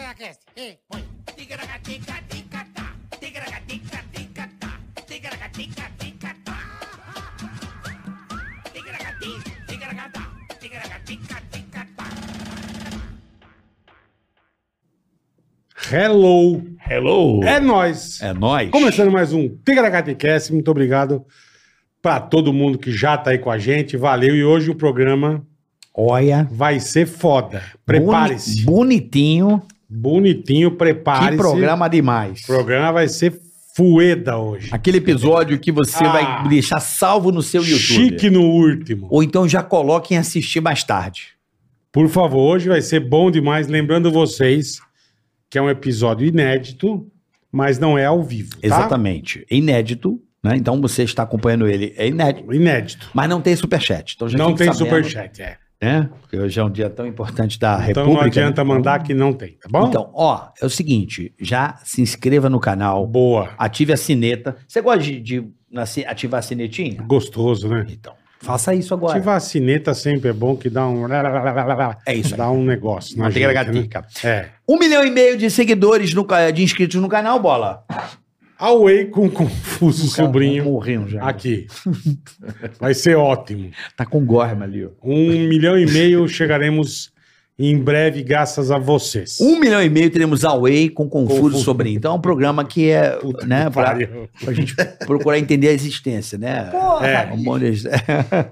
Ticaracast, ei, põe. Ticaracatica-ticatá, ticaracatica-ticatá, ticaracatica-ticatá. Ticaracati, ticaracatá, ticaracatica-ticatá. Hello! Hello! É nós! É nóis! Começando mais um Tigaracatecast, muito obrigado para todo mundo que já tá aí com a gente. Valeu! E hoje o programa Olha, vai ser foda. Prepare-se. boni- bonitinho, Bonitinho, prepare-se. que programa demais. O programa vai ser fueda hoje. Aquele episódio que você Ah. vai deixar salvo no seu é YouTube. Chique no último. Ou então já coloque em assistir mais tarde. Por favor, hoje vai ser bom demais. Lembrando vocês que é um episódio inédito, mas não é ao vivo. Tá? Exatamente. É Inédito, né? Então você está acompanhando ele, é inédito. Inédito. Mas não tem superchat. Então já Não fique tem sabendo, superchat, é. Né? Porque hoje é um dia tão importante da Então República. não adianta né? mandar que não tem, tá bom? Então, ó, é o seguinte, já se inscreva no canal, Boa. ative a sineta. Você gosta de, de na si- ativar a sinetinha? Gostoso, né? Então, faça isso agora. Ativar a sineta sempre é bom que dá um. É isso aí. Dá um negócio. Na Não tem gente, né? gatica. É. Um milhão e meio de seguidores, no, ca- de inscritos no canal, bola. Away com o Confuso Sobrinho. Ah, Morrendo já. Aqui. Vai ser ótimo. Tá com gorma ali, ó. Um milhão e meio chegaremos em breve, graças a vocês. Um milhão e meio teremos Away com Confuso, Confuso. Sobrinho. Então é um programa que é, Puta né, que pra, pariu. pra gente procurar entender a existência, né? Porra! É. Um, monte de-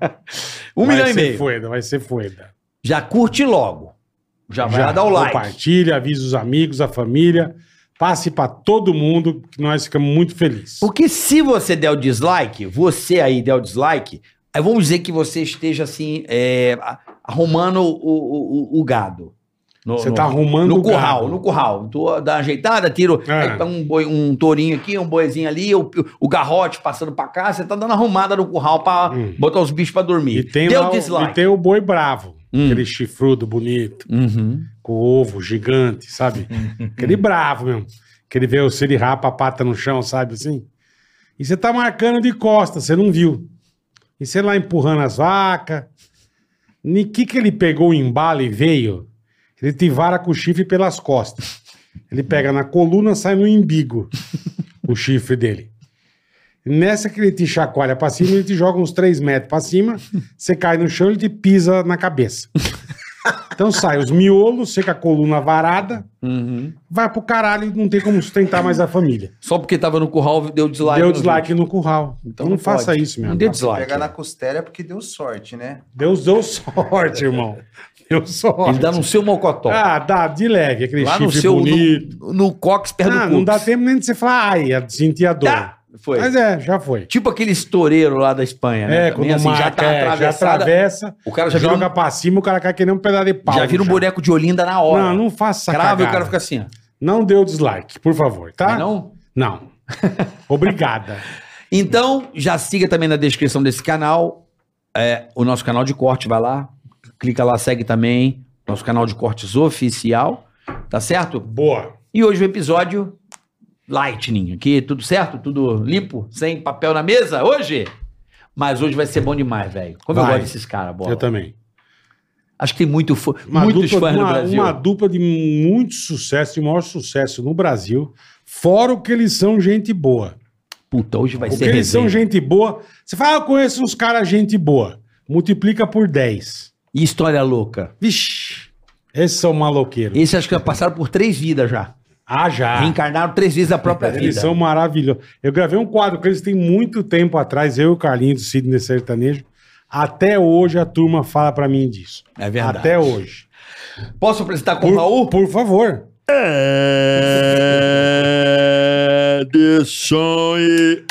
um Vai milhão e ser meio. Fueda, vai ser fueda. Já curte logo. Já, Tá, vai Já, dar o like. Compartilha, avisa os amigos, a família. Passe pra todo mundo, que nós ficamos muito felizes. Porque se você der o dislike, você aí der o dislike, aí vamos dizer que você esteja assim, é, a- arrumando o, o- o- o gado. No- Você no- tá arrumando no o curral, gado. no curral. Tu dá uma ajeitada, tiro É. aí pega um, boi, um tourinho aqui, um boizinho ali, o, o garrote passando pra cá, você tá dando arrumada no curral pra Hum. botar os bichos pra dormir. E tem, Deu lá o- dislike. e tem o boi bravo, Hum. aquele chifrudo bonito. Uhum. com ovo gigante, sabe? Aquele bravo mesmo. Que ele vê o ele rapa a pata no chão, sabe assim? E você tá marcando de costa, você não viu. E você lá empurrando as vacas. O que que ele pegou o embalo e veio? Ele te vara com o chifre pelas costas. Ele pega na coluna, sai no imbigo o chifre dele. Nessa que ele te chacoalha pra cima, ele te joga uns 3 metros pra cima, você cai no chão e ele te pisa na cabeça. Então sai os miolos, você com a coluna varada, Uhum. vai pro caralho e não tem como sustentar mais a família. Só porque tava no curral, deu dislike. deu no dislike no curral. Então não, não faça pode. isso, vídeo. meu Não deu amigo. dislike. Pegar na costela é porque deu sorte, né? Deus deu sorte, irmão. Deu sorte. Ele dá no seu mocotó. Ah, dá de leve, aquele lá no chifre seu bonito. no, no cox perto do Ah, cups. não dá tempo nem de você falar, ai, a- sentir a dor. Tá, Foi. Mas é, já foi. Tipo aquele estoureiro lá da Espanha, né? É, Também, quando marca, já tá é, já atravessada, atravessa, o cara já vira, joga um, pra cima, o cara cai que nem um pedaço de pau. já vira um no chão. boneco de Olinda na hora. Não, não faça essa Crava e o cagada. cara fica assim, ó. Não dê o dislike, por favor, tá? Não é não? Não. Obrigada. Então, já siga também na descrição desse canal é, o nosso canal de corte, vai lá, clica lá, segue também nosso canal de cortes oficial, tá certo? Boa. E hoje o episódio Lightning aqui, tudo certo? Tudo limpo? Sem papel na mesa hoje? Mas hoje vai ser bom demais, velho. Como eu Vai. gosto desses caras, bola. Eu também. Acho que tem muito fã, Uma muitos dupla, fãs uma, no Brasil. uma dupla de muito sucesso, de maior sucesso no Brasil. Fora o que eles são gente boa. Puta, hoje vai Porque ser eles são resenha. gente boa. Você fala, ah, eu conheço uns caras gente boa. Multiplica por 10. E história louca. Vixe, esses são maloqueiros. Esses acho que já passaram por três vidas já. Ah, já. Reencarnaram três vezes a própria vida. Eles são maravilhosos. Eu gravei um quadro com eles tem muito tempo atrás, eu e o Carlinhos do Sidney Sertanejo. Até hoje a turma fala pra mim disso. É verdade. Até hoje. Posso apresentar com Por, o Raul? por favor. É Edson e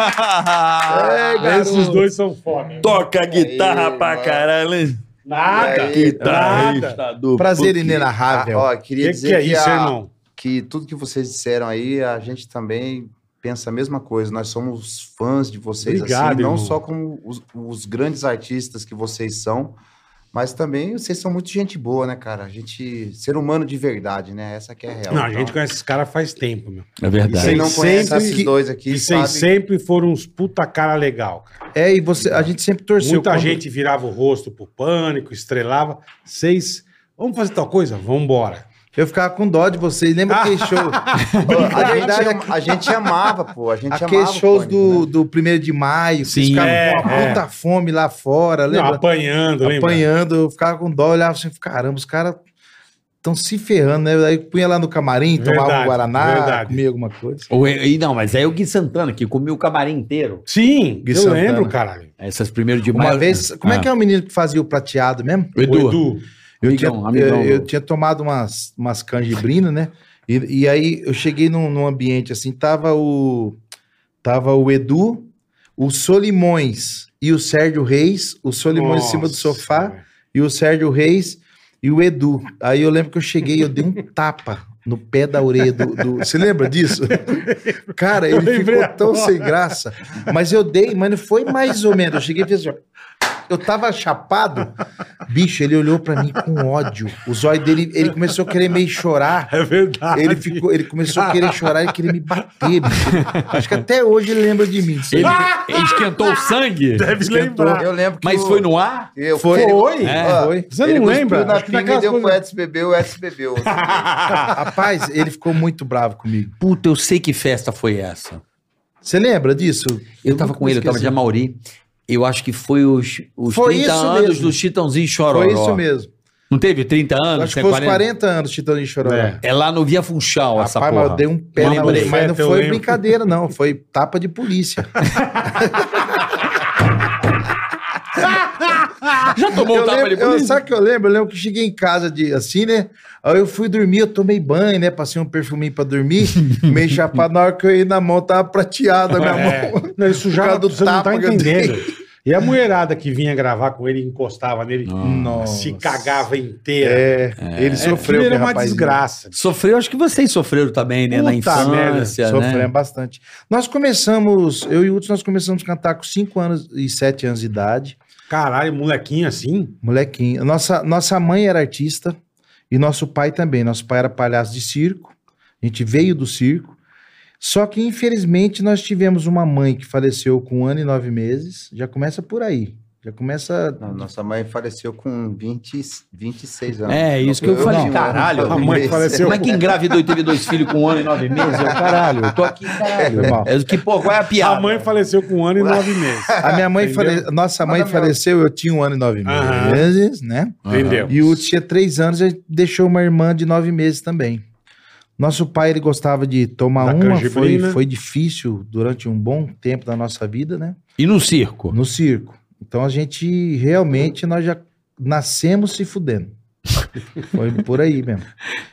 Ei, garoto. Esses dois são foda. Toca guitarra Aí, pra mano. caralho, hein? Nada. Guitarrista do Prazer punk. Ah, inenarrável. ó, O queria que, dizer que é que, isso, a- irmão? que tudo que vocês disseram aí, a gente também pensa a mesma coisa. Nós somos fãs de vocês, Obrigado, assim, não irmão. só como os, os grandes artistas que vocês são, Mas também vocês são muito gente boa, né, cara? A gente, ser humano de verdade, né? Essa que é a real. Não, a gente Então, conhece esses caras faz tempo, meu. É verdade. Quem não conhece sempre esses que- dois aqui, E vocês sabe- sempre foram uns puta cara legal. cara. É, e você, a gente sempre torceu. Muita quando- gente virava o rosto pro pânico, estrelava. Vocês, vamos fazer tal coisa? Vamos embora. Eu ficava com dó de vocês. Lembra aquele show? A verdade, é que a gente amava, pô. A gente amava. Aqueles o shows Pânico, do, né? do 1 de maio, que Sim. os caras É, com uma é. puta fome lá fora, Não, lembra? apanhando, lembra? Apanhando, eu ficava com dó, olhava assim, caramba, os caras estão se ferrando, né? Daí punha lá no camarim, tomava Verdade, um Guaraná, verdade. comia alguma coisa. Ou, e não, mas é o Gui Santana, que comeu o camarim inteiro. né, Sim, Gui eu Santana. lembro, caralho. Essas primeiras de Uma maio- vez, como é Ah. que é o menino que fazia o prateado mesmo? O Edu. O Edu. Eu, Amigão, tinha, amigão, eu, meu. eu tinha tomado umas, umas canjibrinas, né? E, e aí eu cheguei num, num ambiente assim, tava o, tava o Edu, o Solimões e o Sérgio Reis, o Solimões em cima do Nossa, sofá velho. e o Sérgio Reis e o Edu. Aí eu lembro que eu cheguei, eu dei um tapa no pé da orelha do. do- Você lembra disso? Cara, Eu ele lembrei ficou tão agora. sem graça. Mas eu dei, mano, foi mais ou menos. Eu cheguei e fiz assim. ó. Eu tava chapado, bicho, ele olhou pra mim com ódio. O zóio dele, ele começou a querer meio chorar. É verdade. Ele, ficou, ele começou a querer chorar e querer me bater, bicho. Acho que até hoje ele lembra de mim. Ele, ele esquentou o sangue, Deve esquentou. lembrar. né? Eu lembro que. mas o- foi no ar? Eu, Foi. ele- Foi? Ah, Foi. né? Você ele não cuspiu lembra? Na Acho que pinga e naquelas deu pro coisas- Edson beber, o Edson bebeu. Rapaz, ele ficou muito bravo comigo. Puta, eu sei que festa foi essa. Você lembra disso? Eu tava com ele, eu tava de Amauri. Eu acho que foi os, os Foi 30 isso anos mesmo. do Chitãozinho e Chororó. Foi isso mesmo. Não teve 30 anos? Acho que tem foi os 40 anos Titãs de Chororó. É. É lá no Via Funchal Rapaz, essa mas porra. eu dei um pé na Lembrei. orelha, mas não Eu foi lembro. brincadeira, não. Foi tapa de polícia. Já tomou eu um tapa de lembro, eu, polícia? sabe o que eu lembro? Eu lembro que cheguei em casa de, assim, né? Aí eu fui dormir, eu tomei banho, né? Passei um perfuminho pra dormir, meio chapado. Na hora que eu ia na mão, tava prateada a minha É. mão. Não, isso já Por causa do você não tá tapa que eu entendendo. E a mulherada que vinha gravar com ele, encostava nele, Nossa. se cagava inteira. É, ele sofreu, Aquilo era né, uma rapazinho? desgraça. Sofreu, acho que vocês sofreram também, né? Na Puta merda, infância, Sofremos né? bastante. Nós começamos, eu e o Hudson, nós começamos a cantar com 5 anos e 7 anos de idade. Caralho, molequinho assim. Molequinho. Nossa, nossa mãe era artista e nosso pai também. Nosso pai era palhaço de circo. A gente veio do circo. Só que, infelizmente, nós tivemos uma mãe que faleceu com um ano e nove meses. Já começa por aí. Já começa. Não, nossa mãe faleceu com 20, 26 anos. É, isso que eu falei, não, caralho. eu um A mãe esse- faleceu. Como é que engravidou e teve dois filhos com um ano e nove meses? Eu, caralho, eu tô aqui, caralho. Foi mal. É, que, pô, qual é a piada? A mãe faleceu com um ano e nove meses. A minha mãe Entendeu? fale... Nossa mãe Manda meu- faleceu, eu tinha um ano e nove Aham. meses, né? Entendeu? E o tinha três anos e deixou uma irmã de nove meses também. Nosso pai, ele gostava de tomar Da uma, foi, canjibrina. foi difícil durante um bom tempo da nossa vida, né? E no circo? No circo. Então a gente realmente nós já nascemos se fudendo. Foi por aí mesmo.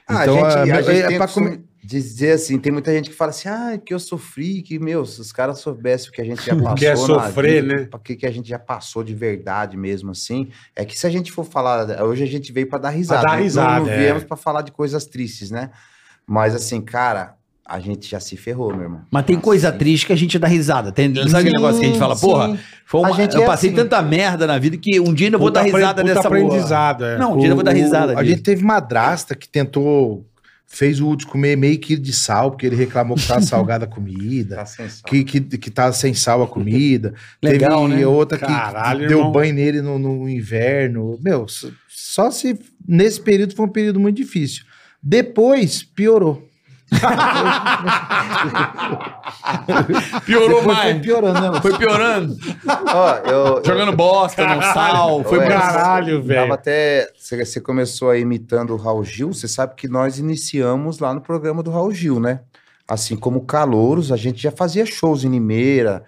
Ah, Então, a gente, a- a gente é tem pra o costume de dizer assim, tem muita gente que fala assim, ah, que eu sofri, que, meu, se os caras soubessem o que a gente já O passou que é na sofrer, vida, né? pra que que a gente já passou de verdade mesmo, assim, é que se a gente for falar, hoje a gente veio pra dar risada, né? dar não- não- risada, não, é. viemos pra falar de coisas tristes, né? Mas assim, cara, a gente já se ferrou, meu irmão. Mas tem coisa triste que a gente dá risada. Tem, sabe aquele negócio que a gente fala, porra, foi uma- A gente eu é passei assim. tanta merda na vida que um dia ainda eu vou Puta dar apre- risada puta dessa porra. aprendizado, é. Não, um dia eu vou dar risada A disso. gente teve madrasta que tentou, fez o Hudson comer meio quilo de sal, porque ele reclamou que tava salgada a comida, Tá sensacional. que, que, que tava sem sal a comida. Legal, teve né? outra que- Caralho, que deu irmão. banho nele no, no inverno. Meu, s- só se nesse período foi um período muito difícil. Depois piorou. Piorou Depois mais. foi piorando, né? Foi piorando. Ó, eu- eu, Jogando bosta no sal. Foi Ô, Foi Edson, caralho, Tava velho. até. Você você começou aí imitando o Raul Gil, você sabe que nós iniciamos lá no programa do Raul Gil, né? Assim como calouros, a gente já fazia shows em Limeira,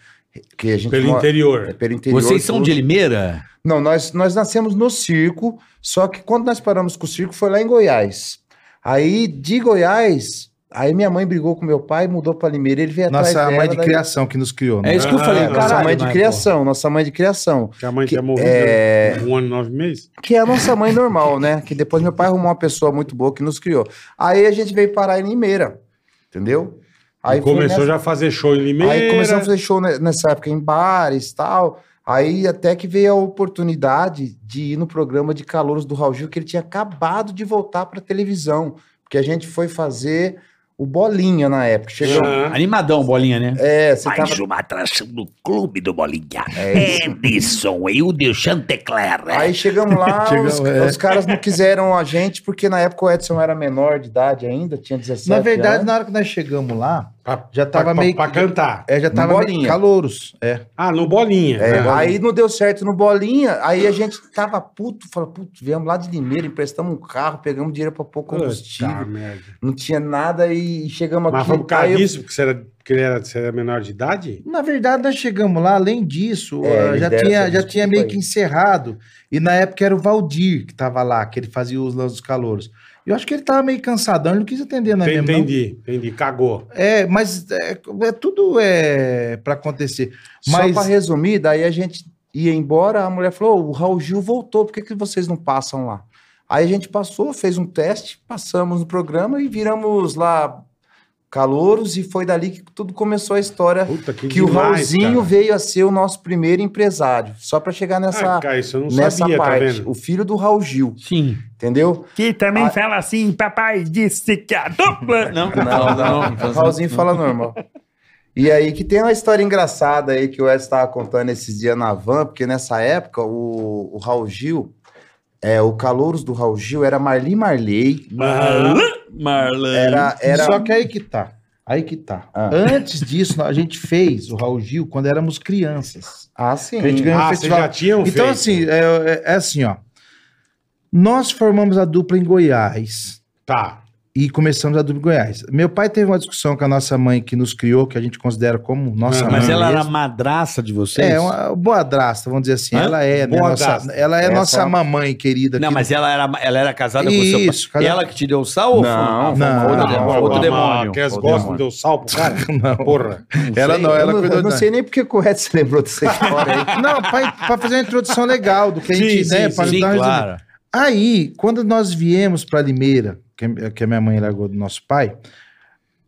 que a gente Pelo mora- é, interior. pelo interior. Vocês são tudo. de Limeira? Não, nós, nós nascemos no circo, só que quando nós paramos com o circo foi lá em Goiás. Aí de Goiás, aí minha mãe brigou com meu pai, mudou pra Limeira, ele veio atrás Nossa é dela, mãe de daí- criação que nos criou. né? É isso que eu Ah, falei, nossa Nossa caralho. mãe de mas, criação, nossa mãe de criação. Que a mãe Que- tinha morrido é- né? um ano e nove meses. que é a nossa mãe normal, né? Que depois meu pai arrumou uma pessoa muito boa que nos criou. Aí a gente veio parar em Limeira, entendeu? Aí foi começou nessa- já a fazer show em Limeira. Aí começamos a fazer show ne- nessa época em bares e tal. Aí até que veio a oportunidade de ir no programa de calouros do Raul Gil, que ele tinha acabado de voltar para televisão, porque a gente foi fazer o Bolinha na época. Chegou, Ah, Animadão, bolinha, né? é, você Mais tava uma atração do Clube do Bolinha. É isso. Edson e o de Chantecler. Aí chegamos lá, Chegamos, os, é. os caras não quiseram a gente, porque na época o Edson era menor de idade ainda, tinha 17 Na verdade, anos. na hora que nós chegamos lá, pra- já tava pra- pra- meio Pra que- cantar. é, já No tava meio Bolinha. calouros. É. Ah, no bolinha. É, né? aí não deu certo no Bolinha, aí a gente tava puto, falou, puto, viemos lá de Limeira, emprestamos um carro, pegamos dinheiro pra pôr combustível, Puta merda. não tinha nada e chegamos Mas aqui. foi por aí causa eu- disso, porque você era, porque ele era, você era menor de idade? Na verdade, nós chegamos lá, além disso, É, ah, eles já deram tinha, essa já desculpa tinha meio aí. que encerrado. E na época era o Valdir que tava lá, que ele fazia os lances dos calouros. Eu acho que ele tava meio cansadão, ele não quis atender na mesmo, não. entendi, entendi. Cagou. É, mas é, é tudo é para acontecer. Só Mas- pra resumir, daí a gente ia embora, a mulher falou: "Ô, o Raul Gil voltou, por que, que vocês não passam lá? Aí a gente passou, fez um teste, passamos no programa e viramos lá calouros, e foi dali que tudo começou a história. Puta, que Que o demais, Raulzinho cara. veio a ser o nosso primeiro empresário. Só pra chegar nessa, Ah, cara, isso eu não nessa sabia, tá parte. vendo? o filho do Raul Gil, Sim. entendeu? Que também fala assim, papai disse que a dupla... Não, Não, não, O Raulzinho fala normal. E aí que tem uma história engraçada aí que o Edson estava contando esses dias na van, porque nessa época o, o Raul Gil, é, o Calouros do Raul Gil era Marli Marley, Marlan. era... era Só que aí que tá. Aí que tá. Ah. Antes disso, a gente fez o Raul Gil quando éramos crianças. Ah, sim. A gente ganhou Ah, um vocês festival. já tinham Então, feito? assim, é, é- é assim, ó. Nós formamos a dupla em Goiás Tá. e começamos a dupla em Goiás. Meu pai teve uma discussão com a nossa mãe que nos criou, que a gente considera como nossa Ah, mãe. Mas ela era mesmo. madraça de vocês? É, uma boa drasta, vamos dizer assim. Hã? Ela é, né? Boadrasta. Nossa, ela é Essa- nossa mamãe querida. Não, que- mas ela era, ela era casada com o seu pai. Isso, casada- Ela que te deu o sal ou Não, foi uma não, outra- Tá, não, outro Uma- demônio? Que as Outro gostas não deu sal pro cara? Não. Porra. Ela sei, não, eu ela não, cuidou eu não da- sei nem porque que o Edson lembrou dessa história aí. Não, para fazer uma introdução legal do que a Sim, gente, né, sim, pra Sim, dar uma resumida. claro. Aí, quando nós viemos para Limeira, que, que a minha mãe largou do nosso pai,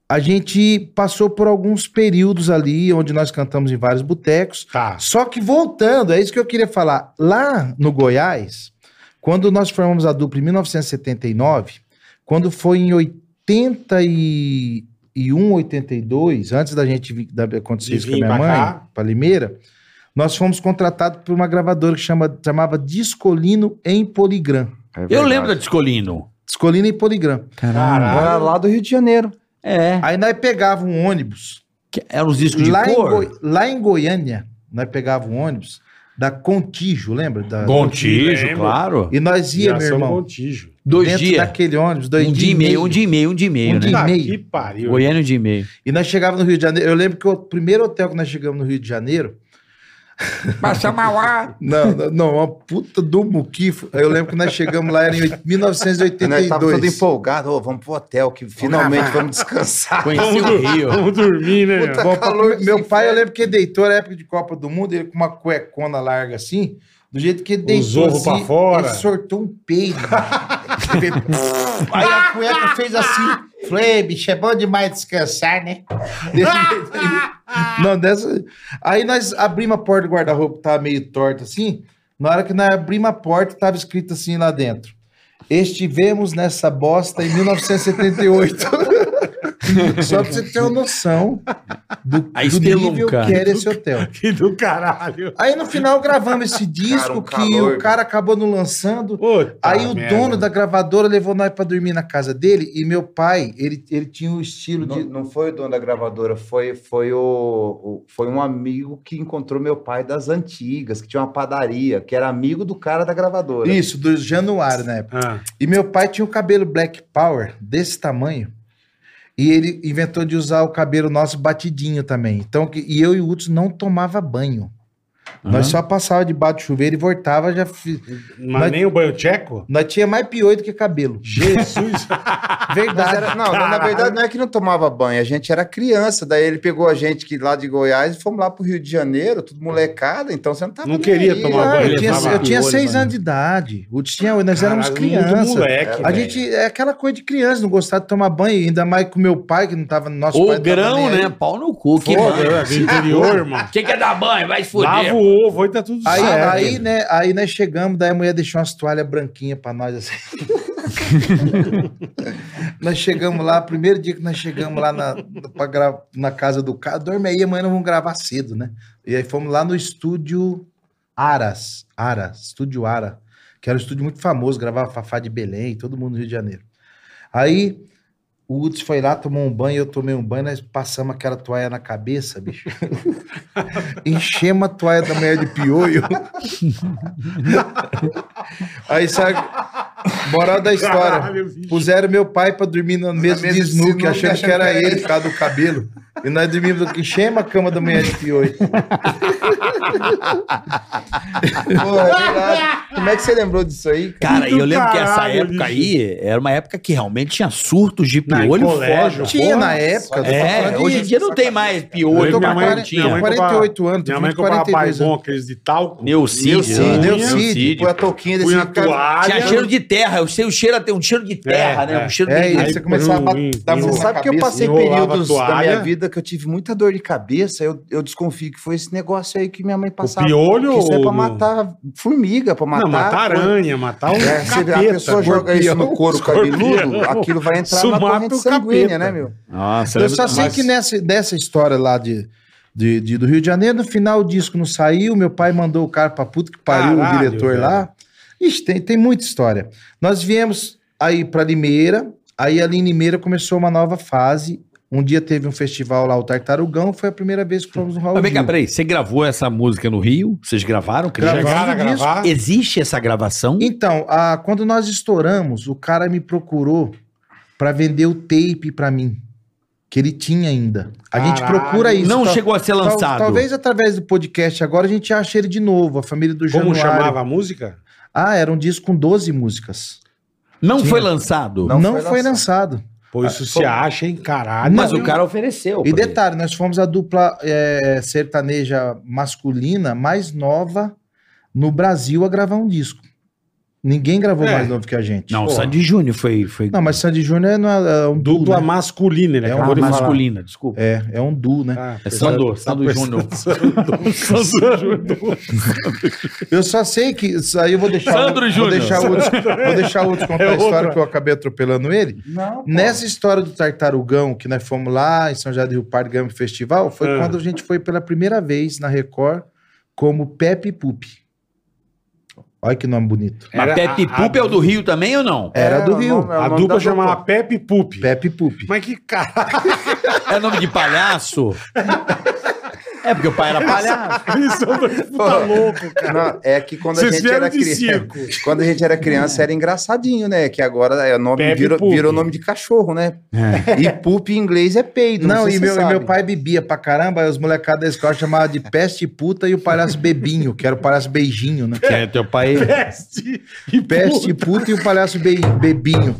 a gente passou por alguns períodos ali, onde nós cantamos em vários botecos. Tá. Só que voltando, é isso que eu queria falar. Lá no Goiás, quando nós formamos a dupla em 1979, quando foi em 81, 82, antes da gente vir- da, acontecer De isso com a vir minha pra mãe, cá. para Limeira, nós fomos contratados por uma gravadora que chama, chamava Discolino em Poligram. É Eu lembro da Discolino. Discolino em Poligram. Caralho. Era lá do Rio de Janeiro. É. Aí nós pegava um ônibus. Que Era uns discos de Lá em, cor. Goi- lá em Goiânia, nós pegava um ônibus da Contijo, lembra? Da, Gontijo, Lembro. claro. E nós ia, meu Geração irmão. Montijo. Dois dentro dias. daquele ônibus, dois Um dia e meio, um dia e meio, um dia e meio, né? Um dia Puta meio. Tá, que pariu. Goiânia, um dia e meio. E nós chegávamos no Rio de Janeiro. Eu lembro que o primeiro hotel que nós chegamos no Rio de Janeiro. Passa mal ar. Não, não, não, uma puta do muquifo. Eu lembro que nós chegamos lá era em oit- Nós 1982. É, né? tava todo empolgado, "Ô, vamos pro hotel, que finalmente vamos descansar. Conheci o Rio. Vamos dormir, né? Puta, meu? bom, pra- calor de meu pai, inferno. eu lembro que ele deitou na época de Copa do Mundo, ele com uma cuecona larga assim, do jeito que ele deitou. Os ovos pra assim, fora. Ele sortou um peido. Você vê, Aí a cueca fez assim. Falei, bicho, é bom demais descansar, né? Desse jeito aí. Não, dessa. Aí nós abrimos a porta do guarda-roupa, que tava meio torta assim. Na hora que nós abrimos a porta, tava escrito assim lá dentro. Estivemos nessa bosta em 1978. Só pra você ter uma noção do, A do nível espelunca. que é era esse hotel. Que do caralho. Aí no final gravamos esse disco um que calor, o cara acabou não lançando. Puta Aí o Tá merda. né? dono da gravadora levou nós pra dormir na casa dele e meu pai, ele, ele tinha o estilo Não, de. não foi o dono da gravadora, foi, foi, o, o- foi um amigo que encontrou meu pai das antigas, que tinha uma padaria, que era amigo do cara da gravadora. Isso, do Januário na época. Ah, E meu pai tinha o cabelo Black Power desse tamanho. E ele inventou de usar o cabelo nosso batidinho também. Então, que- e eu e o Hudson não tomava banho. Nós só passava debaixo do chuveiro e voltava, já fi- mas Mas- nem o banho tcheco? Nós tinha mais piolho do que cabelo. Jesus. Mas Verdade. era- não, na Caralho. verdade não é que não tomava banho, a gente era criança, daí ele pegou a gente que lá de Goiás e fomos lá pro Rio de Janeiro, tudo molecada, então você não tava Não nem queria aí. né? tomar Ah, banho, eu tinha, tava eu tinha piolho, seis mano. anos de idade. O tinha, nós éramos Caralho, Muito crianças. moleque, A velho. gente é aquela coisa de criança, não gostava de tomar banho, ainda mais com meu pai, que não tava no nosso O pai. não tava grão, nem né? aí. Pau no cu. Que Foda, banho. né? do interior, irmão. Quem quer dar banho? Vai se Lava lava o ovo, aí tá tudo Aí, certo. aí, né, aí nós chegamos, daí a mulher deixou umas toalhas branquinhas pra nós assim. nós chegamos lá, primeiro dia que nós chegamos lá na, pra gra- na casa do cara, dorme aí, amanhã nós vamos gravar cedo, né? E aí fomos lá no estúdio Aras, Ara, estúdio Ara, que era um estúdio muito famoso, gravava Fafá de Belém, todo mundo no Rio de Janeiro. Aí o Hudson foi lá, tomou um banho, eu tomei um banho, nós passamos aquela toalha na cabeça, bicho. Enchemos a toalha da mulher de piolho. Aí sabe, moral da história. Caralho, bicho. Puseram meu pai pra dormir na mesa mesa de de snook, sinuca, achando que era ele por causa do cabelo. E nós dormimos, enchemos a cama da mulher de piolho. Pô, é verdade. Como é que você lembrou disso aí? cara? Cara, e eu lembro que essa caralho, época bicho. aí era uma época que realmente tinha surtos de Não, em piolho colégio, foda. Tinha na época. eu tô falando É, de- hoje em dia não tem mais piolho, Eu tô Minha com mãe- 40, minha mãe 48 anos, tô Minha mãe falando de comprava 42 baibon, anos. aqueles de talco. Neucídio, Neucídio, né? né? Neucídio. Põe a touquinha desse Põe a cara. toalha. Tinha cheiro de terra, eu sei o cheiro até um cheiro de terra, É, né? Um é. cheiro É, de e Aí você começava a põe um- dar e uma um- Você na sabe que eu cabeça, passei enrolava períodos a toalha. da minha vida que eu tive muita dor de cabeça. Eu, eu desconfio que foi esse negócio aí que minha mãe passava. piolho que isso é ou pra no- matar formiga, pra matar. Não, matar aranha, matar o É, se a Tá um capeta, né? pessoa joga isso no couro cabeludo, aquilo vai entrar Sumata na corrente o sanguínea, capeta. né, meu? Nossa, Eu só sei que né, nessa, nessa história lá de, de- de- do Rio de Janeiro, no final o disco não saiu, meu pai mandou o cara pra puta que pariu Caralho, o diretor velho. lá. Ixi, tem, tem muita história. Nós viemos aí pra Limeira, aí ali em Limeira começou uma nova fase. Um dia teve um festival lá, o Tartarugão, foi a primeira vez que fomos no Raul Mas vem cá, Gil. peraí, você gravou essa música no Rio? Vocês gravaram? Cristian? Chegaram a Gravando isso. gravar. Existe essa gravação? Então, a- quando nós estouramos, o cara me procurou pra vender o tape pra mim, que ele tinha ainda. A gente Caralho. procura isso. não tá- chegou a ser Tal- lançado. talvez através do podcast agora a gente ache ele de novo, a família do Como Januário. chamava a música? Ah, era um disco com 12 músicas. Não foi lançado. Não, Não foi, foi lançado. Pô, Ah, isso se acha, hein? Caralho. Mas Não. o cara ofereceu. E pra detalhe, nós fomos a dupla eh, sertaneja masculina mais nova no Brasil a gravar um disco. Ninguém gravou É. mais novo que a ele. gente. Não, o Pô. Sandy Júnior foi, foi Não, mas Sandy Júnior não é, é um duo, Dupla né? masculina, ele É acabou Ah, de falar. masculina, desculpa. É, é um duo, né? Ah, É Sandor, Sandor Júnior. Sandor Júnior. É Eu só sei que. Isso aí eu vou deixar. Sandro vou Júnior. deixar o Hudson- Vou deixar o Hudson contar É a história outra. que eu acabei atropelando ele. Não. Nessa história do Tartarugão, que nós fomos lá em São José do Rio Pardo, ganhamos o festival, foi É. Ah. quando a gente foi pela primeira vez na Record como Pepe Pupi. Olha que nome bonito. Era Mas Pepe a- a- Pup é o do Rio também ou não? Era É, do Rio. A dupla chamava Pepe Pupi. Pepe Pupi. Mas que cara. É nome de palhaço? é porque o pai era palhaço. Eles são dois é um puta louco, cara. é que quando a Vocês gente vieram era de criança. circo. Quando a gente era criança era engraçadinho, né? Que agora é nome, Pepe virou, Pupi. virou nome de cachorro, né? E poop em inglês é peido. Não, sei e se meu, você e meu sabe. pai bebia pra caramba, aí os molecados da escola chamavam de peste puta e o palhaço bebinho, que era o palhaço beijinho, né? Que é teu pai. Peste e Peste puta. puta e o palhaço be- bebinho.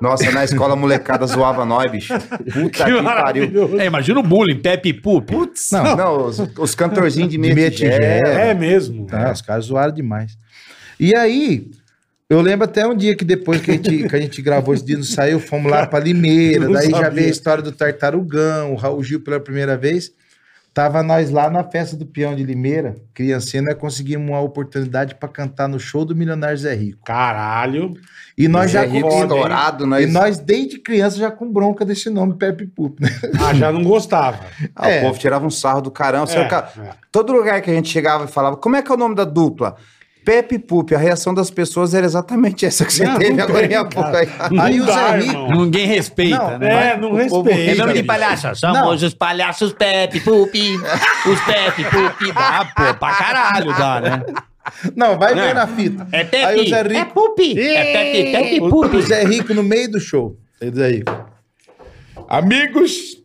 Nossa, na escola a molecada zoava nós, bicho. Puta que, pariu. maravilhoso. É, imagina o bullying, Pepe Pup. Putz. Não, Não, os, os cantorzinhos de De metigé. metigé. É mesmo. Tá, os caras zoaram demais. E aí, eu lembro até um dia que depois que a gente, que a gente gravou esse dia, não saiu, fomos lá pra Limeira, Eu não daí já sabia. veio a história do Tartarugão, o Raul Gil pela primeira vez. Tava nós lá na festa do peão de Limeira, criancinha, nós conseguimos uma oportunidade pra cantar no show do Milionário Zé Rico. Caralho. E nós Zé já Rico com- estourado, nós. E nós, desde criança, já com bronca desse nome, Pepe Pup, né? Ah, já não gostava. Ah, É. O povo tirava um sarro do caramba. Você É, era ca- é. Todo lugar que a gente chegava e falava, como é que é o nome da dupla? Pepe Pup, a reação das pessoas era exatamente essa que você Não, teve não agora tem, em pouco. aí. Não Aí o dá, Zé Rico- irmão. Ninguém respeita, Não, né? É, não É respeita. nome de bicho. palhaço. Somos Não. os palhaços Pepe Pupi. Os Pepe Pupi. Dá, pô, pra caralho dá, né? Não, vai Não. ver na fita. É Pepe. Aí o Zé É Rico, Pupi. É Pepe, Pepe o Pupi. Zé Rico no meio do show. Ele aí. Amigos,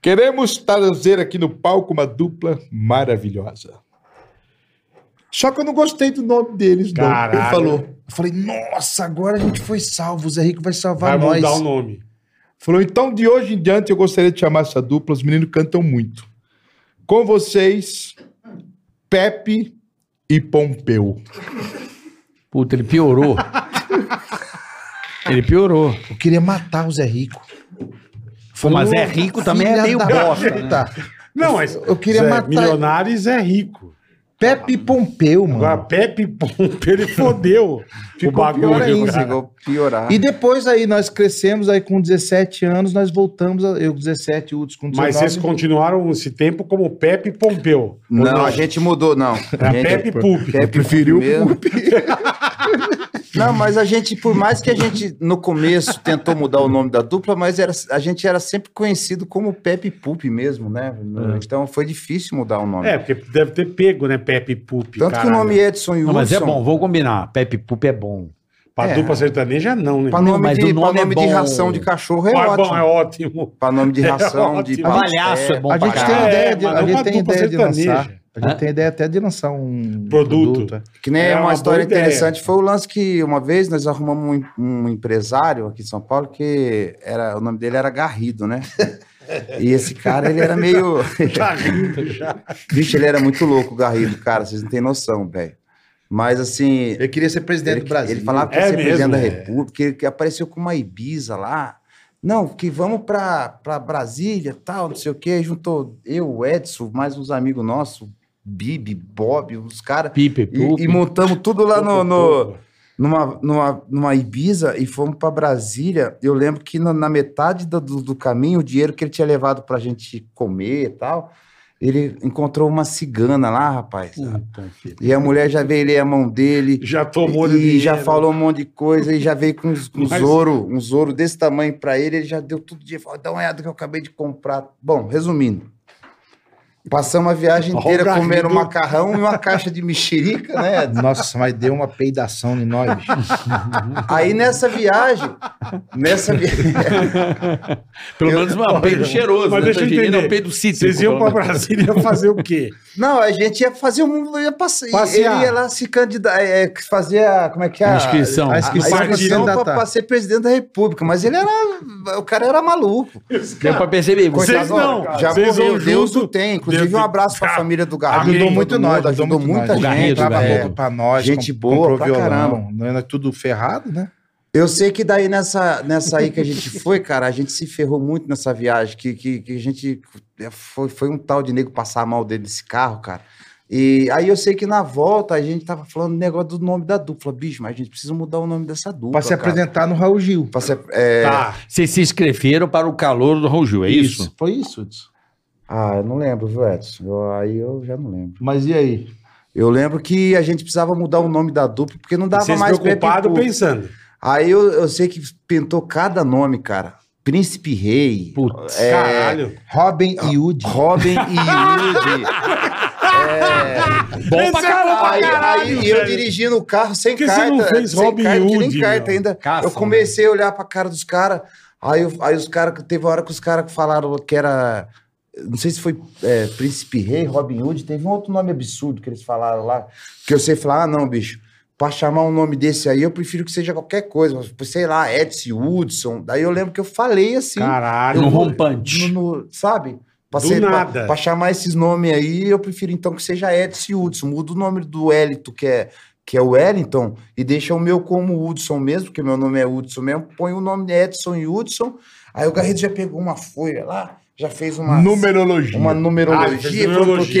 queremos trazer aqui no palco uma dupla maravilhosa. Só que eu não gostei do nome deles, não. Caralho. Ele falou. Eu falei, nossa, agora a gente foi salvo. O Zé Rico vai Vai salvar nós. mudar o nome. Falou, então de hoje em diante eu gostaria de chamar essa dupla, os meninos cantam muito. Com vocês, Pepe e Pompeu. Puta, ele piorou. Ele piorou. Eu queria matar o Zé Rico. Mas é rico também é Filha meio da bosta, né? puta. Não, mas Eu queria Zé, matar. milionário e Zé Rico. Pepe Pompeu, mano. Agora, Pepe Pompe, ele fodeu o pior bagulho, ainda, cara. Vou piorar. E depois aí nós crescemos, aí com 17 anos nós voltamos, a- eu com 17, Uts com 19. Mas vocês continuaram esse tempo como Pepe Pompeu. Não, a gente mudou, não. Era A gente- Pepe Pup. Pepe preferiu mesmo. Não, mas a gente, por mais que a gente no começo tentou mudar o nome da dupla, mas era, a gente era sempre conhecido como Pepe Pup mesmo, né? Então foi difícil mudar o nome. É, porque deve ter pego, né? Pepe Pup. Tanto que o nome Edson e Não, Hudson. mas é bom, vou combinar. Pepe Pup é bom. Pra é. dupla sertaneja, não, né? Pra Não, nome, mas de, o nome pra nome é de bom. ração de cachorro é Mas, ótimo. bom, é ótimo. Pra nome de É ração, de ótimo. Palhaço é bom A pra gente tem caralho. ideia, de, mas a não uma gente tem dupla ideia de sertaneja. lançar. A gente Hã? tem ideia até de lançar um Produto. é. Que nem É uma, uma história boa ideia. interessante foi o lance que uma vez nós arrumamos um, um empresário aqui em São Paulo que era o nome dele era Garrido, né? E esse cara ele era meio Tá rindo já. Bicho, ele era muito louco, o Garrido, cara, vocês não têm noção, velho. Mas assim, Ele queria ser presidente ele, do Brasil. ele falava que É ia ser presidente mesmo, da é. República, que, que apareceu com uma Ibiza lá. Não, que vamos pra, pra Brasília, tal, não sei o quê. Aí juntou eu, o Edson, mais uns amigos nossos, Bibi, Bob, uns caras. Pipe, Pup. E, e montamos tudo lá no, no- numa, numa, numa Ibiza e fomos pra Brasília. Eu lembro que na, na metade do, do, do caminho, o dinheiro que ele tinha levado pra gente comer e tal, ele encontrou uma cigana lá, rapaz. E a mulher já veio ler a mão dele. Já tomou e dinheiro. já falou um monte de coisa e já veio com uns, um com uns Mas- ouro, uns ouro desse tamanho pra ele, ele já deu tudo de falou, dá uma olhada que eu acabei de comprar. Bom, resumindo. Passamos a viagem Ó, o inteira Garrido. comendo macarrão e uma caixa de mexerica, né? Nossa, mas deu uma peidação em nós. bicho. Aí nessa viagem, nessa viagem, Pelo menos um peido cheiroso. Mas né? deixa eu Tangerina entender. é um peido cítrico. Vocês iam pra pelo menos. Brasília fazer o quê? não, a gente ia fazer um, ia passe- Passear. ele ia lá se candidatar, é, é, fazer a, como é que tá é? A Inscrição. A A inscrição Partido. pra se inscrição pra, pra candidatar. ser presidente da república, mas ele era, o cara era maluco. Deu pra perceber. Você... Vocês não. Já Vocês morreu, vão Deus junto. o tem. Inclusive, Deus Ah, um abraço pra do- família do Garrido. Ajudou muito todo nós, mundo, ajudou muito muita gente. nós. né, Garrido, Trava velho. roupa pra nós, Gente com- boa comprou pra violão, caramba. não era tudo ferrado, né? Eu sei que daí nessa, nessa aí que a gente foi, cara, a gente se ferrou muito nessa viagem, que, que, que a gente foi, foi um tal de nego passar mal dentro desse carro, cara. E aí eu sei que na volta a gente tava falando do negócio do nome da dupla, bicho, mas a gente precisa mudar o nome dessa dupla. Pra se cara. apresentar no Raul Gil. Pra se, é... Tá. Vocês se inscreveram para o calor do Raul Gil, é isso? Foi isso. Edson. Ah, eu não lembro, viu, Edson? Eu- aí eu já não lembro. Mas e aí? Eu lembro que a gente precisava mudar o nome da dupla, porque não dava Vocês mais preocupados Pepe Pup. pensando. Aí eu, eu sei que pintou cada nome, cara. Príncipe Rei, Putz. É. Caralho. Robin e Woody. Robin e Yudi. Bom Esse é pra bom caralho. Aí, caralho, aí eu velho. dirigindo o carro sem Por que você carta. não fez sem Robin carta, que nem Hood, carta meu? ainda. Caça, eu comecei a olhar pra cara dos caras. Aí, eu- aí os caras. Teve uma hora que os caras falaram que era. Não sei se foi é, Príncipe Rei, Robin Hood. Teve um outro nome absurdo que eles falaram lá. Que eu sei falar, ah, não, bicho. Pra chamar um nome desse aí, eu prefiro que seja qualquer coisa. mas, Sei lá, Edson Hudson. Daí eu lembro que eu falei assim. Caralho. No Eu- rompante. No- no- sabe? Pra, Do ser- pra- nada. pra chamar esses nomes aí, eu prefiro então que seja Edson e Hudson. Muda o nome do Wellington, que é, que é o Wellington, e deixa o meu como Hudson mesmo, porque meu nome é Hudson mesmo. Põe o nome de Edson e Hudson. Aí o Garrido já pegou uma folha lá, já fez uma. Numerologia. Uma Ah, fez numerologia, falou, porque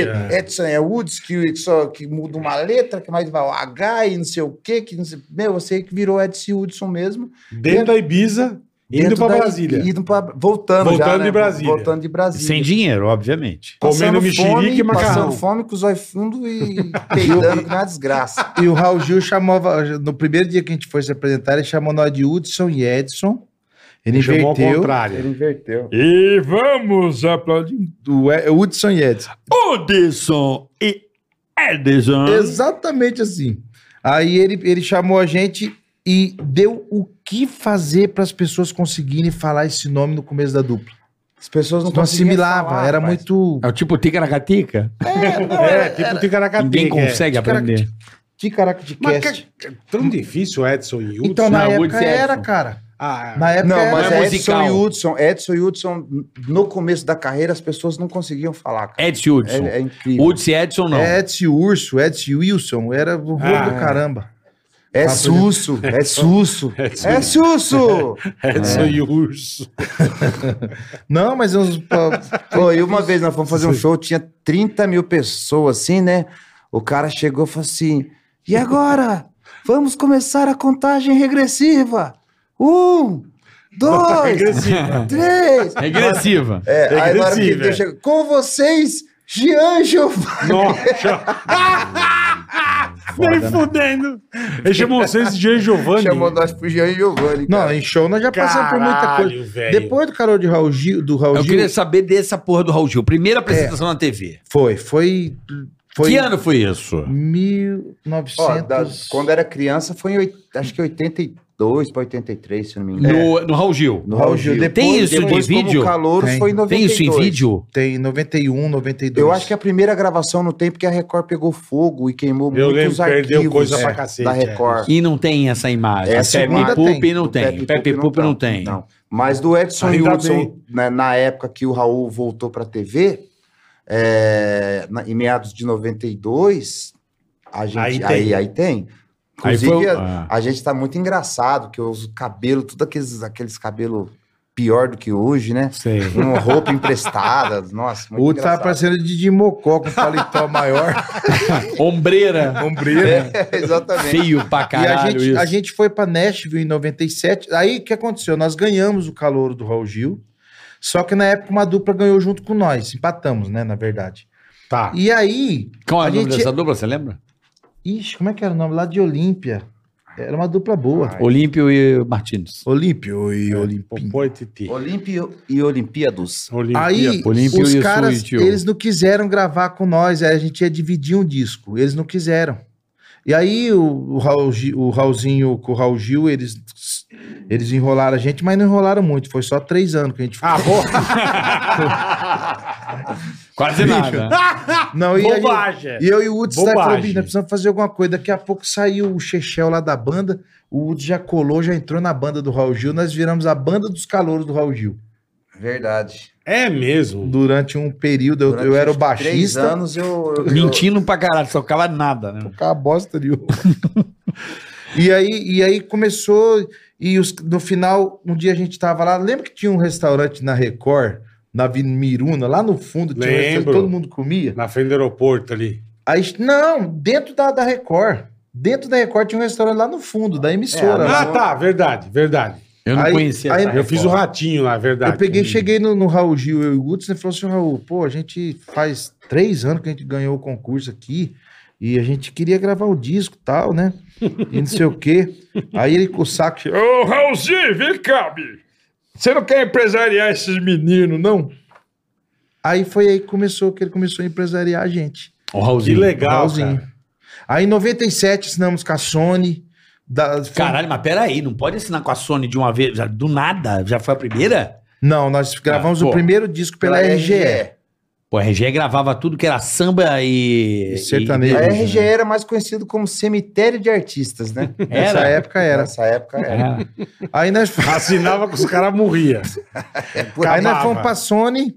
numerologia, é. Edson é Hudson, que, só, que muda uma letra, que mais vai o H e não sei o quê, que não sei. Meu, eu sei que virou Edson e Hudson mesmo. Dentro da Ibiza, indo Dentro pra da- Brasília. Indo pra, voltando já, Voltando né? de Brasília. Voltando de Brasília. Sem dinheiro, obviamente. Comendo Passando mexerica e fome, macarrão. Passando fome com os olhos fundos e peidando que não é desgraça. E o Raul Gil chamava. No primeiro dia que a gente foi se apresentar, ele chamou nós de Hudson e Edson. Ele Chamou ao inverteu. contrário. inverteu. E vamos aplaudir. O E- é Hudson e Edson. Odesson e Edson. Exatamente assim. Aí ele, ele chamou a gente e deu o que fazer para as pessoas conseguirem falar esse nome no começo da dupla. As pessoas não Não conseguiam assimilava, falar, era rapaz. muito É o tipo ticaracatica? é. É, tipo Ticaracateca. Ninguém consegue aprender. ticaracticast. Tão difícil Edson e Hudson. Então na Não, época Hudson e era, Edson. cara. Ah, Na época Não, era. mas Não é Edson musical. e Hudson, Edson e Hudson, no começo da carreira, as pessoas não conseguiam falar, cara. Edson Hudson. É, é incrível. Hudson e Edson não. É Edson Urso, Edson Wilson, era o rolo Ah, do caramba. É susso, é susso, é susso. Edson e Urso. Não, mas uns. Pô, e uma vez nós fomos fazer um show, tinha 30 mil pessoas, assim, né? O cara chegou e falou assim: e agora? Vamos começar a contagem regressiva. Um, É dois, três. Regressiva. É, aí na hora que Regressiva. ele chegou, com vocês, Jean Giovanni. Nossa. Nem fudendo. Ele chamou vocês de Jean Giovanni. né? Chamou nós pro Jean Giovanni. Não, cara. em show nós já passamos por muita Caralho, coisa. É velho. Depois do Carol de Raul Gil, do Raul Eu Gil, queria saber dessa porra do Raul Gil. Primeira apresentação na TV. foi, foi, foi. É. Que ano foi isso? 1900. Ó, da- quando é era criança, foi em oit- acho que 82 para 83, se não me engano. No, no Raul Gil. No Raul Gil. Tem isso em depois, como vídeo? Calouros, Tem. foi em 92. Tem isso em vídeo? Tem 91, 92. Eu acho que a primeira gravação não tem, porque a Record pegou fogo e queimou Eu muitos lembro, arquivos perdeu coisa pra é, cacete, da é. Record. E não tem essa imagem. Essa Pepe segunda Pup tem. não Do tem. Pepe Pup não tem. Não. Mas do Edson Ainda e Hudson, bem. né, na época que o Raul voltou para a TV, é, na- em meados de 92, a gente, Aí aí, tem. aí, tem. Aí Inclusive, foi o- Ah, a, a gente tá muito engraçado, que os cabelos, todos aqueles, aqueles cabelos pior do que hoje, né? Sei. Uma roupa emprestada, nossa, O é muito outro tava engraçado. parecendo de Dimocó com paletó maior, Ombreira. ombreira. assim. É, exatamente. Feio pra E a caralho gente, isso. a gente foi pra Nashville em 97. Aí o que aconteceu? Nós ganhamos o calor do Raul Gil. Só que na época uma dupla ganhou junto com nós. Empatamos, né? Na verdade. Tá. E aí. Qual é a o nome gente- dessa dupla, você lembra? Ixi, como é que era o nome? Lá de Olímpia. Era uma dupla boa. Olímpio e Martins. Olímpio É. e Olimpim. Popô e Titi. Olímpio e Olimpíadas. Olimpíada. Aí, Olímpio e os o caras, Suíte, o- eles não quiseram gravar com nós, aí a gente ia dividir um disco, eles não quiseram. E aí, o, o, Raul Gi- o Raulzinho com o Raul Gil, eles, eles enrolaram a gente, mas não enrolaram muito, foi só três anos que a gente Ah, ficou. Quase nada. não, e, a gente- Bobagem. e eu e o Woods né, falou, Bobagem. "Bicho, nós precisamos fazer alguma coisa. Daqui a pouco saiu o Chechel lá da banda, o Woods já colou, já entrou na banda do Raul Gil, nós viramos a banda dos calouros do Raul Gil. Verdade. É mesmo. Durante um período, eu- Durante eu era o uns Três baixista. anos eu. eu- Mentindo pra caralho, só tocava nada, né? tocar a bosta de ovo. E aí, e aí começou, e os- no final, um dia a gente tava lá, lembra que tinha um restaurante na Record, na Avenida Miruna, lá no fundo, tinha um restaurante, Lembro. todo mundo comia? Na frente do aeroporto ali. Aí, não, dentro da, da Record, dentro da Record tinha um restaurante lá no fundo, da emissora. É, lá. Ah, tá. Verdade, verdade. Eu não Aí- conhecia. aí- essa Eu fiz o Record. ratinho lá, verdade. É Hum. Eu peguei, cheguei no, no Raul Gil eu e o Guts e falou assim: Raul, pô, a gente faz três anos que a gente ganhou o concurso aqui e a gente queria gravar o disco e tal, né? E não sei o quê. Aí ele com o saco. Ô, Raulzinho, vem cá, bicho. Você não quer empresariar esses meninos, não? Aí foi aí que começou, que ele começou a empresariar a gente. O Que Raulzinho. legal, Raulzinho. cara. Aí em 97 assinamos com a Sony. Da, foi- Caralho, mas peraí, não pode assinar com a Sony de uma vez, já- do nada? Já foi a primeira? Não, nós gravamos Ah, o pô. primeiro disco pela, RGE. Pô, a RG gravava tudo que era samba e. E sertanejo. A Hoje, RGE era mais conhecido como cemitério de artistas, né? e- Nessa Era. É. época é. era. Nessa época era. Era. Aí nós, Assinava que os caras morriam. aí nós Acabava. fomos pra Sony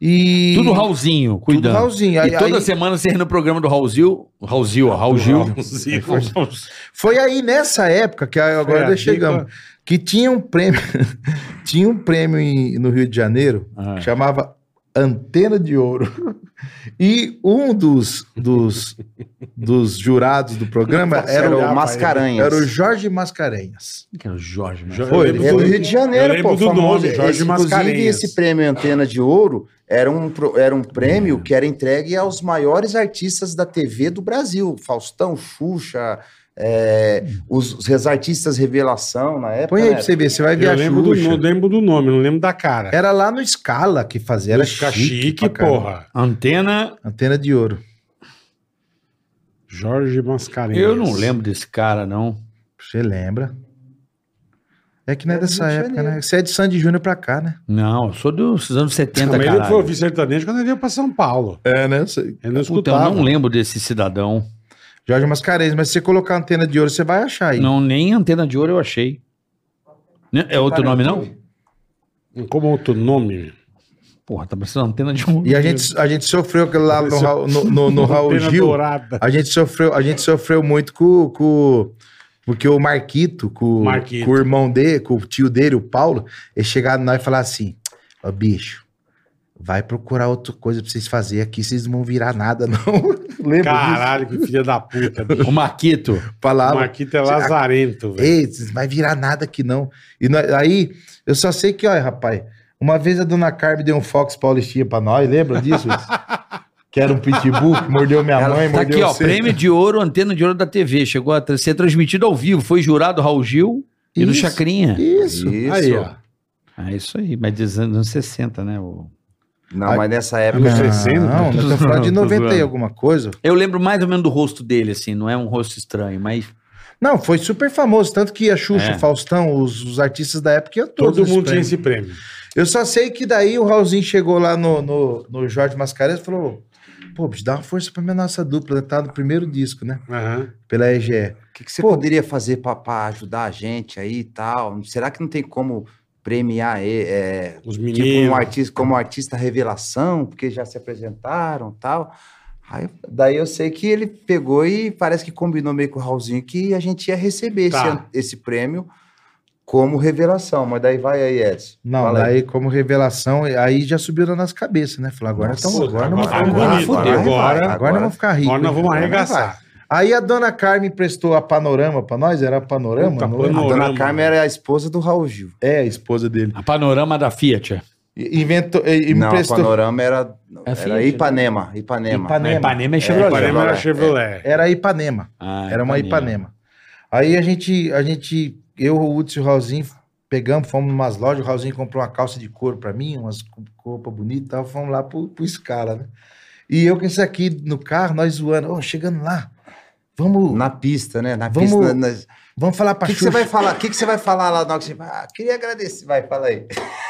e. Tudo Raulzinho, cuidando. Tudo Raulzinho. Aí, e toda aí- semana você ia no programa do Raulzinho. Raulzinho, ó, Raul Gil. Raulzinho. Foi aí nessa época que a- Foi assim, agora a nós chegamos. Que tinha um prêmio. tinha um prêmio em- no Rio de Janeiro Ah. que chamava Antena de Ouro. E um dos, dos, dos jurados do programa era Era o o, Mascaranhas. era o Jorge Mascarenhas. Que era o Jorge, né? Jo- Foi, eu lembro É do do- Rio de eu Janeiro, lembro pô. do famoso. nome, Jorge Esse- Inclusive, Mascarenhas. esse prêmio Antena de Ouro era um, pro- era um prêmio que era entregue aos maiores artistas da TV do Brasil. Faustão, Xuxa, é, os, os artistas revelação na época. Põe aí né? pra você ver, você vai ver Eu a lembro do, Xuxa. eu lembro do nome, não lembro da cara. Era lá no Scala que fazia, era Era chique, pra caramba. porra. Antena. Antena de Ouro. Jorge Mascarenhas. Eu não lembro desse cara, não. Você lembra? É que não é Era do dessa Rio de época, Janeiro. né? Você é de Sandy Júnior pra cá, né? Não, eu sou dos anos 70, Também ele cara. foi ouvir sertanejo quando ele veio pra São Paulo. É, né? Ele não Puta, eu escutava. não lembro desse cidadão. Jorge Mascarenhas, mas se você colocar a antena de ouro, você vai achar aí. Não, nem antena de ouro eu Tá, achei. Né? É outro nome, não? Como outro nome? Porra, tá parecendo uma antena de um. E a gente, a gente sofreu aquilo lá no, Raul- no, no, no Raul Antena Gil. dourada. A gente sofreu, a gente sofreu muito com, com porque o Marquito, com, Marquito. com o irmão dele, com o tio dele, o Paulo, ele chegava em nós e falava assim: Ó, bicho, vai procurar outra coisa pra vocês fazerem aqui, vocês não vão virar nada, não. Lembra Caralho, que filha da puta. bicho. O Marquito. disso? O Falava. Marquito é lazarento, velho. Ei, vocês não vai virar nada aqui não. E nós- aí, eu só sei que, olha, rapaz, uma vez a dona Carmen deu um Fox Paulistinha pra nós, lembra disso? que era um pitbull que mordeu minha Ela mãe, Tá mordeu aqui, ó. você. Prêmio de ouro, antena de ouro da TV. Chegou a tra- ser transmitido ao vivo. Foi jurado Raul Gil e do Isso, Chacrinha. É Isso. Isso. Aí, ó. Ah, isso aí. Mas dos anos 60, né? o- Não, mas nessa época. É. Anos 60? Não, nós estamos falando de Tô 90 e zoando. alguma coisa. Eu lembro mais ou menos do rosto dele, assim. Não é um rosto estranho, mas. Não, foi super famoso, tanto que a Xuxa, É. o Faustão, os, os artistas da época iam todos. Todo nesse mundo tinha prêmio. esse prêmio. Eu só sei que daí o Raulzinho chegou lá no, no, no Jorge Mascarenhas e falou: pô, bicho, dá uma força pra minha nossa dupla, tá no primeiro disco, né? Aham. Pela EGE. O que, que você Pô. poderia fazer para ajudar a gente aí e tal? Será que não tem como premiar e- é, Os tipo, um meninos. artista, como artista revelação, porque já se apresentaram e tal? Aí- daí eu sei que ele pegou e parece que combinou meio com o Raulzinho que a gente ia receber Tá. esse an- esse, prêmio como revelação. Mas daí vai aí, Edson. Não, Fala aí. daí como revelação, aí já subiu na nossa cabeça, né? Falou, agora Nossa, então, agora agora não tá agora, agora, bonito, né? agora, agora- não vamos ficar rico. Agora É, nós vamos hein? arregaçar. Aí a dona Carmen prestou a panorama pra nós, era a panorama? Puta, não lembro. A dona Panorama. Carmen era a esposa do Raul Gil. É, a esposa dele. A panorama da Fiat. E- Inventou, e, e me não, prestou. a Panorama era, É era Fiat, Ipanema, Ipanema. Ipanema. Ah, Ipanema é O Chevrolet. Ipanema era Chevrolet. Era Ipanema. Ah, era uma Ipanema. Aí a gente, a gente, eu, o Hudson e o Raulzinho pegamos, fomos numas lojas, o Raulzinho comprou uma calça de couro pra mim, umas co- roupa bonita e tal, fomos lá pro, pro Scala, né? E eu com isso aqui no carro, nós zoando, ô, chegando lá, vamos, Na pista, né? Na Vamos- pista. na- vamos falar O pra que, que Xuxa. você vai falar? O que, que você vai falar lá na hora que você vai? Ah, queria agradecer. Vai, fala aí.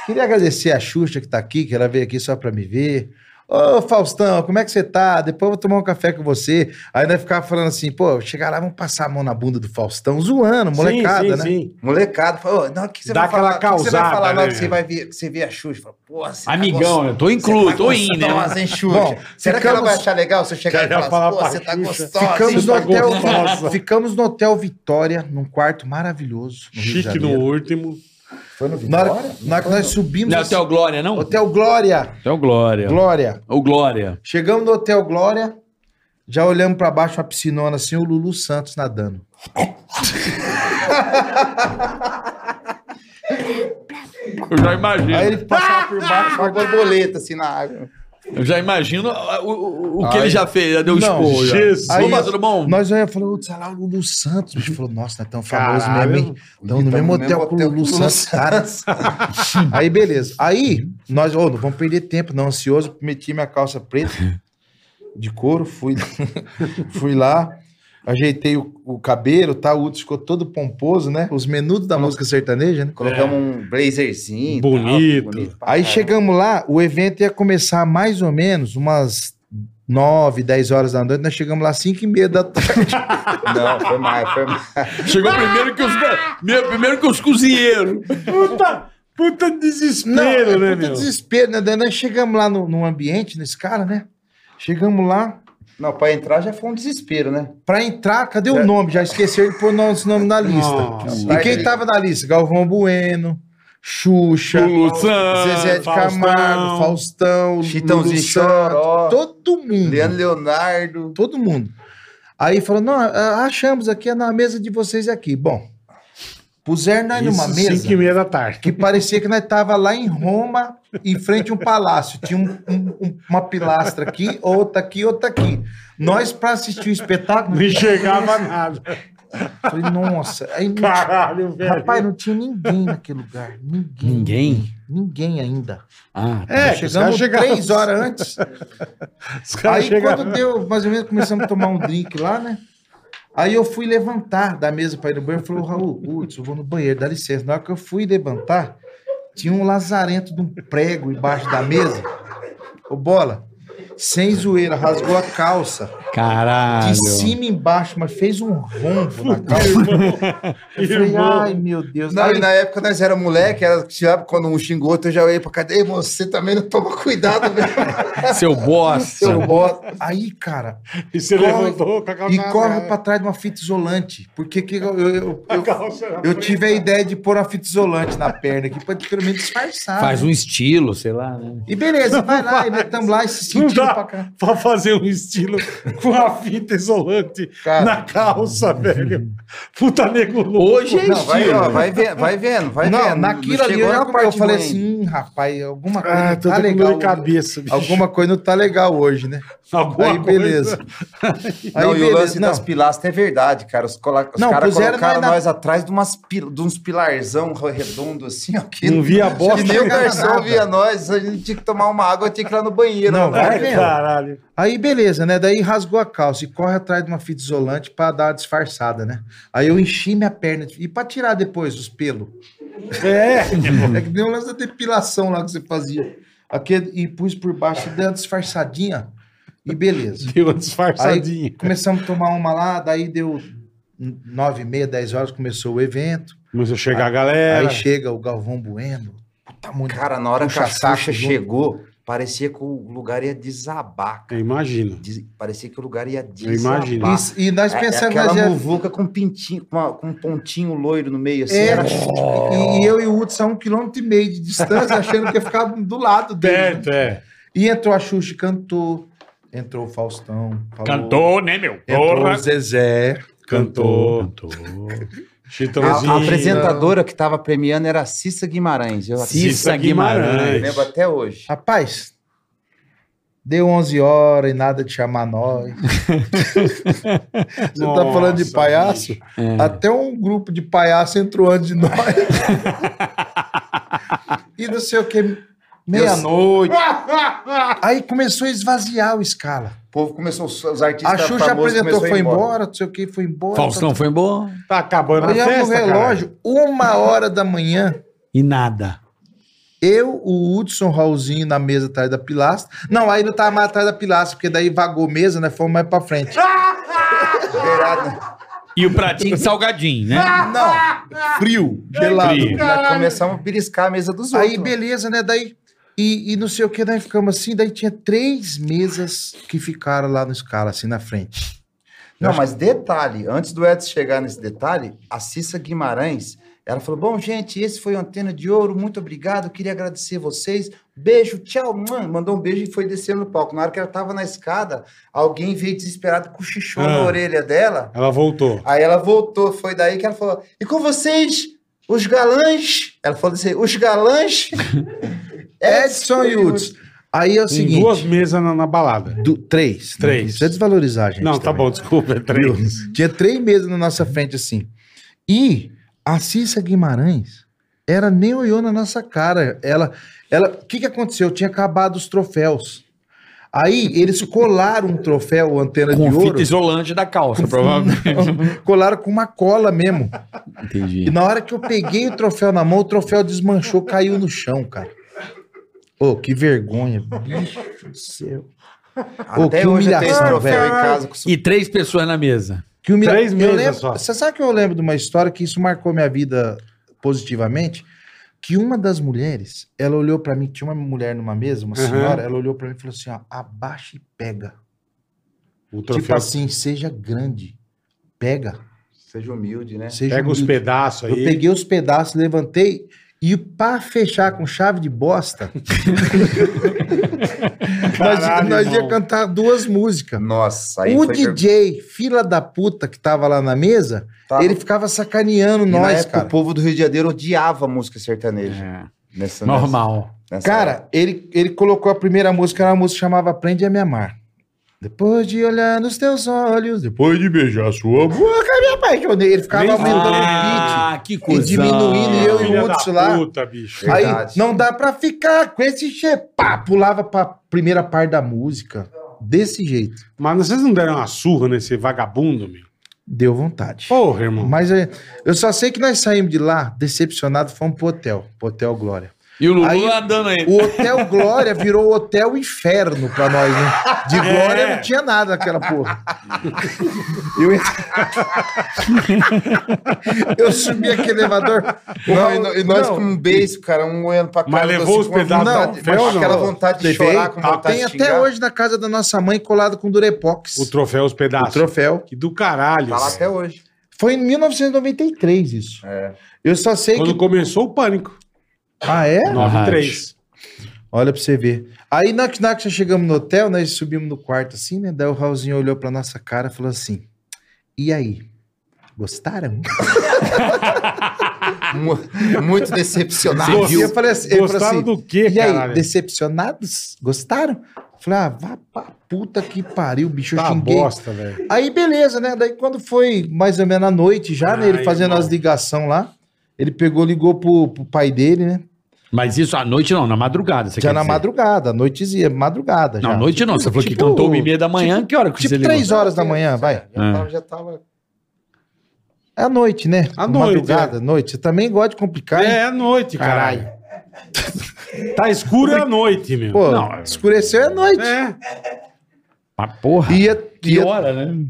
Queria agradecer a Xuxa que tá aqui, que ela veio aqui só pra me ver. Ô, Faustão, como é que você tá? Depois eu vou tomar um café com você. Aí nós ficava falando assim, pô, chegar lá, vamos passar a mão na bunda do Faustão, zoando, molecada, né? sim. Molecado, fala, "Ô, na hora que você Dá vai falar, aquela o que que você vai causada, falar na hora que né? você vai ver, que você vê a Xuxa, fala, porra, você tá Amigão, gostosa, eu tô você incluso, tá tô in, né? gostosa, hein, Xuxa? Bom, Será que ela ficamos- vai achar legal se eu chegar Cara, fala e falar, assim, pô, pra você tá Xuxa. gostosa, Ficamos hein, no, tá hotel, gostosa. ficamos no Hotel Vitória, num quarto maravilhoso. No Rio de Chique no Janeiro. último. Foi no Na hora, Vitória? na hora que nós subimos. Não é assim- Hotel Glória, não? Hotel Glória. Hotel Glória. Glória. Ou Glória. Chegamos no Hotel Glória, já olhamos pra baixo, uma piscinona assim, o Lulu Santos nadando. Eu já imagino. Ah! Aí ele passava por baixo. Uma borboleta, assim, na água. Eu já imagino ah, o, o- o que Ai. ele já fez. Já deu Não, expor. já. Jesus. Ô, mas tudo bom? Nós olhamos e falamos, sei lá, o Lulu Santos. A gente falou, nossa, nós estamos famosos Caralho. mesmo, hein? Estamos no Tamo mesmo hotel com o Lulu Santos. Aí, beleza. Aí, nós, ô, não vamos perder tempo, não. Ansioso, meti minha calça preta de couro, fui, fui lá, ajeitei o, o cabelo, tá? O Hudson ficou todo pomposo, né? Os menudos da música sertaneja, né? Colocamos um blazerzinho. e tal, Bonito. pra Aí caramba. chegamos lá, o evento ia começar mais ou menos umas 9, 10 horas da noite. Nós chegamos lá às 5 e meia da tarde. Não, foi mais, foi mais. Chegou primeiro que os, Ah! meu- primeiro que os cozinheiros. Puta, puta desespero, é né, puta meu? desespero, né? Daí nós chegamos lá no, no ambiente, nesse cara, né? Chegamos lá. Não, pra entrar já foi um desespero, né? Pra entrar, cadê o nome? Já esqueceram de pôr nosso nome na lista. Nossa. e quem tava na lista? Galvão Bueno, Xuxa, Zezé de Faustão. Camargo, Faustão, Chitãozinho Lulu Santos, Choró. tá todo mundo. Leandro Leonardo. Todo mundo. Aí falou: não, ah, achamos aqui, é na mesa de vocês aqui. Bom, puseram nós numa Isso, mesa. cinco e meia da tarde. que parecia que nós tava lá em Roma, em frente a um palácio. Tinha um- um- um- uma pilastra aqui, outra aqui, outra aqui. Nós, para assistir o espetáculo, Não enxergava nada. falei, nossa. Aí, Caralho, velho. rapaz, não tinha ninguém naquele lugar. Ninguém. Ninguém? Ninguém ainda. Ah, É, que os caras Chegamos chegaram- três horas antes. Os Aí caras chegaram. quando deu, mais ou menos, começamos a tomar um drink lá, né? Aí eu fui levantar da mesa para ir no banheiro. Falou, Raul, putz, eu vou no banheiro, dá licença. Na hora que eu fui levantar, tinha um lazarento de um prego embaixo da mesa. Ô, bola, sem zoeira, rasgou a calça. Caralho. Ah, de cima e embaixo, mas fez um rombo na calça. Irmão, Eu falei, irmão. ai, meu Deus. Não, Aí- e na época nós era moleque, era, já, quando um xingou outro, eu já ia pra cadeia. "Ei, moço, Você também não toma cuidado, velho. Seu boss. Seu bota. aí, cara, E você Corre- levantou com a calça. E na- corre pra trás de uma fita isolante. Porque que eu, eu, eu, a eu- calça na eu frente. tive a ideia de pôr uma fita isolante na perna aqui pra pelo menos disfarçar. Faz né? um estilo, sei lá, né? E beleza, vai lá, e metamos lá e se Não sentindo pra dá cá. pra fazer um estilo com a fita isolante Cara. na calça, velho. Puta nego louco. Hoje é Não, vai, ó, estilo. vai vendo, vai vendo, vai não, vendo. naquilo ali chegou eu, na já- eu parte falei ruim. assim, "Hum, rapaz, alguma coisa Ah, não tô tá com dor legal. de cabeça, bicho. Alguma coisa não tá legal hoje, né? Alguma aí, beleza. Aí, não, e o beleza. lance não, das pilastras é verdade, cara. Os, cola- os Não, caras puseram colocaram nós na- nós atrás de, umas pil- de uns pilarzão redondo assim, ó. Que Não via bosta. que nem o não era garçom nada. via nós. A gente tinha que tomar uma água, tinha que ir lá no banheiro. Não, né? vai Ai, vendo. caralho. Aí beleza, né? Daí rasgou a calça e corre atrás de uma fita isolante pra dar uma disfarçada, né? Aí eu enchi minha perna de- e pra tirar depois os pelos. É, É que nem o lance da depilação lá que você fazia. Aqui, é, e pus por baixo, deu uma disfarçadinha e beleza. deu uma Aí disfarçadinha. começamos a tomar uma lá, daí deu nove e meia, dez horas, começou o evento. Começou a chegar a galera. Aí chega o Galvão Bueno. Puta muito. Cara, na hora que a Puxa saco Xuxa junto. chegou, parecia que o lugar ia desabar. cara. Eu imagino. Des- Parecia que o lugar ia Eu imagino. desabar. E, e nós É- é pensamos... aquela nós ia- muvuca com, pintinho, com, uma- com um pontinho loiro no meio, assim. É, era- e, e eu e o Hudson a um quilômetro e meio de distância, achando que ia ficar do lado dele. né? Perto, é. E entrou a Xuxa e cantou. Entrou o Faustão. falou. Cantou, né, meu? Entrou o Porra. Zezé. Cantou. Cantou. Chitãozinho. A, a apresentadora que tava premiando era a Cissa Guimarães. é Eu Cissa Guimarães. lembro até hoje. Rapaz, deu 11 horas e nada de chamar nós. Você tá Nossa, falando de palhaço? bicho. Até um grupo de palhaço entrou antes de nós. e não sei o que, meia-noite. Aí começou a esvaziar o escala. O povo começou, os artistas A Xuxa famosos apresentou, começou a ir foi embora, não sei o que, foi embora. Faustão foi bom Tá acabando a Olhava o festa, cara. relógio, uma hora da manhã. e nada. Eu, o Hudson, o Raulzinho na mesa atrás da pilastra. Não, aí não tava mais atrás da pilastra, porque daí vagou mesa, né? Fomos mais pra frente. Ah, Verdade. E o pratinho de salgadinho, né? Não, frio, gelado. Frio. Nós começamos a beliscar a mesa dos Aí, outros. beleza, né? Daí, e, e não sei o que, daí ficamos assim. Daí tinha três mesas que ficaram lá no escala, assim, na frente. Não, mas detalhe, antes do Edson chegar nesse detalhe, a Cissa Guimarães, ela falou: Bom, gente, esse foi o Antena de Ouro, muito obrigado, queria agradecer vocês. Beijo, tchau, mano. Mandou um beijo e foi descendo no palco. Na hora que ela tava na escada, alguém veio desesperado, cochichou Ah. na orelha dela. Ela voltou. É Aí ela voltou, foi daí que ela falou: E com vocês, os galãs? Ela falou assim: Os galãs? Edson e Hudson. Aí é o Em duas seguinte. mesas na, na balada. Du, três. né? Três. Não precisa desvalorizar, gente. Não, tá também. bom, desculpa. É três. Tinha três mesas na nossa frente, assim. E a Cissa Guimarães, ela nem olhou na nossa cara. Ela, ela, o que que aconteceu? Tinha acabado os troféus. Aí eles colaram um troféu antena de Com ouro, fita isolante da calça, provavelmente. colaram com uma cola mesmo. E Entendi. na hora que eu peguei o troféu na mão, o troféu desmanchou, caiu no chão, cara. Ô, que vergonha, bicho do céu. Ô, que humilhação, velho. em casa com E três pessoas na mesa. Que humilha... Três eu mesas lembro- só. Você sabe que eu lembro de uma história que isso marcou minha vida positivamente? Que uma das mulheres, ela olhou pra mim, tinha uma mulher numa mesa, uma Aham. senhora, ela olhou pra mim e falou assim: ó, abaixa e pega. O Tipo troféu. assim, seja grande. Pega. Seja humilde, né? Seja Pega os humilde. pedaços aí. um Eu peguei os pedaços, levantei e pra fechar com chave de bosta, nós, Caralho, nós irmão. ia cantar duas músicas. Nossa, aí o foi DJ, fila da puta que tava lá na mesa, Tava- ele ficava sacaneando E na nós, época, cara. o povo do Rio de Janeiro odiava a música sertaneja. É, É, Nessa, Normal. nessa- nessa época. Cara, ele, ele colocou a primeira música, era uma música que chamava Aprende a Me Amar. Depois de olhar nos teus olhos, depois de beijar sua boca, me apaixonei. Ele ficava Nem aumentando o beat. Ah, que coisa. diminuindo e eu e o Ah, Filha da outro lá. Puta, bicho. Ai, Aí, Verdade. não dá pra ficar com esse chepá. Pulava pra primeira parte da música. Desse jeito. Mas vocês não deram uma surra nesse vagabundo, meu? Deu vontade. Porra, irmão. Mas é, eu só sei que nós saímos de lá decepcionados, fomos pro hotel, pro Hotel Glória. E o Lulu Aí- andando aí. O Hotel Glória virou Hotel Inferno pra nós, né? De Glória não tinha nada aquela porra. Eu, en- Eu subi aquele elevador. Não, Raul- e no- e nós não. com um beijo, cara, um olhando pra cara. Mas do levou outro, os com uma pedaços vontade- da- com Fez ou não? aquela vontade de Levei? chorar, com Ah, vontade tem de até xingar. hoje na casa da nossa mãe colado com Durepox. O troféu, os O pedaços. troféu. Que do caralho. Tá lá velho. até hoje. Foi em 1993 isso. É. Eu só sei Quando que... começou o pânico. Ah, é? 9-3. Olha pra você ver. Aí na que na que já chegamos no hotel, nós subimos no quarto assim, né? Daí o Raulzinho olhou pra nossa cara e falou assim: E aí? Gostaram? Mu- Muito decepcionado. Você viu? Eu falei assim, ele falou Gostaram assim, do quê, E aí, caralho? decepcionados? Gostaram? Eu Falei, ah, vá pra puta que pariu, bicho, eu Tá xinguei. bosta, velho. Aí beleza, né? Daí quando foi mais ou menos à noite já, né? Ele Ai, fazendo irmão. as ligação lá, ele pegou, ligou pro, pro pai dele, né? Mas isso à noite não, na madrugada. Você já quer na dizer. madrugada, noitezinha, madrugada já. Não, à noite não. Você falou que tipo- cantou uma e meia da manhã. que hora que você Tipo ligou? três horas da manhã, vai. Já Ah. tava, já tava. É à noite, né? À noite, Madrugada, à noite. Eu também gosto de complicar. hein? É, é noite, caralho. tá escuro é noite, meu. Pô, Não, escureceu é à noite. É. Ah, porra. Ia, Que ia, hora, né?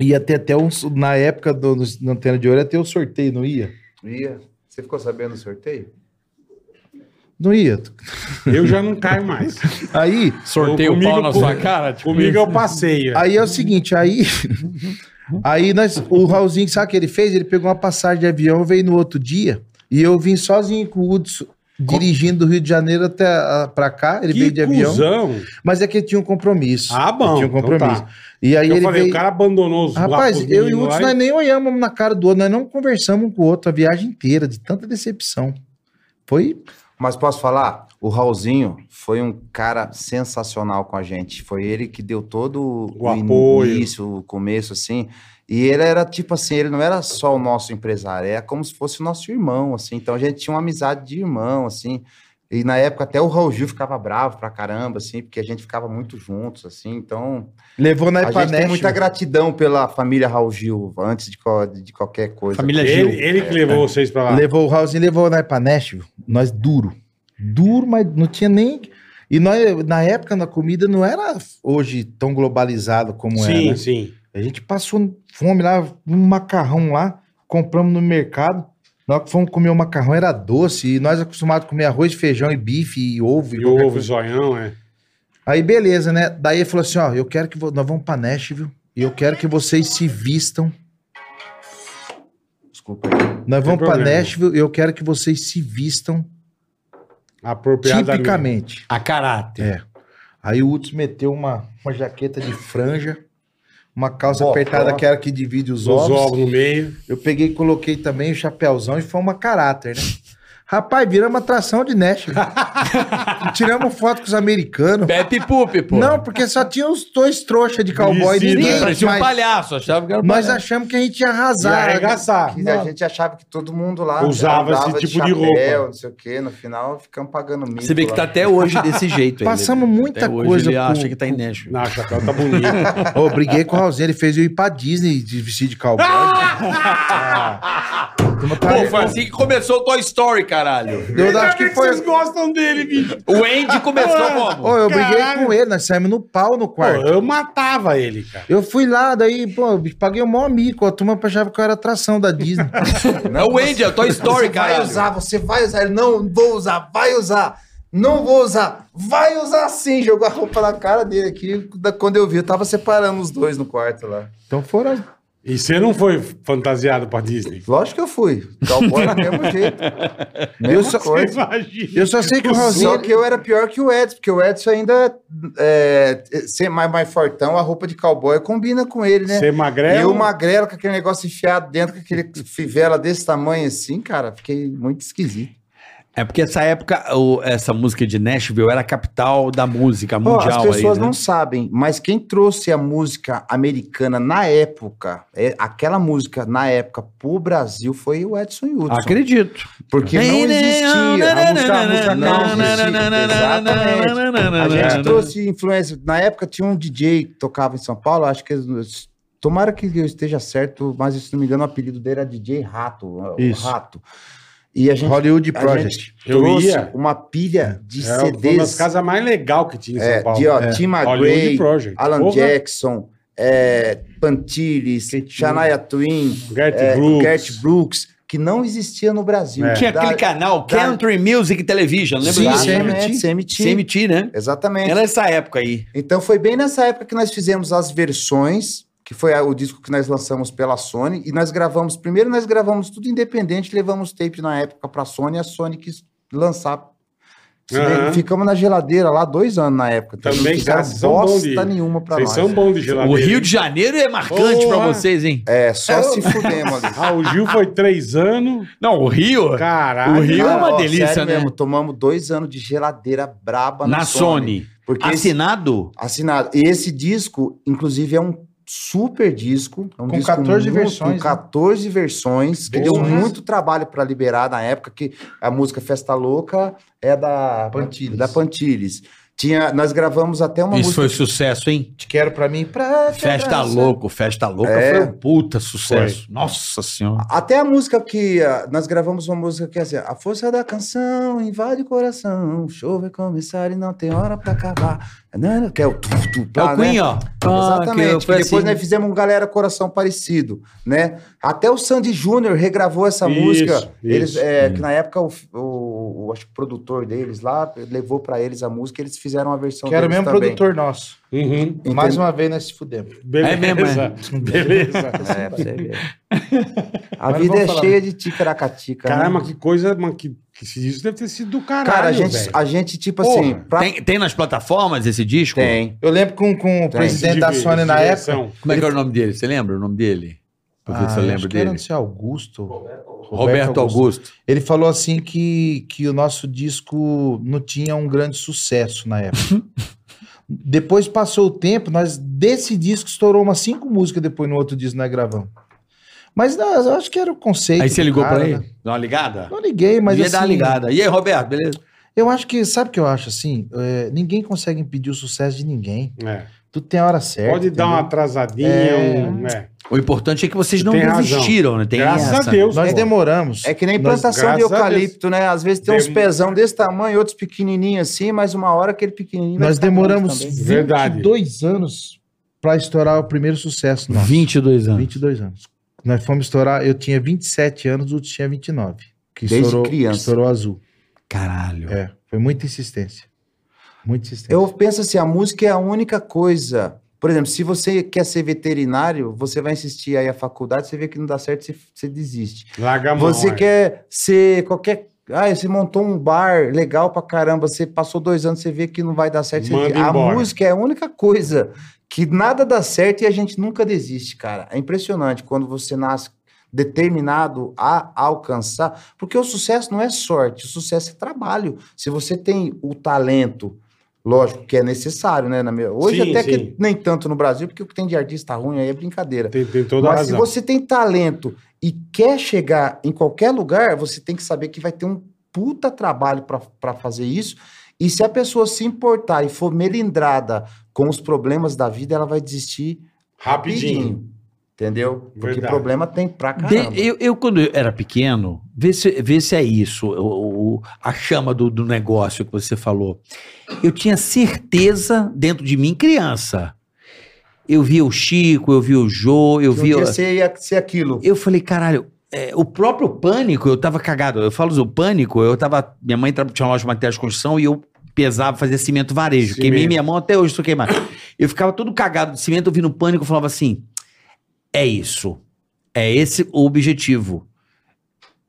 ia ter até um. Na época do, no, na antena de ouro ia ter o sorteio, não ia? É. Ia. Você ficou sabendo do sorteio? Não ia. Eu já não caio mais. Aí, Sorteio o Comigo, pau na pô. sua cara. Tipo, Comigo é o passeio. aí é o seguinte, aí. Aí nós, o Raulzinho, sabe o que ele fez? Ele pegou uma passagem de avião, veio no outro dia. E eu vim sozinho com o Hudson, dirigindo do Rio de Janeiro até ah, pra cá. Ele veio de avião. cuzão. Mas é que ele tinha um compromisso. Ah, bom, Ele tinha um então compromisso. tá. E aí eu ele falei, veio... o cara abandonou os Rapaz, lá, os eu e o meninos Hudson, lá nós nem olhamos um na cara do outro, nós não conversamos um com o outro a viagem inteira, de tanta decepção. Foi. Mas posso falar? O Raulzinho foi um cara sensacional com a gente. Foi ele que deu todo O apoio. início, o começo, assim. E ele era tipo assim, ele não era só o nosso empresário, era como se fosse o nosso irmão, assim. Então a gente tinha uma amizade de irmão, assim. E na época até o Raul Gil ficava bravo pra caramba, assim, porque a gente ficava muito juntos, assim. Então Levou na a gente tem Epanesh. muita gratidão pela família Raul Gil, antes de, co- de qualquer coisa. Família Gil. Ele, ele que levou É. vocês pra lá. Levou o Raulzinho, levou na Epanesh, nós duro. Duro, mas não tinha nem. E nós, na época, na comida não era hoje tão globalizado como é. sim, né? sim. A gente passou fome lá, um macarrão lá, compramos no mercado. Na hora que fomos comer o macarrão era doce, e nós acostumados a comer arroz, feijão e bife e ovo. E E o qualquer ovo coisa. zoião, é. Aí beleza, né? Daí ele falou assim: ó, eu quero que vo- nós vamos pra Nashville e eu quero que vocês se vistam. Desculpa aí. Tem Nós vamos pra problema. Nashville e eu quero que vocês se vistam Apropriadamente. tipicamente. A caráter. É. Aí o Uts meteu uma, uma jaqueta de franja, uma calça Botó. apertada que era que divide os, Os ovos. ovos no meio. é Eu peguei e coloquei também o chapéuzão e foi uma caráter, né? Rapaz, viramos atração de Nashville. Tiramos foto com os americanos. Pepe Pupe, pô. Não, porque só tinha os dois trouxas de cowboy. Visita. Ninguém Sim, parecia um mais. palhaço. Achava que era um Nós palhaço. achamos que a gente ia Já arrasar. arregaçar. que a gente achava que todo mundo lá Usava esse andava tipo de roupa. não sei o quê. No final, ficamos pagando mico. Você vê que tá lá. até hoje desse jeito. ainda. Passamos muita Até hoje coisa Ele com- acha que tá em Nashville. Não, o chapéu tá bonito. Ô, briguei com o Raulzinho, ele fez eu ir pra Disney de vestido de cowboy. Pô, foi assim que começou o Toy Story, caralho. eu acho que foi. gostam dele, bicho. O Andy começou Ah, como? Ô, eu briguei Caralho. com ele, nós saímos no pau no Pô, quarto. eu matava ele, cara. Eu fui lá, daí, pô, eu paguei o maior mico. A turma achava que eu era atração da Disney. É o Andy, é o Toy Story, Você caralho. vai usar, você vai usar. Ele, não vou usar, vai usar. Não vou usar, vai usar sim. Jogou a roupa na cara dele aqui. Da- Quando eu vi, eu tava separando os dois no quarto lá. Então foram. E você não foi fantasiado pra Disney? Lógico que eu fui. Cowboy do mesmo jeito. Eu Mesma só, coisa. Imagina. eu só sei que o Só Raulzinho. que eu era pior que o Edson, porque o Edson ainda é, é, ser mais, mais fortão, a roupa de cowboy combina com ele, né? Você é magrelo? E eu magrelo com aquele negócio enfiado dentro, com aquele fivela desse tamanho assim, cara, fiquei muito esquisito. É porque essa época, o- essa música de Nashville era a capital da música Ó, mundial as pessoas aí, né? não sabem, mas quem trouxe a música americana na época, é, aquela música na época pro Brasil foi o Edson Hudson. Acredito. Porque não existia. A música, a música não existia. Exatamente. É, A né? gente trouxe influência. Na época tinha um DJ que tocava em São Paulo, acho que eles- tomara que eu esteja certo, mas se não me engano, o apelido dele era DJ Rato. ó, o Isso. Rato. E a gente, Hollywood a Project. gente Eu trouxe ia. uma pilha de É, foi uma das CDs. casas mais legais que tinha em São É, Paulo. de, ó, É. Tim Hollywood McRae, Project. Alan Porra, Jackson, é, Pantilis, Shania Twain, Gert é, Brooks. Gert Brooks, que não existia no Brasil. É. Tinha Da- aquele canal da- Country Music Television, né? lembra Sim, disso? sim. Exatamente, CMT. CMT, né? Exatamente. Era essa época aí. Então foi bem nessa época que nós fizemos as versões, que foi a- o disco que nós lançamos pela Sony, e nós gravamos, primeiro nós gravamos tudo independente, levamos tape na época pra Sony, e a Sony quis lançar. Aham. Ficamos na geladeira lá dois anos na época. então Também, Não fizeram vocês são bons de- bosta nenhuma pra Vocês nós. são bons de geladeira. O Rio de Janeiro é marcante Porra. pra vocês, hein? É, só se fudemos ali. Ah, o Gil foi três anos. Não, o Rio. Caralho. O Rio é uma ó, delícia, sério né? mesmo, tomamos dois anos de geladeira braba na, Na Sony. Assim, Porque esse- Assinado? Assinado. E esse disco, inclusive, é um super disco. É um Com disco 14 versões, né? Com 14 versões, que deu Versões. muito trabalho para liberar na época, que a música Festa Louca é da Pantiles. Da Pantiles. Tinha, nós gravamos até uma Isso música. foi sucesso, hein? Te quero pra mim. Pra te Festa abraçar. Louco, Festa Louca É. foi um puta sucesso. Nossa Senhora. Até a música que. ah, Nós gravamos uma música que é assim: A força da canção invade o coração. O show vai começar e não tem hora pra acabar. Né? Que é o tu, tu, É pá, o né? Queen, ó. Exatamente. Ah, que que foi depois assim. nós fizemos um Galera Coração Parecido, né? Até o Sandy Júnior regravou essa Isso, música. Eles, isso. é, que na época o, o- o- acho que o produtor deles lá levou pra eles a música, eles fizeram a versão Quero deles mesmo também. produtor nosso. Uhum. Mais um uma vez nós se fudemos. Beleza. É mesmo, Beleza. É, pra você ver. A Mas vida vamos é falar. cheia de ticaracatica. né? Caramba, que coisa, mano, que, que esse disco deve ter sido do caralho, Cara, a gente, velho. a gente tipo Porra, assim, pra... Tem, tem nas plataformas esse disco? tem. Eu lembro com, com o presidente da Esse tipo de- Sony esse na de época. versão. Como é que era o nome dele? Você lembra o nome dele? Pra Ah, ver se eu eu lembro Ah, acho né? que era, dele. não sei, Augusto. Roberto, Roberto Augusto. Ele falou assim que, que o nosso disco não tinha um grande sucesso na época. depois passou o tempo, nós desse disco estourou umas cinco músicas depois no outro disco nós gravamos. Mas não, eu acho que era o conceito. Aí você do ligou cara, pra né? ele? Dá uma ligada? Não liguei, mas Ia assim, dar uma ligada. E aí, Roberto, beleza? eu acho que, sabe o que eu acho assim? É, ninguém consegue impedir o sucesso de ninguém. É. Tudo tem a hora certa. É, Pode dar uma entendeu? atrasadinha, É. um- é. O importante é que vocês Você não tem razão. desistiram, né? Tem Graças essa. a Deus. Nós pô. demoramos. É que nem Nós- plantação de graças a Deus. eucalipto, né? Às vezes tem uns um Dem- pezão desse tamanho, outros pequenininhos assim, mas uma hora aquele pequenininho tá vai Nós ficar grande demoramos né? também. Verdade. 22 anos pra estourar o primeiro sucesso nosso. 22 anos. 22 anos. Nós fomos estourar, eu tinha 27 anos, o outro tinha 29. Que Desde estourou, criança. que estourou azul. Caralho. É, foi muita insistência. Muita insistência. Eu penso assim, a música é a única coisa. Por exemplo, se você quer ser veterinário, você vai insistir aí a faculdade, você vê que não dá certo, você, você desiste. Larga a mão. você é. quer ser qualquer. Ah, você montou um bar legal pra caramba, você passou dois anos, você vê que não vai dar certo. você Manda desiste. a embora. música é a única coisa que nada dá certo e a gente nunca desiste, cara. É impressionante quando você nasce determinado a alcançar, porque o sucesso não é sorte, o sucesso é trabalho. Se você tem o talento, lógico que é necessário, né? na minha- Hoje Sim, até sim. que nem tanto no Brasil, porque o que tem de artista ruim aí é brincadeira. Tem, tem toda a Mas razão. se você tem talento e quer chegar em qualquer lugar, você tem que saber que vai ter um puta trabalho para fazer isso. E se a pessoa se importar e for melindrada com os problemas da vida, ela vai desistir Rapidinho. rapidinho. Entendeu? Porque Verdade. problema tem pra De- caramba. eu, eu, quando eu era pequeno, vê se, vê se é isso, o- o- a chama do, do negócio que você falou. Eu tinha certeza dentro de mim, criança. Eu via o Chico, eu via o Jô, eu Que um via. dia você ia ser aquilo. Eu falei, caralho, é, o próprio pânico, eu tava cagado. Eu falo o pânico, eu tava. Minha mãe tra- tinha uma loja de materiais de construção e eu pesava, fazia cimento varejo. Cimento. Queimei minha mão até hoje, estou queimado. Eu ficava todo cagado de cimento, eu vi no pânico, eu falava assim: é isso. É esse o objetivo.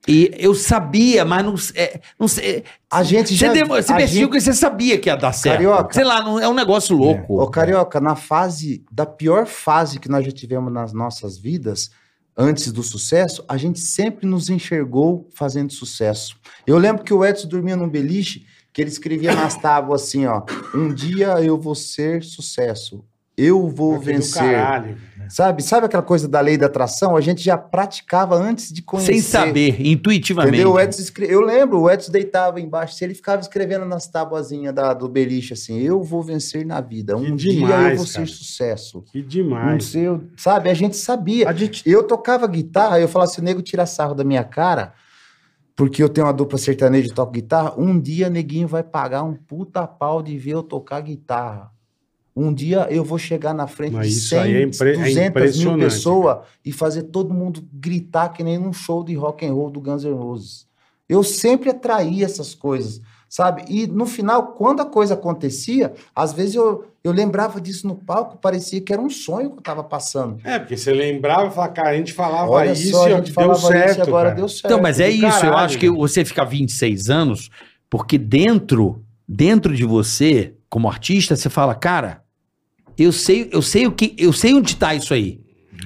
E eu sabia, mas não, é, não sei. A gente Você, já. demo- você a persistiu gente- porque você sabia que ia dar certo. Carioca. Sei lá, não- é um negócio louco. Ô, Carioca, na fase, da pior fase que nós já tivemos nas nossas vidas, antes do sucesso, a gente sempre nos enxergou fazendo sucesso. Eu lembro que o Edson dormia num beliche, que ele escrevia nas tábuas assim, ó, um dia eu vou ser sucesso, eu vou Filho do vencer. caralho. Sabe, sabe aquela coisa da lei da atração? A gente já praticava antes de conhecer. Sem saber, intuitivamente. Entendeu? É O Edson escre... Eu lembro, o Edson deitava embaixo, se ele ficava escrevendo nas tabuazinhas da- do beliche assim, eu vou vencer na vida, um Que dia eu demais, vou cara. ser sucesso. Que Não demais. sei, eu- sabe? A gente sabia. A gente Eu tocava guitarra, eu falava, se o nego tirar sarro da minha cara, porque eu tenho uma dupla sertaneja e toco guitarra, um dia neguinho vai pagar um puta pau de ver eu tocar guitarra. Um dia eu vou chegar na frente Mas de isso 100, aí é impre- é 200 mil impressionante, pessoas e fazer todo mundo gritar que nem num show de rock and roll do Guns N' Roses. Eu sempre atraía essas coisas, sabe? E no final, quando a coisa acontecia, às vezes eu, eu lembrava disso no palco, parecia que era um sonho que eu tava passando. É, porque você lembrava e falava, cara, a gente falava Olha isso só, e a ó, gente deu falava certo. isso e agora cara. deu certo. Então, mas é do isso. Eu caralho. acho que você ficar 26 anos, porque dentro, dentro de você, como artista, você fala, cara, eu sei, eu sei o que, eu sei onde tá isso aí.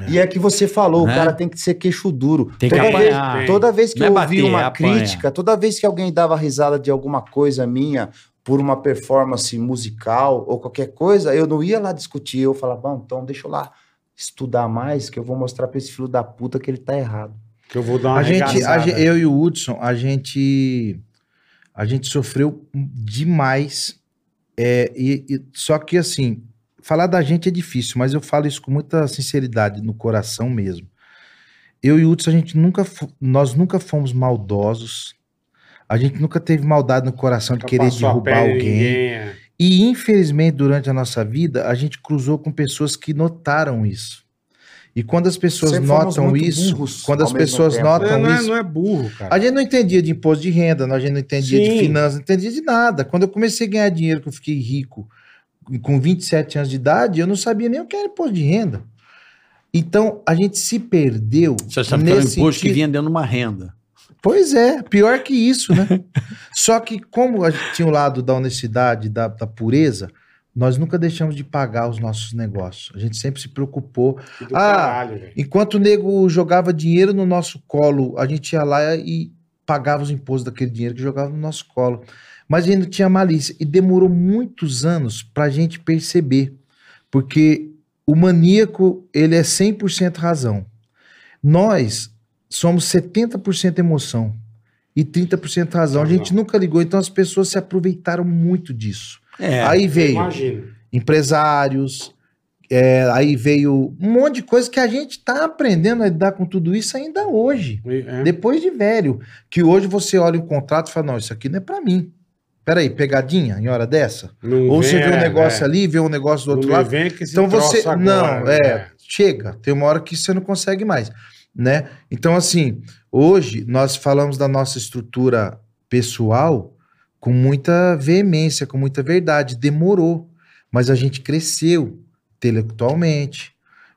E é que você falou, Né? o cara tem que ser queixo duro. Tem que toda, vez, apanhar. toda vez que Não é eu ouvi bater, é uma apanhar. crítica, toda vez que alguém dava risada de alguma coisa minha por uma performance musical ou qualquer coisa, eu não ia lá discutir, eu falava, bom, então deixa eu lá estudar mais, que eu vou mostrar pra esse filho da puta que ele tá errado. Que eu vou dar uma A gente, a arregaçada. gen- eu e o Hudson, a gente, a gente sofreu demais. É, e, e- só que assim, falar da gente é difícil, mas eu falo isso com muita sinceridade no coração mesmo. Eu e o Hudson, a gente nunca, fo- nós nunca fomos maldosos. A gente nunca teve maldade no coração de Nunca querer passou a derrubar perna em alguém. ninguém, é. E infelizmente, durante a nossa vida, a gente cruzou com pessoas que notaram isso. E quando as pessoas Sempre fomos notam muito isso, burros quando ao as mesmo pessoas tempo. Não, é- notam não é, Tá isso, Ah, não é burro, cara. a gente não entendia de imposto de renda, a gente não entendia Sim. de finanças, não entendia de nada. Quando eu comecei a ganhar dinheiro, que eu fiquei rico com 27 anos de idade, eu não sabia nem o que era imposto de renda. Então, a gente se perdeu. Você sabe que é um nesse imposto que sentido. vinha dentro de uma renda. Pois é, pior que isso, né? Só que como a gente tinha o lado da honestidade, da, da pureza, nós nunca deixamos de pagar os nossos negócios. A gente sempre se preocupou. Que do Ah, caralho, velho. Enquanto o nego jogava dinheiro no nosso colo, a gente ia lá e pagava os impostos daquele dinheiro que jogava no nosso colo. Mas a gente não tinha malícia. E demorou muitos anos para a gente perceber. Porque o maníaco, ele é 100% razão. Nós somos 70% emoção e 30% razão. A gente nunca ligou. Então as pessoas se aproveitaram muito disso. É. Aí veio Imagina. empresários. é, aí veio um monte de coisa que a gente está aprendendo a lidar com tudo isso ainda hoje, É. depois de velho. Que hoje você olha um contrato e fala: não, isso aqui não é para mim. Peraí, pegadinha em hora dessa? Não Ou você vem, vê um é, negócio é. ali, vê um negócio do outro Não me lado. vem com esse Então você. troço agora, não, é, né? Chega, tem uma hora que você não consegue mais, né? Então, assim, hoje nós falamos da nossa estrutura pessoal com muita veemência, com muita verdade. Demorou, mas a gente cresceu intelectualmente.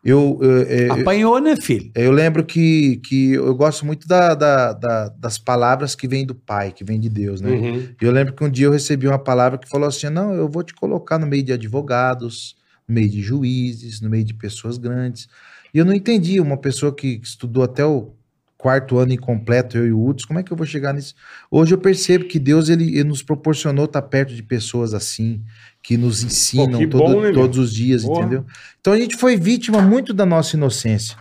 Eu, eh, eh, Ah. Apanhou, né, filho? eu lembro que, que eu gosto muito da- da- da- das palavras que vêm do Pai, que vêm de Deus, né? Uhum. Eu lembro que um dia eu recebi uma palavra que falou assim: não, eu vou te colocar no meio de advogados, no meio de juízes, no meio de pessoas grandes. E eu não entendi, uma pessoa que estudou até o quarto ano incompleto, eu e o Hudson, como é que eu vou chegar nisso? Hoje eu percebo que Deus ele, ele nos proporcionou estar perto de pessoas assim, que nos ensinam Pô, que todo- bom, né, meu? todos os dias, Porra. entendeu? Então a gente foi vítima muito da nossa inocência.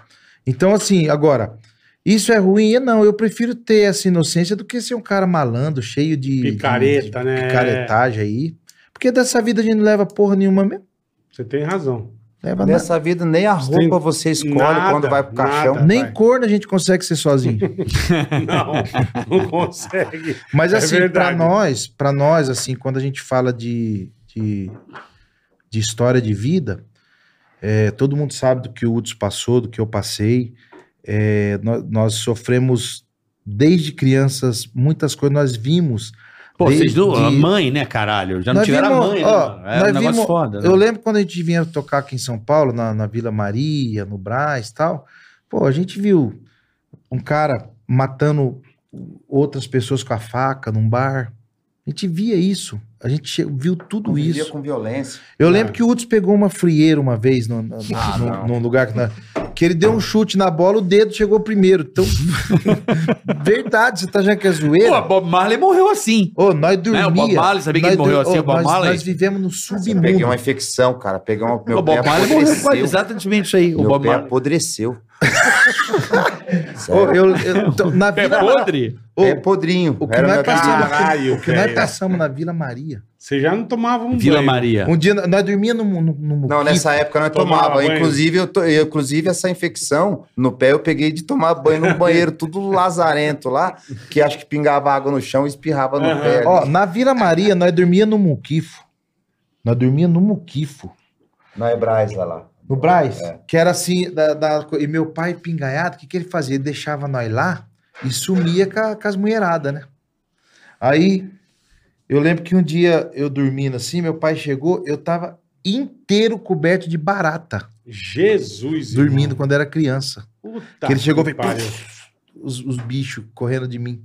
Então, assim, agora, isso é ruim? Não, eu prefiro ter essa inocência do que ser um cara malandro, cheio de. Picareta, de- de né? Picaretagem aí. Porque dessa vida a gente não leva porra nenhuma mesmo. Você tem razão. Leva nada. Nessa vida, nem a Tem roupa você escolhe nada, quando vai pro caixão. nada. Nem Vai. corno a gente consegue ser sozinho. Não, não consegue. Mas É assim, pra verdade. nós, para nós, assim, quando a gente fala de, de, de história de vida, é, todo mundo sabe do que o Hudson passou, do que eu passei. É, nó- nós, sofremos desde crianças muitas coisas, nós vimos. Pô, vocês desde- duas, a mãe, né, caralho? Já não Nós tiveram vimos- a mãe, ó, né? mano? É um nós negócio vimos- foda. né? Eu lembro quando a gente vinha tocar aqui em São Paulo, na, na Vila Maria, no Brás e tal. Pô, a gente viu um cara matando outras pessoas com a faca num bar. A gente via isso. A gente che- viu tudo Convivia isso. com violência. Eu lembro que o Uts pegou uma frieira uma vez no, no- Ah, no- não. num lugar que, nós- que ele deu um chute na bola, o dedo chegou primeiro. Então, verdade, você tá achando que é Pô, zoeira? Bob Marley morreu assim. Ô, nós dormia. É, o Bob Marley, sabia que nós ele morreu dur- assim, ô, o Bob nós, Marley? nós vivemos no um Eu peguei submundo. uma infecção, cara. Peguei uma. Meu o pé Bob Marley morreu quase apodreceu. exatamente isso aí. O Meu Bob pé Marley. apodreceu. Ô, eu- eu- tô- na É Vila, podre? ô, é podrinho. o que Era nós meu passamos- apelido. Caralho, o que nós tá- velho. passamos na Vila Maria. Você já não tomava um Vila banho. Maria. Um dia nós dormíamos num, num, num Não, muquifo. nessa época nós Tomava tomava. banho. Inclusive, eu to- eu- inclusive, essa infecção no pé eu peguei de tomar banho no banheiro, tudo lazarento lá, que acho que pingava água no chão e espirrava no Aham. pé. Ó, na Vila Maria nós dormíamos no muquifo. Nós dormíamos no muquifo. Na Hebraica lá. No Braz? É. Que era assim, da, da- e meu pai pingaiado, o que, que ele fazia? Ele deixava nós lá e sumia com, a- com as mulheradas, né? Aí, eu lembro que um dia eu dormindo assim, meu pai chegou, eu tava inteiro coberto de barata, Jesus. dormindo quando era criança. irmão. Tá, Puta Que ele chegou e que fez pariu. os, os bichos correndo de mim.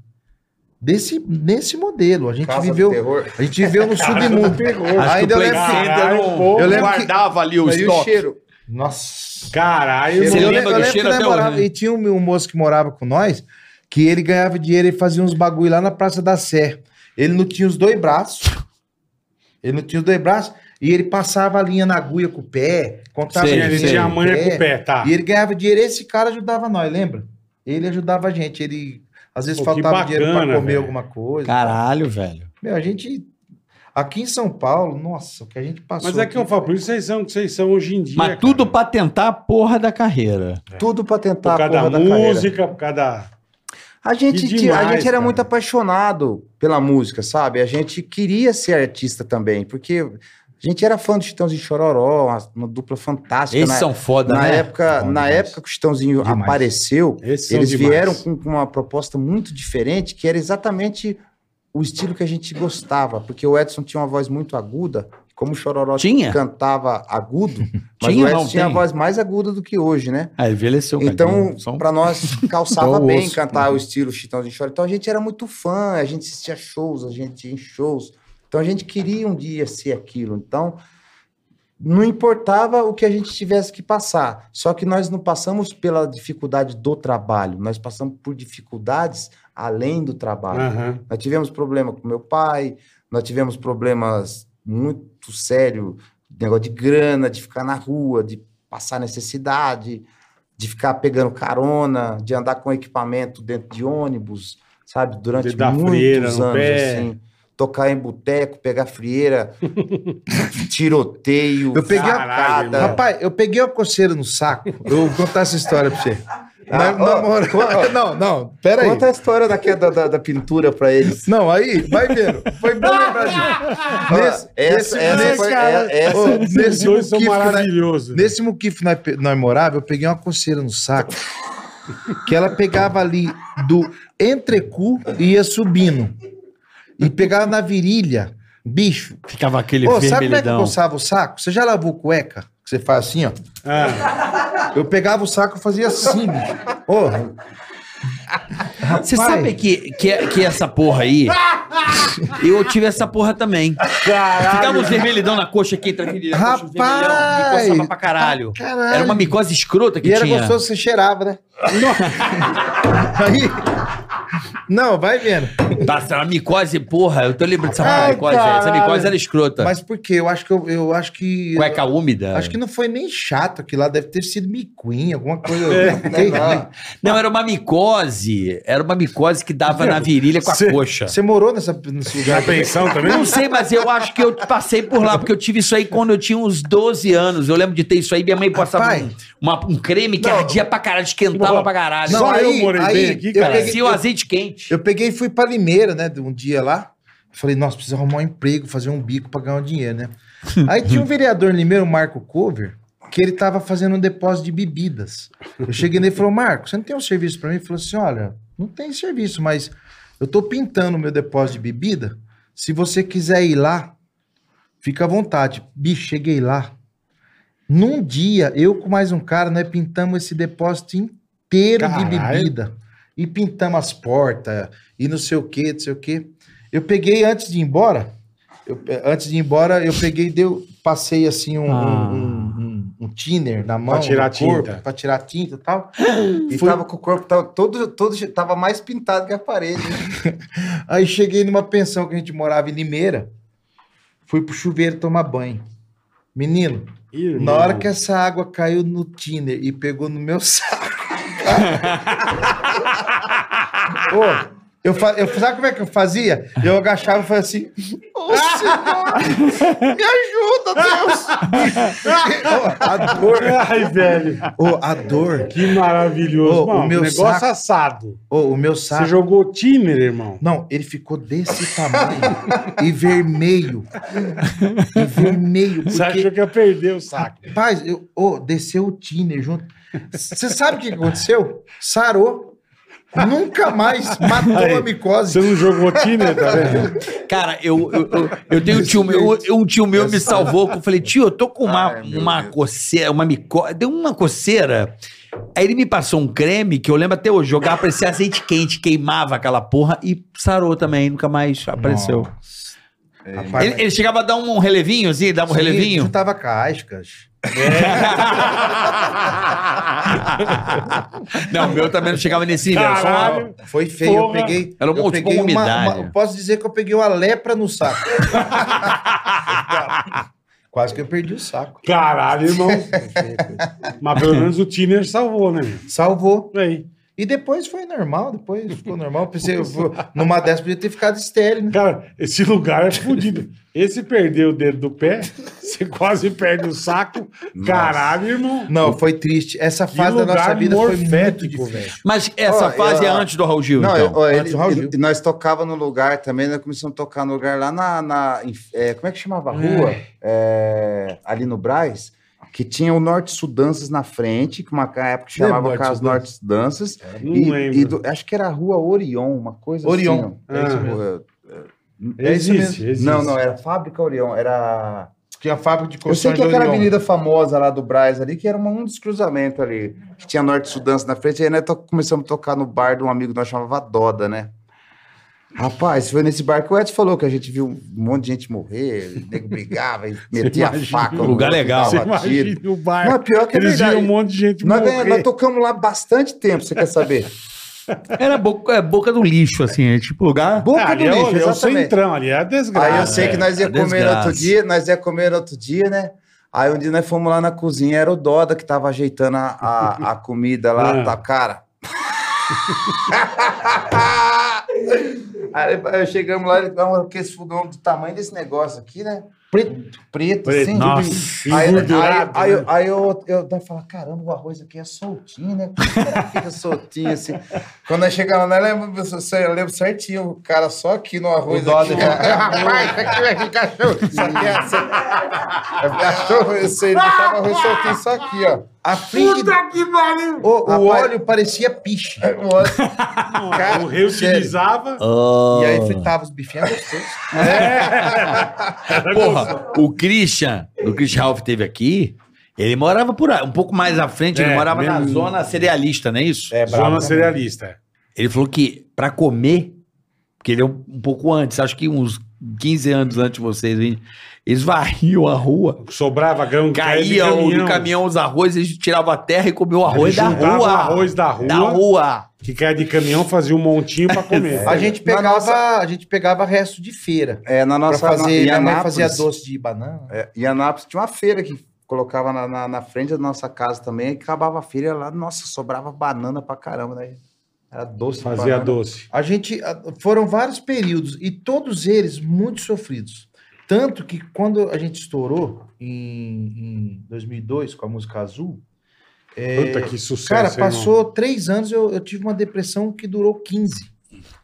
Desse, nesse modelo, a gente Caça do viveu... terror. A gente viveu no submundo. Acho que Ainda o eu Play lembro que... Center Caralho, não- pô. é Eu lembro que... Guardava ali o Mas e o estoque. cheiro? Nossa... Caralho, Você Eu irmão. lembro- lembra eu do lembro cheiro que nós até hoje, morava- né? E tinha um, um moço que morava com nós, que ele ganhava dinheiro e fazia uns bagulho lá na Praça da Sé. Ele não tinha os dois braços. Ele não tinha os dois braços. E ele passava a linha na agulha com o pé, contava Sei, dinheiro ele sei. tinha a com o manha com o pé, tá. E ele ganhava dinheiro. Esse cara ajudava nós, lembra? Ele ajudava a gente. Ele às vezes Pô, que faltava dinheiro pra bacana, comer velho. alguma coisa. Caralho, velho. Meu, a gente. Aqui em São Paulo, nossa, o que a gente passou. Mas é que eu aqui, falo, por isso vocês são o que vocês são hoje em dia. Mas cara. tudo pra tentar a porra da carreira. Tudo pra tentar Por a cada porra da carreira. música, por cada. A gente, Que ti- demais, a gente era cara. muito apaixonado pela música, sabe? A gente queria ser artista também, porque a gente era fã do Chitãozinho e Chororó, uma, uma dupla fantástica. Eles na são foda, na né? época, Bom na demais. época que o Chitãozinho Demais. apareceu, Esses são eles demais. vieram com, com uma proposta muito diferente, que era exatamente o estilo que a gente gostava, porque o Edson tinha uma voz muito aguda, como o Chororó Tinha? cantava agudo, mas Tinha, o Edson não, tinha a tem. voz mais aguda do que hoje, né? Ah, envelheceu. Então, cara. Só um- pra nós calçava né? Só o bem osso. Uhum. cantar o estilo Chitãozinho Chora. Então a gente era muito fã, a gente assistia shows, a gente ia em shows. Então a gente queria um dia ser aquilo. Então não importava o que a gente tivesse que passar. Só que nós não passamos pela dificuldade do trabalho, nós passamos por dificuldades além do trabalho. Aham. Nós tivemos problema com meu pai, nós tivemos problemas muito sérios, negócio de grana, de ficar na rua, de passar necessidade, de ficar pegando carona, de andar com equipamento dentro de ônibus, sabe? Durante De dar muitos frieira anos, no pé. assim. Tocar em boteco, pegar frieira, tiroteio, Eu peguei a- facada. Caralho, Rapaz, eu peguei uma coceira no saco. Eu vou contar essa história pra você. Ah, Na- ó, na moral- não, não, pera aí. Conta a história da queda da, da pintura pra eles. Não, aí, vai vendo. Foi bom lembrar disso. Nesse, Ó, essa, nesse- essa nesse- foi, cara. é- essa- Ô, Esses nesse dois são muquifo que nós- maravilhosos. Nesse muquifo que nós, pe- nós morava, eu peguei uma coceira no saco. Que ela pegava ali do entrecu e ia subindo. E pegava na virilha. Bicho. Ficava aquele Ô, sabe como é que vermelhidão. coçava o saco? Você já lavou cueca? Que você faz assim, ó. Ah, Eu pegava o saco e fazia assim, bicho. Ô, Você Rapaz. sabe que, que, é- que essa porra aí. eu tive essa porra também. Ficava uns vermelhidão na coxa aqui, entra aquele negócio vermelhão, e Rapaz! coçava pra caralho. Caralho. Era uma micose escrota que E era tinha. gostoso, você cheirava, né? Aí... Não, vai vendo. Nossa, era uma micose, porra. Eu tô lembrando dessa Ai, micose. aí. Essa caralho. micose era escrota. Mas por quê? Eu acho que eu, eu acho que. Tá. Cueca úmida. Acho que não foi nem chato aquilo lá, deve ter sido micuinha, alguma coisa. É, não. Não, era uma micose. Era uma micose que dava na virilha com a Cê- coxa. Você morou nessa, nesse na lugar? pensão também? Não sei, mas eu acho que eu passei por lá, porque eu tive isso aí quando eu tinha uns 12 anos. Eu lembro de ter isso aí. Minha mãe passava Rapaz. um, uma- um creme que ardia pra caralho, esquentava Não. pra caralho. Só Não, eu morei bem aqui, eu cara. peguei, Parecia o eu, azeite quente. eu peguei e fui pra Limeira, né? de Um dia lá. Falei, nossa, preciso arrumar um emprego, fazer um bico pra ganhar um dinheiro, né? Aí tinha um vereador em Limeira, o Marco Cover, que ele tava fazendo um depósito de bebidas. Eu cheguei nele e falei, Marco, você não tem um serviço pra mim? Ele falou assim: olha, não tem serviço, mas eu tô pintando o meu depósito de bebida. Se você quiser ir lá, fica à vontade. Bicho, cheguei lá. Num dia, eu com mais um cara, nós pintamos esse depósito inteiro de Caralho. bebida. E pintamos as portas, e não sei o que, não sei o que. Eu peguei antes de ir embora. eu pe- antes de ir embora, eu peguei, deu, passei assim um, Ah. um, um, um, um thinner na mão, tirar no corpo, tinta. pra tirar tinta e tal. E Fui- tava com o corpo tava todo, todo tava mais pintado que a parede. Aí cheguei numa pensão que a gente morava em Limeira. Fui pro chuveiro tomar banho. Menino, Irmão. na hora que essa água caiu no tiner e pegou no meu saco. Ô, eu, fa- eu, sabe como é que eu fazia? Eu agachava e fazia assim: Ô Senhor, me ajuda, Deus! Ô, a dor, Ai, velho. ô, a dor, Que maravilhoso. Ô, Mano, o meu negócio saco- tá assado. ô, o meu Você saco. jogou Tiner, irmão. Não, ele ficou desse tamanho e vermelho. E vermelho. Você achou Porque, que ia perder o saco. rapaz, eu, ô, desceu o Tiner junto. Você sabe o que aconteceu? Sarou. Nunca mais matou a Você micose. não jogou Tiner, tá vendo? Cara, eu, eu, eu, eu tenho um tio meu, eu- um tio meu me salvou. que Eu falei, tio, eu tô com uma, Ai, meu uma Deus. coceira, uma micose. Deu uma coceira. Aí ele me passou um creme que eu lembro até hoje, jogava pra esse azeite quente, queimava aquela porra e sarou também, nunca mais apareceu. Rapaz, Ele, ele chegava a dar um relevinho, assim, dava um Sim, relevinho. Juntava cascas. não, o meu também não chegava nesse nível. era só uma- Caralho. Foi feio. Porra. Eu peguei. Ah, Era um eu monte, peguei tipo uma uma- umidade. uma- Posso dizer que eu peguei uma lepra no saco. Quase que eu perdi o saco. Caralho, irmão. Mas pelo menos o Tiner salvou, né, meu? Salvou. Aí. E depois foi normal, depois ficou normal. Pensei, é. eu vou- numa dessas podia ter ficado estéreo, né? Cara, esse lugar é fodido. Esse perdeu o dedo do pé, você quase perde o saco. Caralho, irmão. Não, é. foi triste. Essa Que fase da nossa vida foi muito morfético, difícil. velho. Mas essa Ó, fase eu- é antes do Raul Gil, Não, então. eu- ó, ele- Antes do Raul Gil. ele- nós tocava no lugar também, nós começamos a tocar no lugar lá na. na- em- é, como é que chamava a rua? É, ali no Braz, que tinha o Norte Sudanças na frente, que uma época chamava Norte Casa Norte Sudanças. Não e, lembro. e do- acho que era a rua Orion, uma coisa Orion. Ah, É isso assim. ó. mesmo. Rua- É isso Existe, existe. Não, é não, era Fábrica Orion, era. Tinha fábrica de Eu sei construções que é um. aquela do Orion. avenida famosa lá do Braz ali, que era uma- um dos cruzamentos ali, que tinha Norte Sudança na frente, aí nós to- começamos a tocar no bar de um amigo que nós chamava Doda, né? Rapaz, foi nesse bar que o Edson falou que a gente viu um monte de gente morrer, o nego brigava, e metia a imagina? é faca. no Lugar outro, legal. Você dava tiro. imagina o bar. Mas pior que é Eles verdade. é, viram um monte de gente Nós, morrer. Ah, ganha- nós tocamos lá bastante tempo, você quer saber? Era boca, é boca do lixo, assim, é tipo lugar. Boca Ah, ali do é, o- lixo, é o exatamente. centrão ali, é a desgraça. Aí eu sei que nós ia a comer desgraça. outro dia, nós ia comer outro dia, né? Aí um dia nós fomos lá na cozinha, era o Doda que tava ajeitando a, a, a comida lá, Ah. tá cara. Aí aí chegamos lá, ele falou, que esse fogão do tamanho desse negócio aqui, né? Preto, preto, assim, Preto, sim. nossa. Aí, aí, Engordurado, aí, né? eu- aí eu, eu daí falo, caramba, o arroz aqui é soltinho, né? Por que será que Fica soltinho assim. Quando nós chegamos lá, né, eu lembro, eu lembro certinho, o cara só aqui no arroz. O Dória aqui, já- ó. Rapaz, isso aqui vai ficar solto. Isso aqui é assim. um Eu falei, achou? Você ele deixava o arroz soltinho só aqui, ó. A Flink, que pariu! o, o Rapaz. óleo parecia piche. O outro- Não, o reutilizava. E aí fritava os bifinhos gostosos. É. Porra, o Christian, o Christian Ralph teve aqui, ele morava por aí, um pouco mais à frente, ele É, morava na mesmo. zona cerealista, não é isso? Zona cerealista. é. Ele falou que pra comer, porque ele é um, um pouco antes, acho que uns 15 anos antes de vocês, hein, eles varriam a rua, Sobrava grão caía de o- do caminhão os arroz, eles tiravam a terra e comiam o arroz da Juntava rua. o arroz da rua, Da rua. que caia de caminhão, fazia um montinho pra comer. A gente É. Na pegava, nossa- a gente pegava resto de feira. É, na Pra nossa fazer, em minha mãe Anápolis- fazia doce de banana. É, em Anápolis tinha uma feira que colocava na, na, na frente da nossa casa também, e acabava a feira lá, nossa, sobrava banana pra caramba, né? Era doce. de Fazia banana. doce. A gente a- foram vários períodos e todos eles muito sofridos. Tanto que quando a gente estourou em, em 2002 com a música Azul, Puta que sucesso. cara, irmão. passou três anos eu, eu tive uma depressão que durou 15,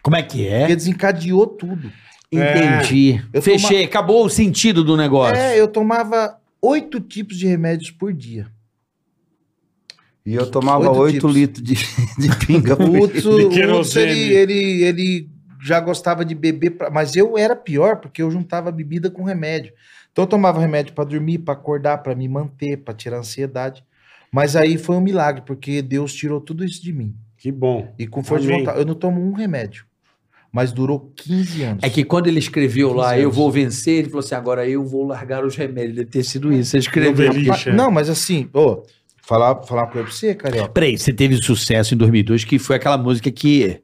Como é que é? porque desencadeou tudo. É. Entendi. Eu Fechei, acabou o sentido do negócio. É, eu tomava oito tipos de remédios por dia. E eu tomava Oito 8 tipos. litros de, de pinga. O Hudson, De o Hudson, querosene. ele, ele, ele já gostava de beber, pra- mas eu era pior porque eu juntava bebida com remédio. Então eu tomava remédio para dormir, para acordar, para me manter, para tirar a ansiedade. Mas aí foi um milagre, porque Deus tirou tudo isso de mim. Que bom. E com força de Amém. vontade. Eu não tomo um remédio, mas durou 15 anos. É que quando ele escreveu lá, 15 eu anos. vou vencer, ele falou assim, agora eu vou largar os remédios. Deve ter sido isso. Ele escreveu. Noveli- Ma- Ixi, é. Não, mas assim, ô, falar, falar uma coisa pra você, Carioca. Peraí, você teve sucesso em 2002, que foi aquela música que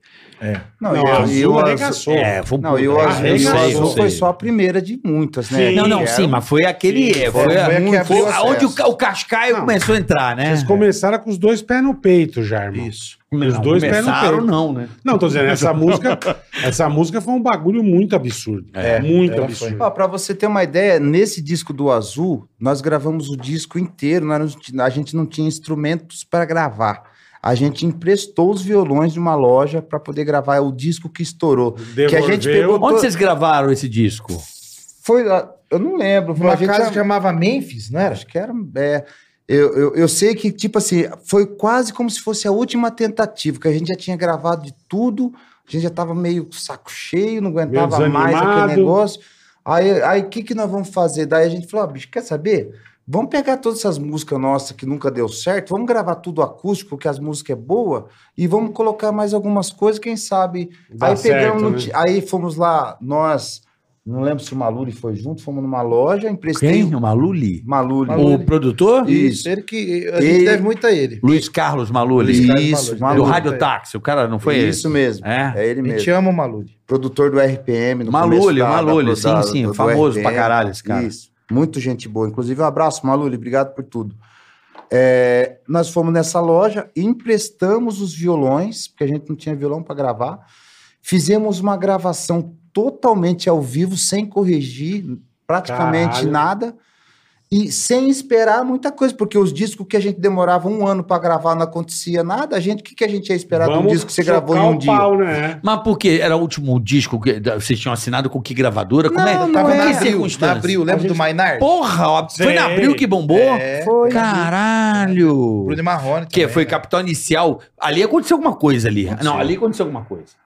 Não, Não, e a eu- Azul e eu- arregaçou. É, vamos Não, e o Ah, Azul, eu e o sei, Azul eu foi sei. só a primeira de muitas, né? Sim. Não, não, Que sim, era- mas foi aquele. é, foi- foi, a- foi a que foi abriu aonde o, acesso. ca- o Cascaio Não. começou a entrar, né? Vocês começaram com os dois pés no peito já, irmão. Isso. Os Não, dois pés no começaram, peito. não, né? Não, tô dizendo, essa música, essa música foi um bagulho muito absurdo. É, muito ela absurdo. foi. Ó, pra você ter uma ideia, nesse disco do Azul, nós gravamos o disco inteiro, nós não ti- a gente não tinha instrumentos para gravar. A gente emprestou os violões de uma loja para poder gravar o disco que estourou. Que a gente Devolveu. pegou- Onde vocês gravaram esse disco? Foi, lá- eu não lembro, foi Uma a gente casa que chamava Memphis, não era? acho que era. é, eu, eu, eu sei que, tipo assim, foi quase como se fosse a última tentativa, que a gente já tinha gravado de tudo, a gente já tava meio saco cheio, não aguentava Meio mais desanimado. aquele negócio. Aí o aí, que, que nós vamos fazer? Daí a gente falou: "Ó, bicho, quer saber? Vamos pegar todas essas músicas nossas que nunca deu certo, vamos gravar tudo acústico, que as músicas é boa, e vamos colocar mais algumas coisas, quem sabe Dá aí pegamos, certo, no né? ti- aí fomos lá, nós, não lembro se o Maluri foi junto, fomos numa loja, emprestei Quem? O Maluli? Maluri. O produtor? Isso. Ele que, a gente Ele- deve muito a ele. Luiz Carlos Maluli. Luiz Carlos Isso, Maluf. Do Maluf. Rádio Táxi, o cara não foi Isso mesmo. É. É ele A mesmo. gente ama o Maluri. Produtor do RPM. No começo Malulho, da- da- Malulho, da- sim, sim, do famoso pra RPM. caralho esse cara. Isso. Muito gente boa. Inclusive, um abraço, Malulho. Obrigado por tudo. É, nós fomos nessa loja, emprestamos os violões, porque a gente não tinha violão para gravar. Fizemos uma gravação totalmente ao vivo, sem corrigir praticamente Caralho. nada. E sem esperar muita coisa, porque os discos que a gente demorava um ano para gravar não acontecia nada. A gente, o que, que a gente ia esperar de um disco que você gravou em socar um o dia? Pau, né? Mas por quê? Era o último disco que da- vocês tinham assinado com que gravadora? Como é? Não, não Em Tava é. na que abril, na circunstância? abril, lembra do Maynard? Porra, ó, foi Sei. na abril que bombou? É, Foi. Caralho! Bruno Marrone Que também, foi né? capital inicial. Ali aconteceu alguma coisa ali. Não, ali aconteceu alguma coisa.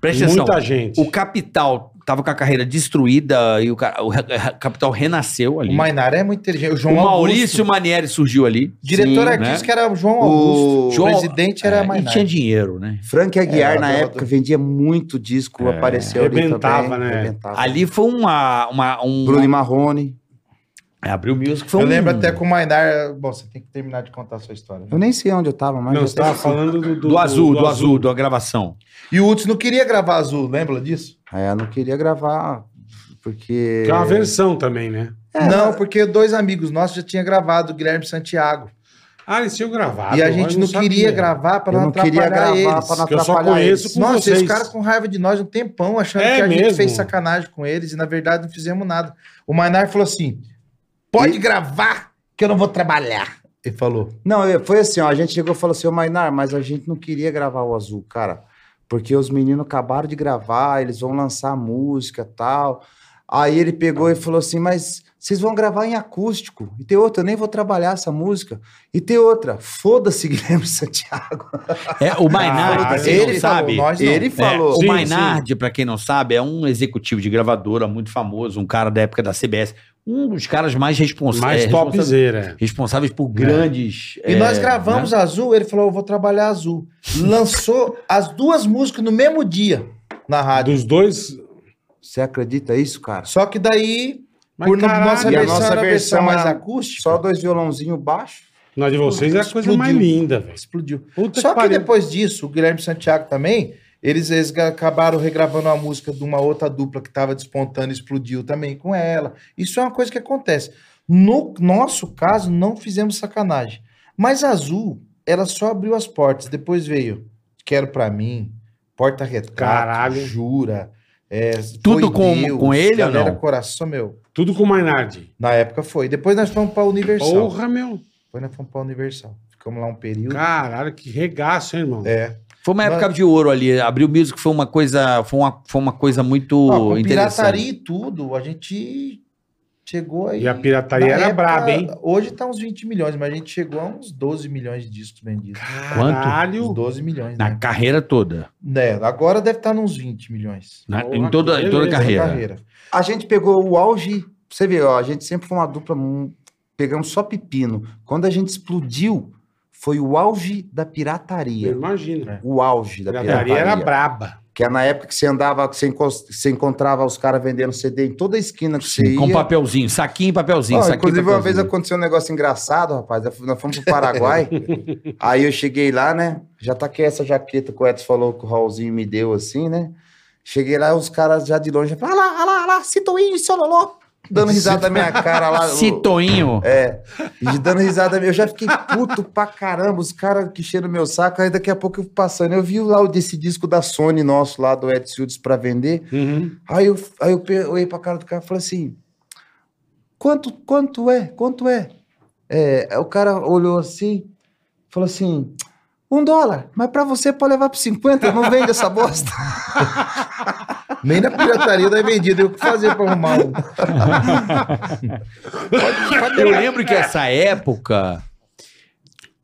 Presta atenção. Muita gente. O capital tava com a carreira destruída e o, cara- o re- re- capital renasceu ali. O Maynard é muito inteligente. O O João Maurício Augusto. Manieri surgiu ali. Diretor Sim, artístico né? era o João Augusto. O- O João- presidente era É, e tinha Maynard. dinheiro, né? Frank Aguiar, É, na gravador. época, vendia muito disco, apareceu ali Rebentava, também. né? Rebentava. Ali foi uma. uma um, Bruno e Marrone. É, abriu music. Foi Eu um- lembro até com o Maynard... Bom, você tem que terminar de contar a sua história. né? Eu nem sei onde eu tava, mas... Não, eu você tava sei. falando do, Do, azul, do, azul, da gravação. E o Hudson não queria gravar azul, lembra disso? É, eu não queria gravar, porque... Que é uma versão também, né? É, não, porque dois amigos nossos já tinham gravado, o Guilherme Santiago. Ah, eles tinham gravado. e a eu gente não sabia. queria gravar para Eu não não atrapalhar queria gravar eles. pra não que eu só atrapalhar conheço eles. com Nossa, vocês. eles ficaram com raiva de nós um tempão, achando É que a gente mesmo? fez sacanagem com eles e na verdade não fizemos nada. O Maynard falou assim: pode gravar que eu não vou trabalhar. Ele falou. Não, eu- foi assim, ó, a gente chegou e falou assim, ô Mainar, mas a gente não queria gravar o Azul, cara, porque os meninos acabaram de gravar, eles vão lançar a música e tal. Aí ele pegou e falou assim, mas vocês vão gravar em acústico. E tem outra, eu nem vou trabalhar essa música. E tem outra, foda-se Guilherme Santiago. É, o Maynard, Ah, pra quem ele não falou, sabe. nós não. Ele falou. É, o Sim, Maynard, pra quem não sabe, é um executivo de gravadora muito famoso, um cara da época da CBS. Um dos caras mais responsáveis. Mais topzera. responsáveis por grandes. E é, nós gravamos né? Azul, ele falou: eu vou trabalhar Azul. Lançou as duas músicas no mesmo dia na rádio. Dos dois. é. Você acredita isso, cara? Só que daí, Mas por caralho, nossa E a versão, nossa era a versão versão mais era acústica, Só dois violãozinhos baixo. Na de vocês é a coisa Explodiu. mais linda, velho. explodiu. Puta Só que pariu. depois disso, o Guilherme Santiago também, eles, eles ga- acabaram regravando uma música de uma outra dupla que estava despontando e explodiu também com ela. Isso é uma coisa que acontece. No nosso caso, não fizemos sacanagem. Mas a Azul, ela só abriu as portas. Depois veio Quero Pra Mim, Porta Retrato, Caralho. Jura. é, Tudo Foi com- Deus, com ele ou Galera não? Coração, meu. Tudo com o Maynard. Na época foi. Depois nós fomos pra Universal. Porra, meu. Depois nós fomos pra Universal. Ficamos lá um período. Caralho, que regaço, hein, irmão. É. Foi uma época de ouro ali. Abriu music foi uma coisa. Foi uma, foi uma coisa muito Ó, com interessante. pirataria e tudo, a gente chegou aí. E a pirataria Na era época, braba, hein? Hoje tá uns 20 milhões, mas a gente chegou a uns 12 milhões de discos vendidos. Uns Caralho. 12 milhões, Na né? carreira toda. É, agora deve estar nos 20 milhões. né? Porra, Em toda, que em toda a beleza, carreira. A gente pegou o auge, você vê, ó, a gente sempre foi uma dupla, mu- pegamos só pepino. Quando a gente explodiu, foi o auge da Eu pirataria. imagino. O auge da É, A pirataria pirataria. era braba. Que era na época que você andava, que você, encos- você encontrava os caras vendendo CD em toda a esquina que você ia. Com papelzinho, saquinho, papelzinho, Ó, saquinho, inclusive, uma vez papelzinho. aconteceu um negócio engraçado, rapaz. Nós fomos- nós fomos pro Paraguai. aí eu cheguei lá, né? Já taquei essa jaqueta que o Edson falou que o Raulzinho me deu, assim, né? Cheguei lá, os caras já de longe, já falaram, ah lá, ah lá, ah lá, Citoinho, seu loló. Dando risada da minha cara lá. o- Citoinho. É, e dando risada minha. Eu já fiquei puto pra caramba, os caras que cheiram meu saco. Aí daqui a pouco eu passando, eu vi lá o- desse disco da Sony nosso lá, do Ed Sildes, pra vender. Uhum. Aí eu, aí eu pe- olhei pra cara do cara e falei assim: quanto, quanto é? Quanto é? É, aí O cara olhou assim, falou assim: um dólar, mas pra você pode levar por 50, não vende essa bosta. Nem na pirataria da vendida. Eu o que fazer pra arrumar um. Eu lembro que essa época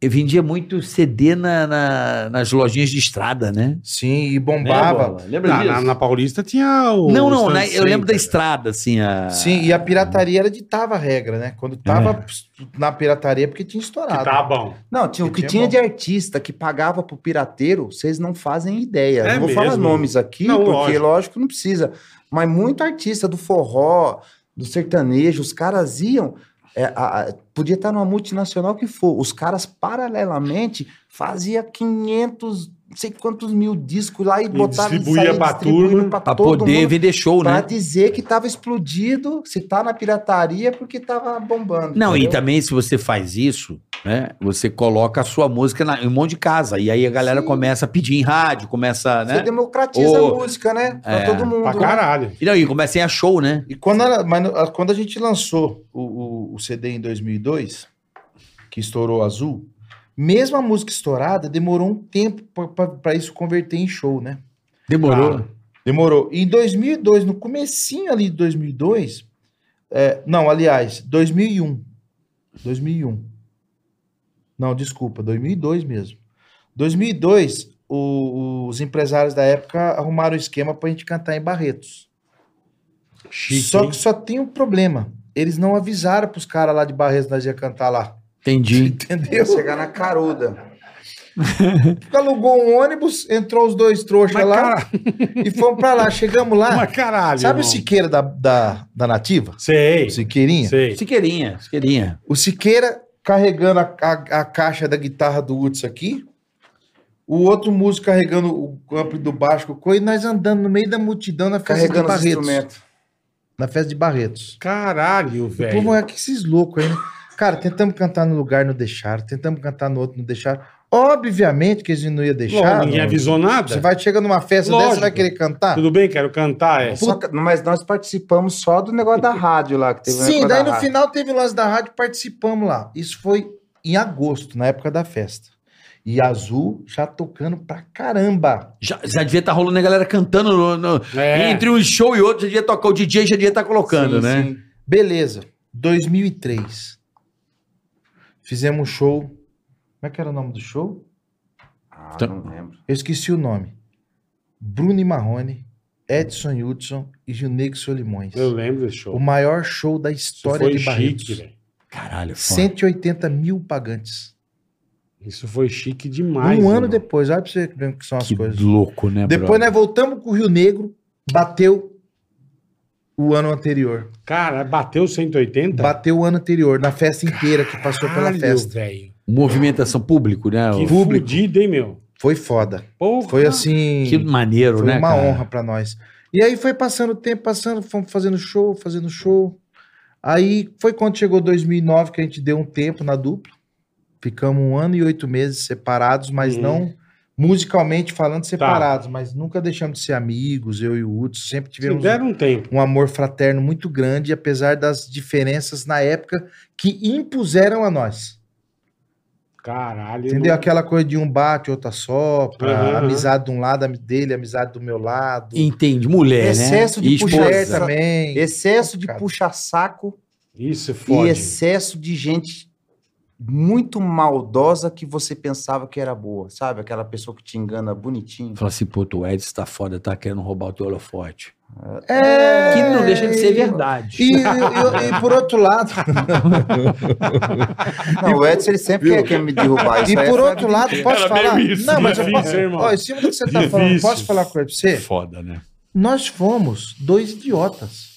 eu vendia muito CD na- na- nas lojinhas de estrada, né? Sim, e Né, bombava. Bola? Lembra Na, disso? na- na Paulista tinha o. não, não, stand né? eu lembro da center. estrada, assim. A... Sim, e a pirataria era ditava a regra, né? Quando tava É. na pirataria é porque tinha Que estourado. tá bom. Não, tinha, o que Tinha tinha bom. de artista que pagava pro pirateiro, vocês não fazem ideia. É não vou falar mesmo? nomes aqui, Não, porque lógico. lógico. não precisa. Mas muito artista do forró, do sertanejo, os caras iam. é, a- a- podia estar numa multinacional que for. Os caras, paralelamente, fazia 500, não sei quantos mil discos lá e botavam distribuía saía pra distribuindo turma. pra Pra todo poder mundo, vender show, pra né? dizer que tava explodido, se tá na pirataria, porque tava bombando. Não, e entendeu? também se você faz isso, né? Você coloca a sua música na- em um monte de casa. E aí a galera Sim. começa a pedir em rádio, começa, Você né? democratiza Ô, a música, né? Pra é, todo mundo. Pra né? caralho. E não, e começa a ir a show, né? E quando, era- mas no- a- quando a gente lançou o, o- o CD em 2002, que estourou azul, mesmo a música estourada, demorou um tempo pra- pra- pra isso converter em show, né? Demorou. Demorou. E em 2002, no comecinho ali de 2002, é, não, aliás, 2001. 2001. Não, desculpa, 2002 mesmo. 2002, o- os empresários da época arrumaram o esquema pra gente cantar em Barretos. só que só tem um problema. Eles não avisaram pros caras lá de Barretos que nós ia cantar lá. Entendi. Entendeu? Ia chegar na caruda. Alugou um ônibus, entrou os dois trouxas Mas, lá e fomos pra lá. Chegamos lá. Mas caralho. Sabe o irmão. Siqueira da, da, da Nativa? Sei. O Siqueirinha? Sei. Siqueirinha, Siqueirinha. O Siqueira carregando a, a- a caixa da guitarra do Hudson aqui. O outro músico carregando o amplo do baixo, co- e nós andando no meio da multidão na festa Carregando de os Barretos. instrumentos. Na festa de Barretos. Caralho, O povo velho. é que esses loucos aí, né? Cara, tentamos cantar no lugar, não deixaram. Tentamos cantar no outro, não deixaram. Obviamente que eles não iam deixar. Lógico, Ninguém avisou Você nada. vai chegar numa festa dessa, Lógico. você vai querer cantar? Tudo bem, quero cantar. É. Só que- mas nós participamos só do negócio da rádio lá que teve um Sim, negócio daí da no rádio. final teve o lance da rádio, participamos lá. Isso foi em agosto, na época da festa. E Azul já tocando pra caramba. Já, já devia estar rolando a galera cantando no- no- É. entre um show e outro, já devia tocar o DJ, já devia estar colocando, Sim, né? sim. Beleza. 2003. Fizemos um show. Como é que era o nome do show? Ah, Tá. não lembro. Eu esqueci o nome. Bruno e Marrone, Edson Hudson e Gilnego Solimões. Eu lembro desse O show. maior show da Isso história foi de Barretos. chique, velho. Caralho, foda. 180 mil pagantes. Isso foi chique demais. um ano irmão. depois. Olha pra você ver o que são as Que coisas. louco, né, Depois nós voltamos com o Rio Negro, bateu o ano anterior. Cara, bateu 180? Bateu o ano anterior, na festa inteira que passou pela Caralho, festa. velho. Movimentação público, né? Que O- Público. fudido, hein, meu? Foi foda. Porra. Foi assim. Que maneiro, foi né? uma cara? honra pra nós. E aí foi passando o tempo, passando, fomos fazendo show, fazendo show. Aí foi quando chegou 2009 que a gente deu um tempo na dupla. Ficamos um ano e oito meses separados, mas Uhum. não musicalmente falando Tá. separados, mas nunca deixamos de ser amigos, eu e o Hudson, sempre Vocês tivemos deram um tempo. um amor fraterno muito grande, apesar das diferenças na época que impuseram a nós. Caralho. Entendeu? irmão. Aquela coisa de um bate, outra sopra, Aham, aham. amizade de um lado ami- dele, amizade do meu lado. Entende, mulher, Excesso né? de puxar mulher essa- também. Excesso de Complicado. puxa-saco Isso e foi. excesso de gente muito maldosa que você pensava que era boa, sabe? Aquela pessoa que te engana bonitinho. Fala assim, pô, o Edson tá foda, tá querendo roubar o teu holofote. É. Que não deixa de ser verdade. E, e- e- e por outro lado, Não, o Edson ele sempre quer, quer me derrubar. Isso e aí é por foda. outro lado, posso Era falar? meio isso, não, mas eu difícil, posso, irmão. ó, em cima do que você tá Difícil. falando, posso falar com você? Foda, né? Nós fomos dois idiotas.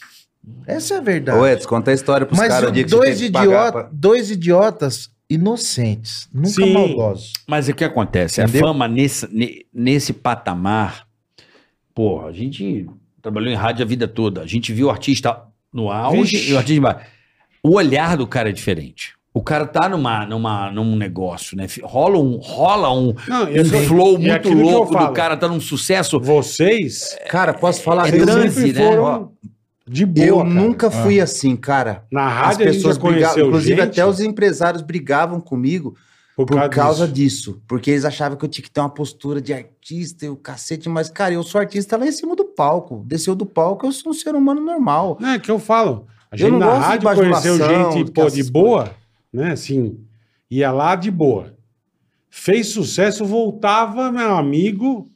Essa é a verdade. Ô, Edson, conta a história pros mas caras o dia que você dois, teve que pagar idiota, dois idiotas inocentes, nunca Sim. maldosos. Mas o que acontece? Entendeu? A fama nesse, ne- nesse patamar, porra, a gente trabalhou em rádio a vida toda. A gente viu o artista no auge Vixe. e o artista embaixo. O olhar do cara é diferente. O cara tá numa, numa, num negócio, né? Rola um, rola um, Não, um flow e muito É aquilo que eu louco do falo. cara, tá num sucesso. Vocês pra- Cara, posso falar? É Eu transe, sempre né? foram- foram de boa. Eu cara. Ah. nunca fui assim, cara. Na As rádio pessoas pessoas brigavam, conheceu inclusive gente até os empresários brigavam comigo por por causa, causa disso. disso. Porque eles achavam que eu tinha que ter uma postura de artista e o cacete, mas, cara, eu sou artista lá em cima do palco. Desceu do palco, eu sou um ser humano normal. Não, é que eu falo. A Eu gente não na gosto de rádio conheceu bajulação, gente de pô, essas de boa, né? Assim, ia lá de boa. Fez sucesso, voltava, meu amigo.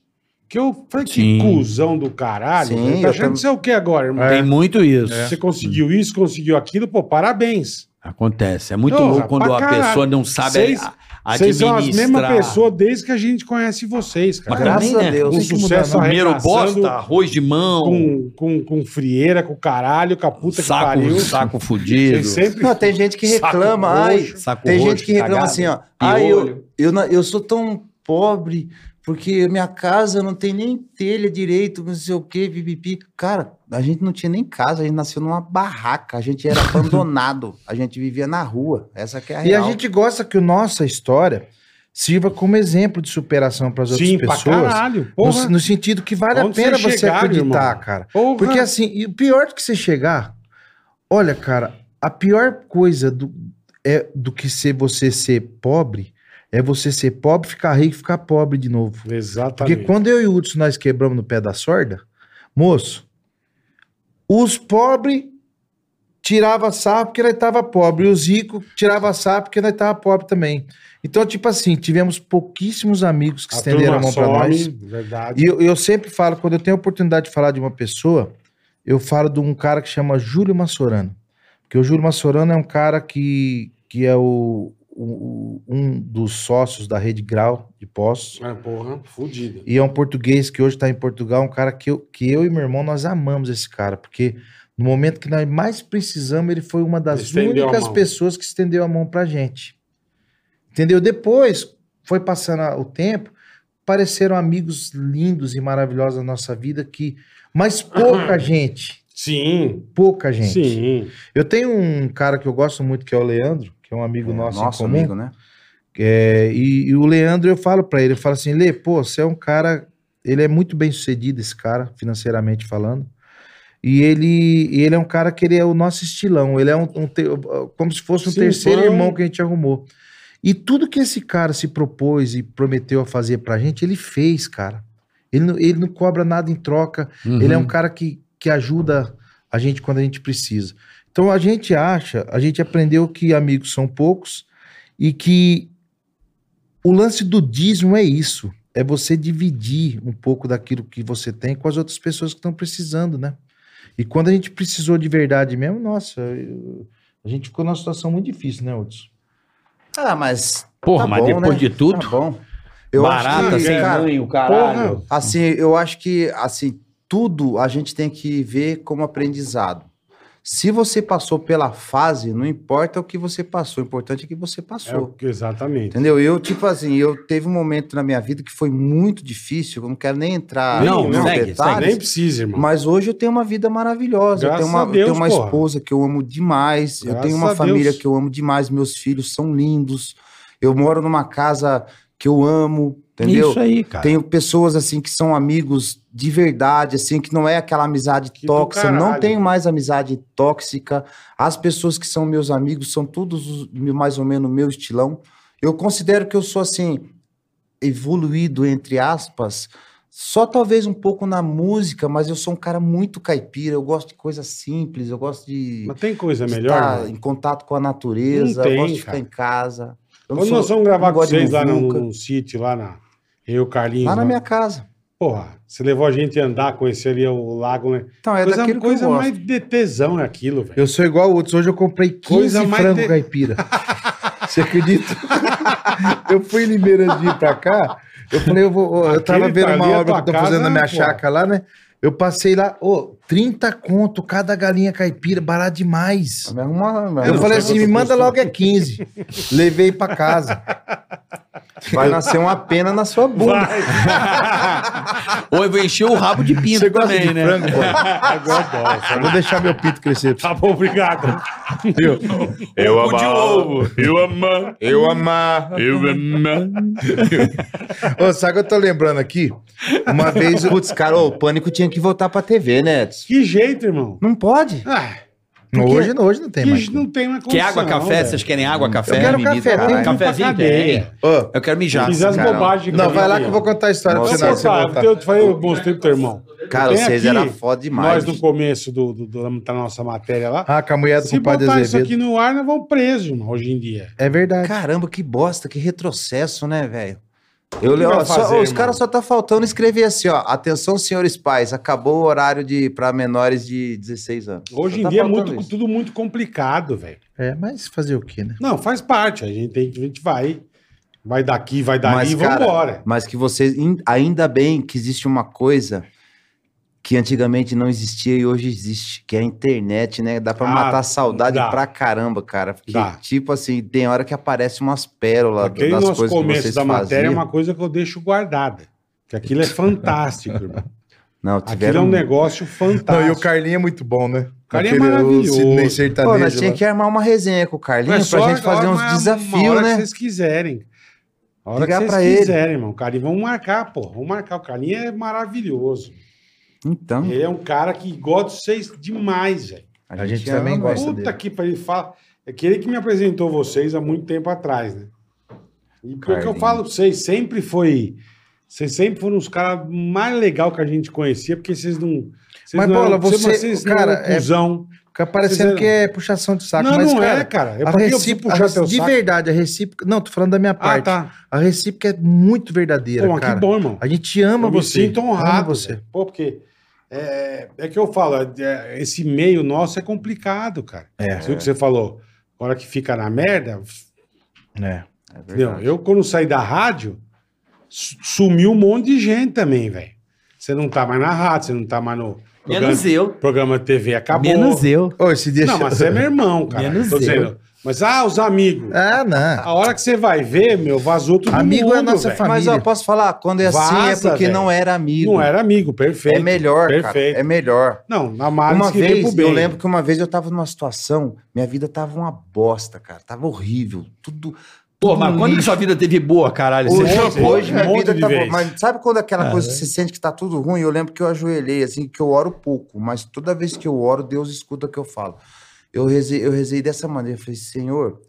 Que eu falei, que Sim. cuzão do caralho. Sim, velho. eu tá achando tam- que você é o que agora, irmão? Tem muito isso. Você conseguiu isso, conseguiu aquilo, pô, parabéns. Acontece. É muito Porra, louco quando pra a caralho. pessoa não sabe Vocês- a- Vocês são as mesmas administrar. pessoas desde que a gente conhece vocês, Mas cara. Graças também, né? a Deus. um tem que mudar, sucesso Primeiro arregaçando bosta, arroz de mão, com, com, com frieira, com caralho, com a puta que pariu. saco, saco fudido. Vocês sempre Não, tem gente que Saco reclama, ai, roxo, saco tem gente roxo, que reclama cagado. né? assim, ó. Ai, eu, Piolho. eu, na- eu sou tão pobre porque minha casa não tem nem telha direito, não sei o quê, pipipi. Cara, a gente não tinha nem casa, a gente nasceu numa barraca, a gente era abandonado, a gente vivia na rua. Essa que é a E a real. gente gosta que a nossa história sirva como exemplo de superação para as outras Sim, pra pessoas. caralho. No, Porra, no sentido que vale a Onde pena vocês você chegaram, acreditar, irmão? cara. porra. Porque assim, e o pior do que você chegar, olha, cara, a pior coisa do, é, do que ser você ser pobre é você ser pobre, ficar rico e ficar pobre de novo. Porque Exatamente. quando eu e o Hudson nós quebramos no pé da sorda, moço, os pobres tirava sarro porque nós tava pobre, e os ricos tirava sarro porque nós tava pobre também. Então, tipo assim, tivemos pouquíssimos amigos que estenderam a mão para nós. Verdade. E eu, eu sempre falo, quando eu tenho a oportunidade de falar de uma pessoa, eu falo de um cara que chama Júlio Massorano. Porque o Júlio Massorano é um cara que, que é o, o- o- um dos sócios da Rede Grau de Poços. Ah, porra, fudida. E é um português que hoje está em Portugal, um cara que eu, que eu e meu irmão nós amamos esse cara, porque no momento que nós mais precisamos, ele foi uma das Estendeu a únicas mão. pessoas que estendeu a mão pra gente. Entendeu? Depois, foi passando a- o tempo, apareceram amigos lindos e maravilhosos da nossa vida que mas pouca gente, Sim, pouca gente. sim. Eu tenho um cara que eu gosto muito que é o Leandro, que é um amigo nosso, nosso em comum. amigo, né? É, e, e o Leandro, eu falo pra ele, eu falo assim, Lê, pô, você é um cara, ele é muito bem sucedido esse cara, financeiramente falando, e ele, e ele é um cara que ele é o nosso estilão, ele é um, um te- como se fosse um Sim, terceiro foi um- irmão que a gente arrumou. E tudo que esse cara se propôs e prometeu a fazer pra gente, ele fez, cara. Ele não, ele não cobra nada em troca, Uhum. ele é um cara que, que ajuda a gente quando a gente precisa. Então a gente acha, a gente aprendeu que amigos são poucos e que o lance do dízimo é isso. É você dividir um pouco daquilo que você tem com as outras pessoas que estão precisando, né? E quando a gente precisou de verdade mesmo, nossa, eu- a gente ficou numa situação muito difícil, né, Hudson? Ah, mas Porra, Tá mas bom, depois né? de tudo, tá bom. Eu barata, acho que, é. sem cara, ganho, caralho. Porra. Assim, eu acho que assim, tudo a gente tem que ver como aprendizado. Se você passou pela fase, não importa o que você passou, o importante é que você É o passou. que- exatamente. Entendeu? Eu, tipo assim, eu teve um momento na minha vida que foi muito difícil, eu não quero nem entrar Não, nos segue, segue. detalhes, Nem precisa, irmão. mas hoje eu tenho uma vida maravilhosa. Eu Graças tenho uma, a eu Deus, tenho uma porra. esposa que eu amo demais. eu Graças tenho a uma Deus. família que eu amo demais. Meus filhos são lindos. Eu moro numa casa que eu amo, entendeu? Isso aí, cara. Tenho pessoas assim que são amigos de verdade, assim, que não é aquela amizade Que do tóxica. Não caralho. tenho mais amizade tóxica. As pessoas que são meus amigos são todos os- mais ou menos meu estilão. Eu considero que eu sou assim, evoluído, entre aspas, Só talvez um pouco na música, mas eu sou um cara muito caipira, eu gosto de coisa simples, eu gosto de Mas tem coisa estar melhor? né? em contato com a natureza, Não tem, eu gosto de cara. ficar em casa. Eu não Quando sou- nós vamos gravar não com gosto de vocês lá num, muvuca. num sítio, lá na. Eu, Carlinhos. Lá na lá. minha casa. Porra, você levou a gente a andar, conhecer ali o lago, né? Então, é coisa daquilo que coisa eu gosto. mais de tesão é aquilo, velho. Eu sou igual a outros. Hoje eu comprei 15 Coisa mais frango de- caipira. Você acredita? eu fui em Limeira de ir pra cá. Eu falei, eu vou. Eu tava Aquele vendo tá uma ali, a obra tua que eu tô casa, fazendo na minha pô. chácara lá, né? Eu passei lá, ô, 30 conto cada galinha caipira, barato demais. Me arruma- me Eu arruma- falei assim, me manda logo é 15. Levei pra casa. Vai nascer uma pena na sua bunda. Ou eu vou encher o rabo de pinto Você gosta também, de né? frango, pô? Agora bosta. Eu Vou deixar meu pito crescer. Tá bom, obrigado. Eu Cu de ovo. Eu amo. Eu amar. Eu amo. Ô, sabe o que eu tô lembrando aqui? Uma vez o Putz, cara, ô, o pânico tinha que voltar pra TV, né, Edson? Que jeito, irmão. Não pode. Ah, Hoje, não- hoje não tem que mais. não tem mais Quer água, condição, café? velho. Vocês querem água, café? Eu quero bebida? café, tem que ir pra Cafezinho cadeia. tem. Ô, Eu quero mijar. Fiz as Nossa, cara. bobagens. que não, eu vai lá falei. que eu vou contar a história pra Nossa, você. tá. Você na não hora que você sabe, Então, eu voltar. te falei, eu mostrei pro teu irmão. Cara, Tem vocês aqui, eram foda demais. Nós, no começo do, do- do- da nossa matéria lá, Ah, com a mulher do se compadre botar isso Azevedo. aqui no ar, nós vamos presos, irmão, hoje em dia. É verdade. Caramba, que bosta, que retrocesso, né, velho? Eu, que ó, vai só- fazer, os caras só tá faltando escrever assim, ó. Atenção, senhores pais, acabou o horário de para menores de 16 anos. Hoje Só em tá dia é faltando muito, isso. tudo muito complicado, velho. É, mas fazer o quê, né? Não, faz parte. A gente, tem, a gente vai. Vai daqui, vai dali Mas, e cara, vambora. Mas que vocês. in- Ainda bem que existe uma coisa que antigamente não existia e hoje existe, que é a internet, né? Dá pra Ah, matar a saudade dá. pra caramba, cara. Porque, Dá. tipo assim, tem hora que aparece umas pérolas Aquele das nosso coisas que começo vocês da matéria faziam. é uma coisa que eu deixo guardada. Que aquilo é fantástico, irmão. Não, Aquilo é tiveram... um negócio fantástico. Não, e o Carlinho é muito bom, né? O Carlinho é Aquele- maravilhoso. O Sidney Tá Pô, nós Sertanejo. tinha lá. que armar uma resenha com o é Carlinhos Mas pra É só gente fazer agora, uns mas uma desafios, hora que né? vocês quiserem. A hora Ligar que pra vocês ele. quiserem, irmão. Carinho, vamos marcar, pô. Vamos marcar. O Carlinho é maravilhoso. Hum? Então, Ele é um cara que gosta de vocês demais, velho. A gente também ama, gosta. velho. Puta que pariu, ele fala. É que ele que me apresentou vocês há muito tempo atrás, né? E porque eu Carlinhos. falo pra vocês, sempre foi. Vocês sempre foram os caras mais legais que a gente conhecia, porque vocês não. Vocês Mas, não Bola, vocês- você- vocês cara, não eram é- cuzão. Fica parecendo Fizeram- que é puxação de saco, não, mas, não cara... é, cara. É a pra que eu fui recíproca, puxar a- teu de saco. verdade, a recíproca. Não, tô falando da minha Ah, parte. tá. A recíproca é muito verdadeira, Pô, mas cara. que bom, irmão. A gente ama eu você. me sinto honrado. ama você. velho. Pô, porque é, é que eu falo, é- é- esse meio nosso é complicado, cara. É. Você viu o que você falou? A hora que fica na merda, É. É entendeu? verdade. Eu quando saí da rádio, su- sumiu um monte de gente também, velho. Você não tá mais na rádio, você não tá mais no programa, Menos eu. programa TV, acabou. Menos eu. Ô, esse dia... Não, mas você é meu irmão, cara. Menos Tô eu. dizendo. Mas, ah, os amigos. Ah, não. A hora que você vai ver, meu, vazou tudo Amigo é a nossa velho. Mas, ó, família. posso falar? Quando é assim é Vaza, porque velho. não era amigo. Não era amigo, perfeito. É melhor, perfeito. cara. É melhor. Não, na Maris Uma que veio pro vez, bem. eu lembro que uma vez eu tava numa situação, minha vida tava uma bosta, cara. Tava horrível. Tudo. Pô, tudo mas quando que lixo. sua vida teve boa, caralho? Você Hoje, Hoje, hoje, hoje, um minha monte vida de tá boa. vezes. Mas sabe quando É. aquela coisa que você sente que tá tudo ruim? Eu lembro que eu ajoelhei, assim, que eu oro pouco, mas toda vez que eu oro, Deus escuta o que eu falo. Eu rezei, eu rezei dessa maneira. Eu falei, Senhor,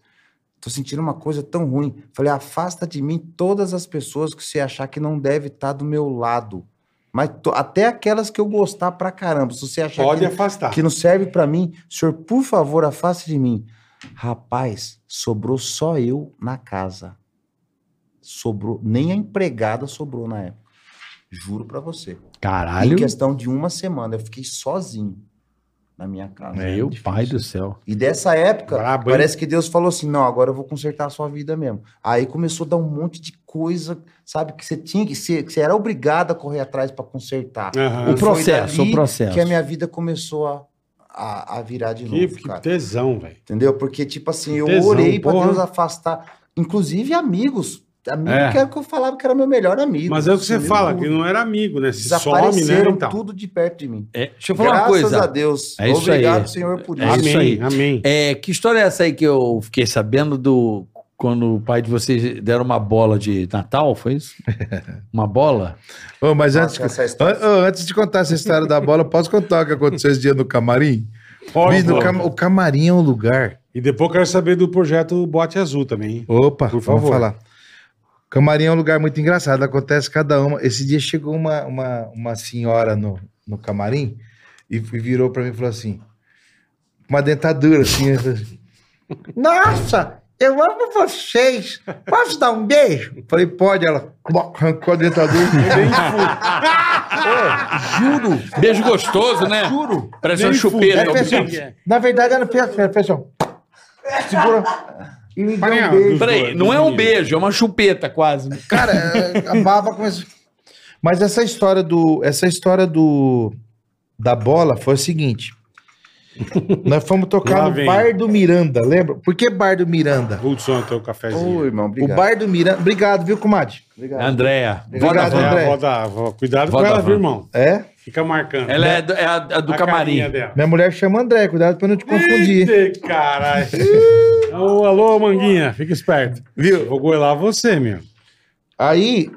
tô sentindo uma coisa tão ruim. Falei, afasta de mim todas as pessoas que você achar que não deve estar do meu lado. Mas to- até aquelas que eu gostar pra caramba. Se você achar Pode que afastar. que não serve pra mim. Senhor, por favor, afaste de mim. Rapaz, sobrou só eu na casa. Sobrou, nem a empregada sobrou na época. Juro pra você. Em Caralho. questão de uma semana, eu fiquei sozinho na minha casa. É, Meu pai do céu. E dessa época, Brabo, hein? parece que Deus falou assim: não, agora eu vou consertar a sua vida mesmo. Aí começou a dar um monte de coisa, sabe, que você tinha que ser, que você era obrigado a correr atrás pra consertar. Aham. O E foi processo, dali o processo. Que a minha vida começou a, a, a virar de Que, novo, que cara. tesão, velho. Entendeu? Porque, tipo assim, eu Tesão, orei pra porra. Deus afastar. Inclusive, amigos. Amigo É. que era o que eu falava que era meu melhor amigo. Mas é o que você Sumiu fala, tudo. que não era amigo, né? Se some, né? Desapareceram Então. tudo de perto de mim. É, deixa eu falar uma Graças a coisa. Deus. É isso aí. Obrigado, Senhor, por É isso. isso aí. Amém, amém. É, que história é essa aí que eu fiquei sabendo do. Quando o pai de vocês deram uma bola de Natal, foi isso? Uma bola? Ô, mas Nossa, antes, essa an- história- ô, antes de contar essa história da bola, posso contar o que aconteceu esse dia no camarim? Pode, Bicho, no pô. cam- o camarim é um lugar... E depois eu quero saber do projeto Bote Azul também. hein? Opa, Por vamos favor. falar. Camarim é um lugar muito engraçado, acontece cada uma. Esse dia chegou uma, uma, uma senhora no, no camarim e f- virou pra mim e falou assim: uma dentadura assim. ela falou assim, Nossa, eu amo vocês. Posso dar um beijo? Falei, pode. Ela cloc, arrancou a dentadura. Juro. Beijo gostoso, né? Juro. Parece uma Nem chupeta. Aí, pessoal, Né, na verdade, ela fez, ela fez assim, ó, segura e me deu Painel, um beijo. Peraí, não é um beijo, é uma chupeta quase. Cara, é, a baba começou. Mas essa história do. Essa história do. Da bola foi o seguinte. Nós fomos tocar Lá no vem. Bar do Miranda, lembra? Por que Bar do Miranda? Hudson, teu cafezinho. Ô, irmão, obrigado. O Bar do Miranda. Obrigado, viu, comadre? Obrigado. Ah. Andréa. Obrigado, É a André. avó da avó. Cuidado Vó com da ela, avó. viu, irmão? É? Fica marcando. Ela é, do- é a, a do A camarim. carinha dela. Minha mulher chama André, cuidado pra não te confundir. Ih, caralho. Ô, alô, Manguinha, fica esperto. Viu? Eu vou goelar você, meu. Aí,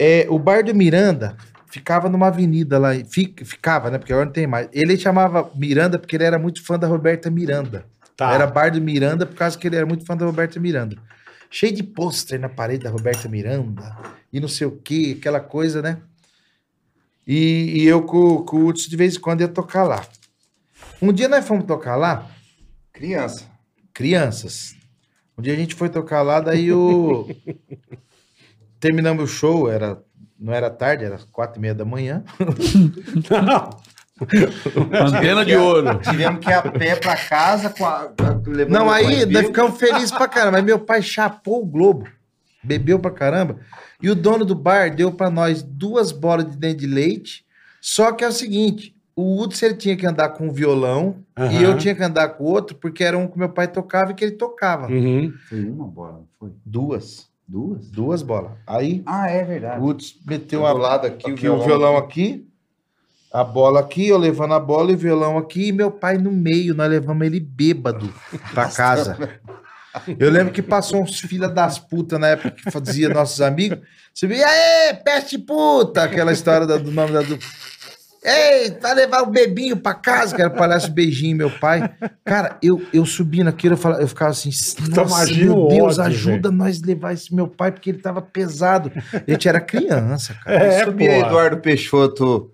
é, o Bar do Miranda ficava numa avenida lá. em- fi- Ficava, né? Porque agora não tem mais. Ele chamava Miranda porque ele era muito fã da Roberta Miranda. Tá. Era Bar do Miranda por causa que ele era muito fã da Roberta Miranda. Cheio de pôster na parede da Roberta Miranda e não sei o que, aquela coisa, né? E, e eu com, com o Hudson de vez em quando ia tocar lá. Um dia nós fomos tocar lá, Criança. crianças. Um dia a gente foi tocar lá, daí o. Terminamos o show, era... não era tarde, era quatro e meia da manhã. Antena de ouro. Tivemos que ir a pé pra casa com a. com a- levando Não, meu aí pai nós bêbado. ficamos felizes pra caramba. Mas meu pai chapou o Globo, bebeu pra caramba. E o dono do bar deu pra nós duas bolas de dente de leite. Só que é o seguinte: o Hudson ele tinha que andar com um violão Aham. e eu tinha que andar com outro, porque era um que meu pai tocava e que ele tocava. Uhum. Foi uma bola, não foi? Duas. Duas? Duas bolas. Aí Ah, é o verdade. Hudson meteu Do a lado aqui, aqui, o violão aqui, a bola aqui, eu levando a bola e o violão aqui, e meu pai no meio, nós levamos ele bêbado pra casa. Eu lembro que passou uns filha das putas na época que fazia nossos amigos. Você via, aê, peste puta! Aquela história da- do nome da dupla. Ei, vai levar o bebinho pra casa, que era palhaço beijinho, meu pai. Cara, eu, eu subi naquilo, eu, falava, eu ficava assim, nossa, imagina meu o Deus, ódio, ajuda nós levar esse meu pai, porque ele tava pesado. A gente era criança, cara. É, subia porra. Eduardo Peixoto.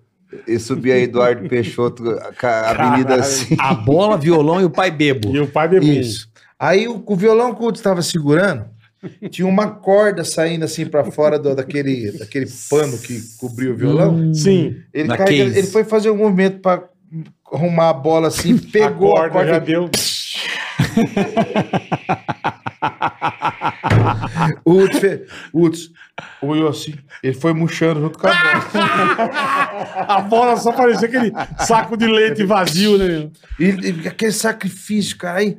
E subia Eduardo Peixoto, ca- Avenida assim. A bola, violão e o pai bebo. E o pai bebê. Isso. Aí o, o violão que o Hudson estava segurando tinha uma corda saindo assim para fora do- daquele, daquele pano que cobriu o violão. Hum, Sim. Ele, Na carrega- case. ele foi fazer um movimento para arrumar a bola assim, pegou a corda, já deu. O Hudson, fe- o Hudson olhou assim, ele foi murchando junto com a bola. A bola só parecia aquele um saco de leite vazio, né? meu? E, e aquele sacrifício, cara. Aí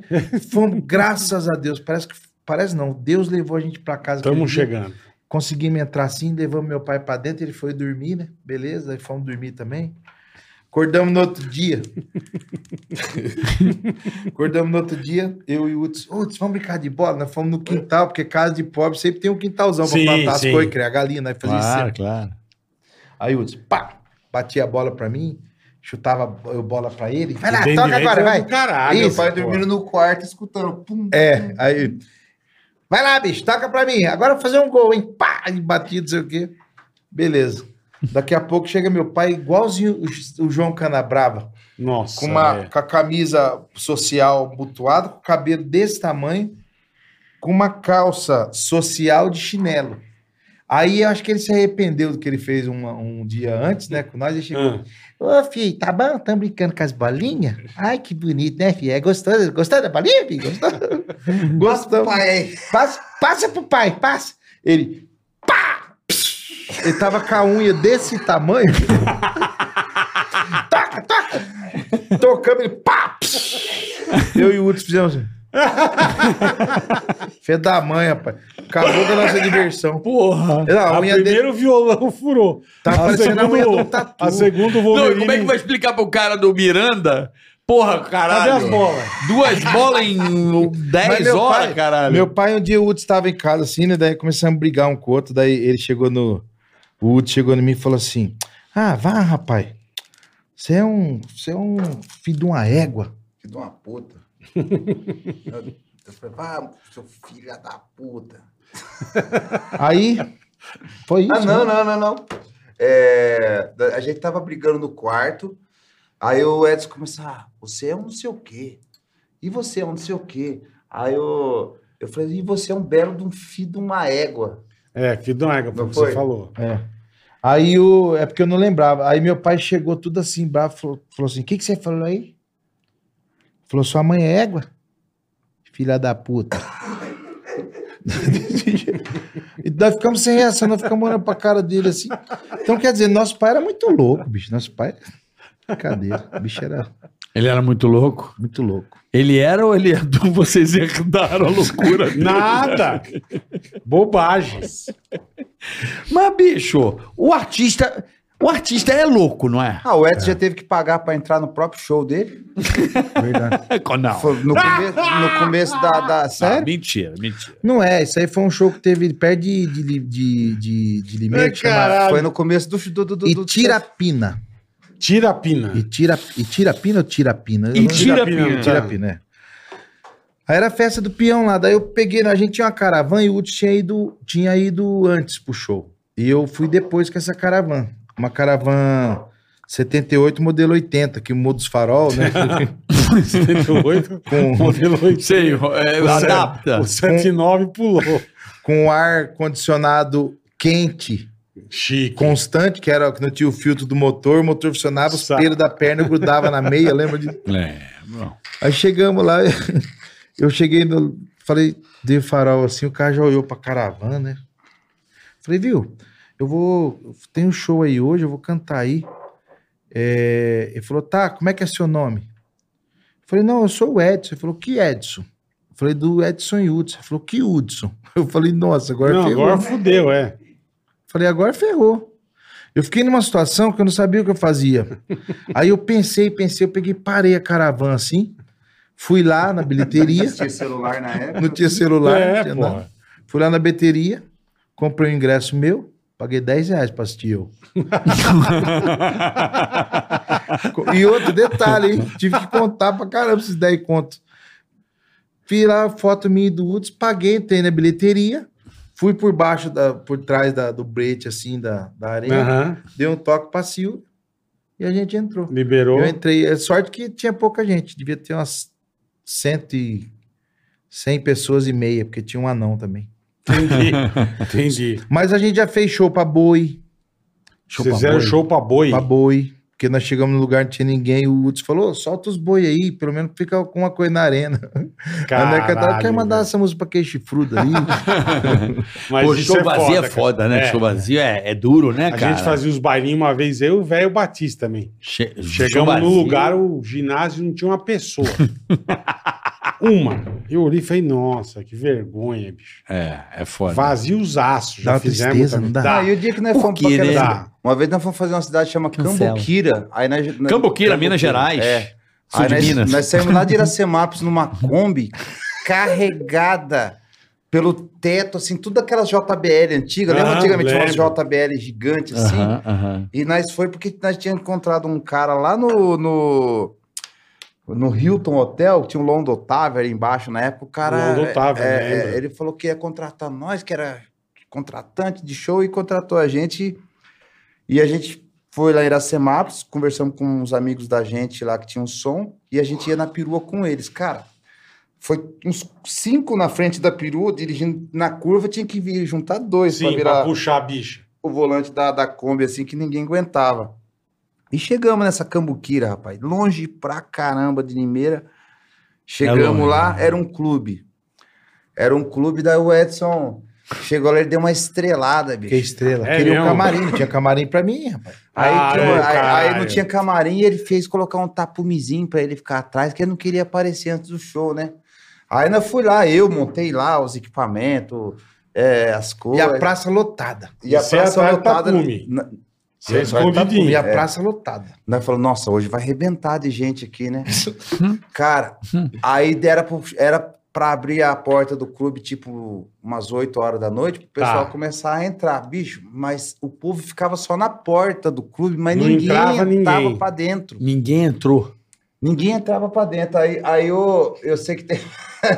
fomos, graças a Deus, parece que. Parece não, Deus levou a gente para casa. Estamos aquele dia. chegando. Conseguimos entrar assim, levamos meu pai pra dentro, ele foi dormir, né? Beleza, aí fomos dormir também. Acordamos no outro dia. Acordamos no outro dia, eu e o Hudson. Hudson, vamos brincar de bola? Nós fomos no quintal, porque casa de pobre sempre tem um quintalzão pra Sim, plantar as sim. coisas, criar galinha, né? Fazer isso sempre. claro. Aí o Hudson, pá, batia a bola pra mim, chutava eu bola pra ele. Vai lá, Bem toca direito agora, é vai. do Caralho, Isso, meu pai dormindo no quarto, escutando. Pum. É, aí. Vai lá, bicho, toca pra mim. Agora eu vou fazer um gol, hein? Pá, e batido, não sei o quê. Beleza. Daqui a pouco chega meu pai, igualzinho o, o João Canabrava, Nossa. com, uma, é. com a camisa social mutuada, com o cabelo desse tamanho, com uma calça social de chinelo. Aí eu acho que ele se arrependeu do que ele fez uma- um dia antes, né? Com nós, ele chegou. Ah, Ô, filho, tá bom? Tão brincando com as bolinhas? Ai, que bonito, né, filho? É gostoso. Gostou da bolinha, filho? Gostou? Gostou. Passa, passa pro pai, passa. Ele... Pá! Ele tava com a unha desse tamanho. toca, toca. Tocando, ele... Pá! Eu e o Hudson fizemos assim. Fé da mãe, rapaz. Acabou com a nossa diversão. Porra. Não, a a unha primeiro o violão furou. Tá a parecendo a segunda- unha de um tatu. A segunda o Não, Wolverine. e como é que vai explicar pro cara do Miranda? Porra, Cadê caralho. as bolas? Duas bolas em 10 meu horas, pai- caralho. Meu pai, um dia o Hudson estava em casa assim, né? Daí começamos a brigar um com o outro. Daí ele chegou no. O Hudson chegou em mim e falou assim: Ah, vá, rapaz. Você é um. Você é um filho de uma égua. Filho de uma puta. Eu, eu falei, vá, seu filho da puta. Aí, foi isso. Ah, né? não, não, não, não. É, a gente tava brigando no quarto. Aí o Edson começou, ah, você é um não sei o quê. E você é um não sei o quê. Aí eu, eu falei, e você é um belo de um filho de uma égua. É, filho do Ega, foi o Não que foi? você falou. É. Aí o. É porque eu não lembrava. Aí meu pai chegou tudo assim, bravo, falou, falou assim: o que, que você falou aí? Falou, sua mãe é égua? Filha da puta. Desse jeito. e nós ficamos sem reação, nós ficamos olhando pra cara dele assim. Então, quer dizer, nosso pai era muito louco, bicho. Nosso pai. Brincadeira. O bicho era Ele era muito louco? muito louco. Ele era ou ele herdou? Vocês herdaram a loucura dele? Nada! Bobagem. Mas, bicho, o artista. O artista é louco, não é? Ah, o Edson já teve que pagar pra entrar no próprio show dele. Verdade. É, Não. Foi no, come- no começo da, da- Ah, Sério? mentira, mentira. Não é, isso aí foi um show que teve perto de, de, de, de, de limite. Ai, chamava caralho. Foi no começo do... É, do, do, do do- Itirapina. Tira a pina. E tira, e tira pina ou tira pina? Eu não- Itirapina. Tira pina, é. Aí era a festa do peão lá. Daí eu peguei, a gente tinha uma caravana e o Hudson tinha ido, tinha ido antes pro show. E eu fui depois com essa caravana. Uma caravana 78 modelo 80, que muda os farol, né? 78, com, modelo 80. Sei, é, adapta. O 79 pulou. com ar condicionado quente, Chique. constante, que era que não tinha o filtro do motor, o motor funcionava, os Saco. pelos da perna grudava na meia, lembra de É, bom. Aí chegamos lá, eu cheguei no. Falei, dei farol assim, o cara já olhou pra caravana, né? Falei, viu, eu vou. Tem um show aí hoje, eu vou cantar aí. É, ele falou, tá, como é que é seu nome? Eu falei, não, eu sou o Edson. Ele falou, que Edson? Eu falei, do Edson e Hudson. Ele falou, que Hudson? Eu falei, nossa, agora Não, ferrou. agora fudeu, é. Falei, agora ferrou. Eu fiquei numa situação que eu não sabia o que eu fazia. Aí eu pensei, pensei, eu peguei, parei a caravana assim, fui lá na bilheteria, Não tinha celular na época. não tinha celular, não É, tinha nada. porra. Fui lá na bilheteria, comprei um ingresso meu, paguei 10 reais pra assistir eu. e outro detalhe, hein? tive que contar pra caramba esses 10 contos. Fui lá, foto minha e do Uts, paguei, entrei na bilheteria, fui por baixo, da, por trás da- do brete, assim, da, da arena, Aham. dei um toque pra Silvia e a gente entrou. Liberou. Eu entrei, é sorte que tinha pouca gente, devia ter umas cento e... 100 pessoas e meia, porque tinha um anão também. Entendi. Entendi. Mas a gente já fez show pra boi. Show Vocês fizeram show pra boi. pra boi. Porque nós chegamos no lugar, não tinha ninguém. O Hudson falou: "Ô, solta os boi aí, pelo menos fica com uma coisa na arena. É, a Neca tava, quer mandar essa música pra queixo frudo ali. Mas Pô, isso show vazio é cara. foda, né? É. Show vazio é, é duro, né, A cara? gente fazia os bailinhos uma vez, eu e o velho Batista também. Che- show Chegamos vazio. no lugar, o ginásio não tinha uma pessoa. uma. Eu olhei e falei, nossa, que vergonha, bicho. É, é foda. Vazio os aços, Dá já uma fizemos. tristeza, também. não dá? Ah, e o dia que nós Por fomos quê, aquela- né? Dá. Uma vez nós fomos fazer uma cidade que chama Cancela. Cambuquira. Aí nós, nós- Cambuquira, Minas Gerais. É. Sul Aí de nós, Minas. nós saímos lá de Iracemápolis numa Kombi carregada pelo teto, assim, tudo aquelas JBL antigas. Lembra Ah, antigamente umas lembro. JBL gigantes, assim? Aham, aham. E nós foi porque nós tínhamos encontrado um cara lá no... no... No Hilton Hotel, tinha um Londo Otávio ali embaixo na época, o cara. Londo Otávio, é, é, lembro. ele falou que ia contratar nós, que era contratante de show, e contratou a gente. E a gente foi lá em Iracemápolis, conversamos com uns amigos da gente lá que tinham um som, e a gente ia na perua com eles. Cara, foi uns cinco na frente da perua, dirigindo na curva, tinha que vir juntar dois Sim, pra pra virar puxar a bicha. o volante da, da Kombi, assim, que ninguém aguentava. E chegamos nessa Cambuquira, rapaz. Longe pra caramba de Limeira. É Chegamos longe, lá, né? era um clube. Era um clube, daí o Edson chegou lá, ele deu uma estrelada, bicho. Que estrela. É Queria mesmo? um camarim, não tinha camarim pra mim, rapaz. Aí, Ah, tinha é, uma- aí- aí caralho. não tinha camarim e ele fez colocar um tapumizinho pra ele ficar atrás, que ele não queria aparecer antes do show, né? Aí eu fui lá, eu montei lá os equipamentos, é, as E coisas. a praça lotada. e a Você praça atrás do lotada. tapume. na- Você é E escondidinho. a praça lotada. Nós falamos, nossa, hoje vai arrebentar de gente aqui, né? Cara, aí era pro- era pra abrir a porta do clube, tipo, umas 8 horas da noite, pro pessoal Tá. começar a entrar. Bicho, mas o povo ficava só na porta do clube, mas Não ninguém entrava entrava ninguém. pra dentro. Ninguém entrou. Ninguém entrava pra dentro. Aí, aí eu, eu sei que tem.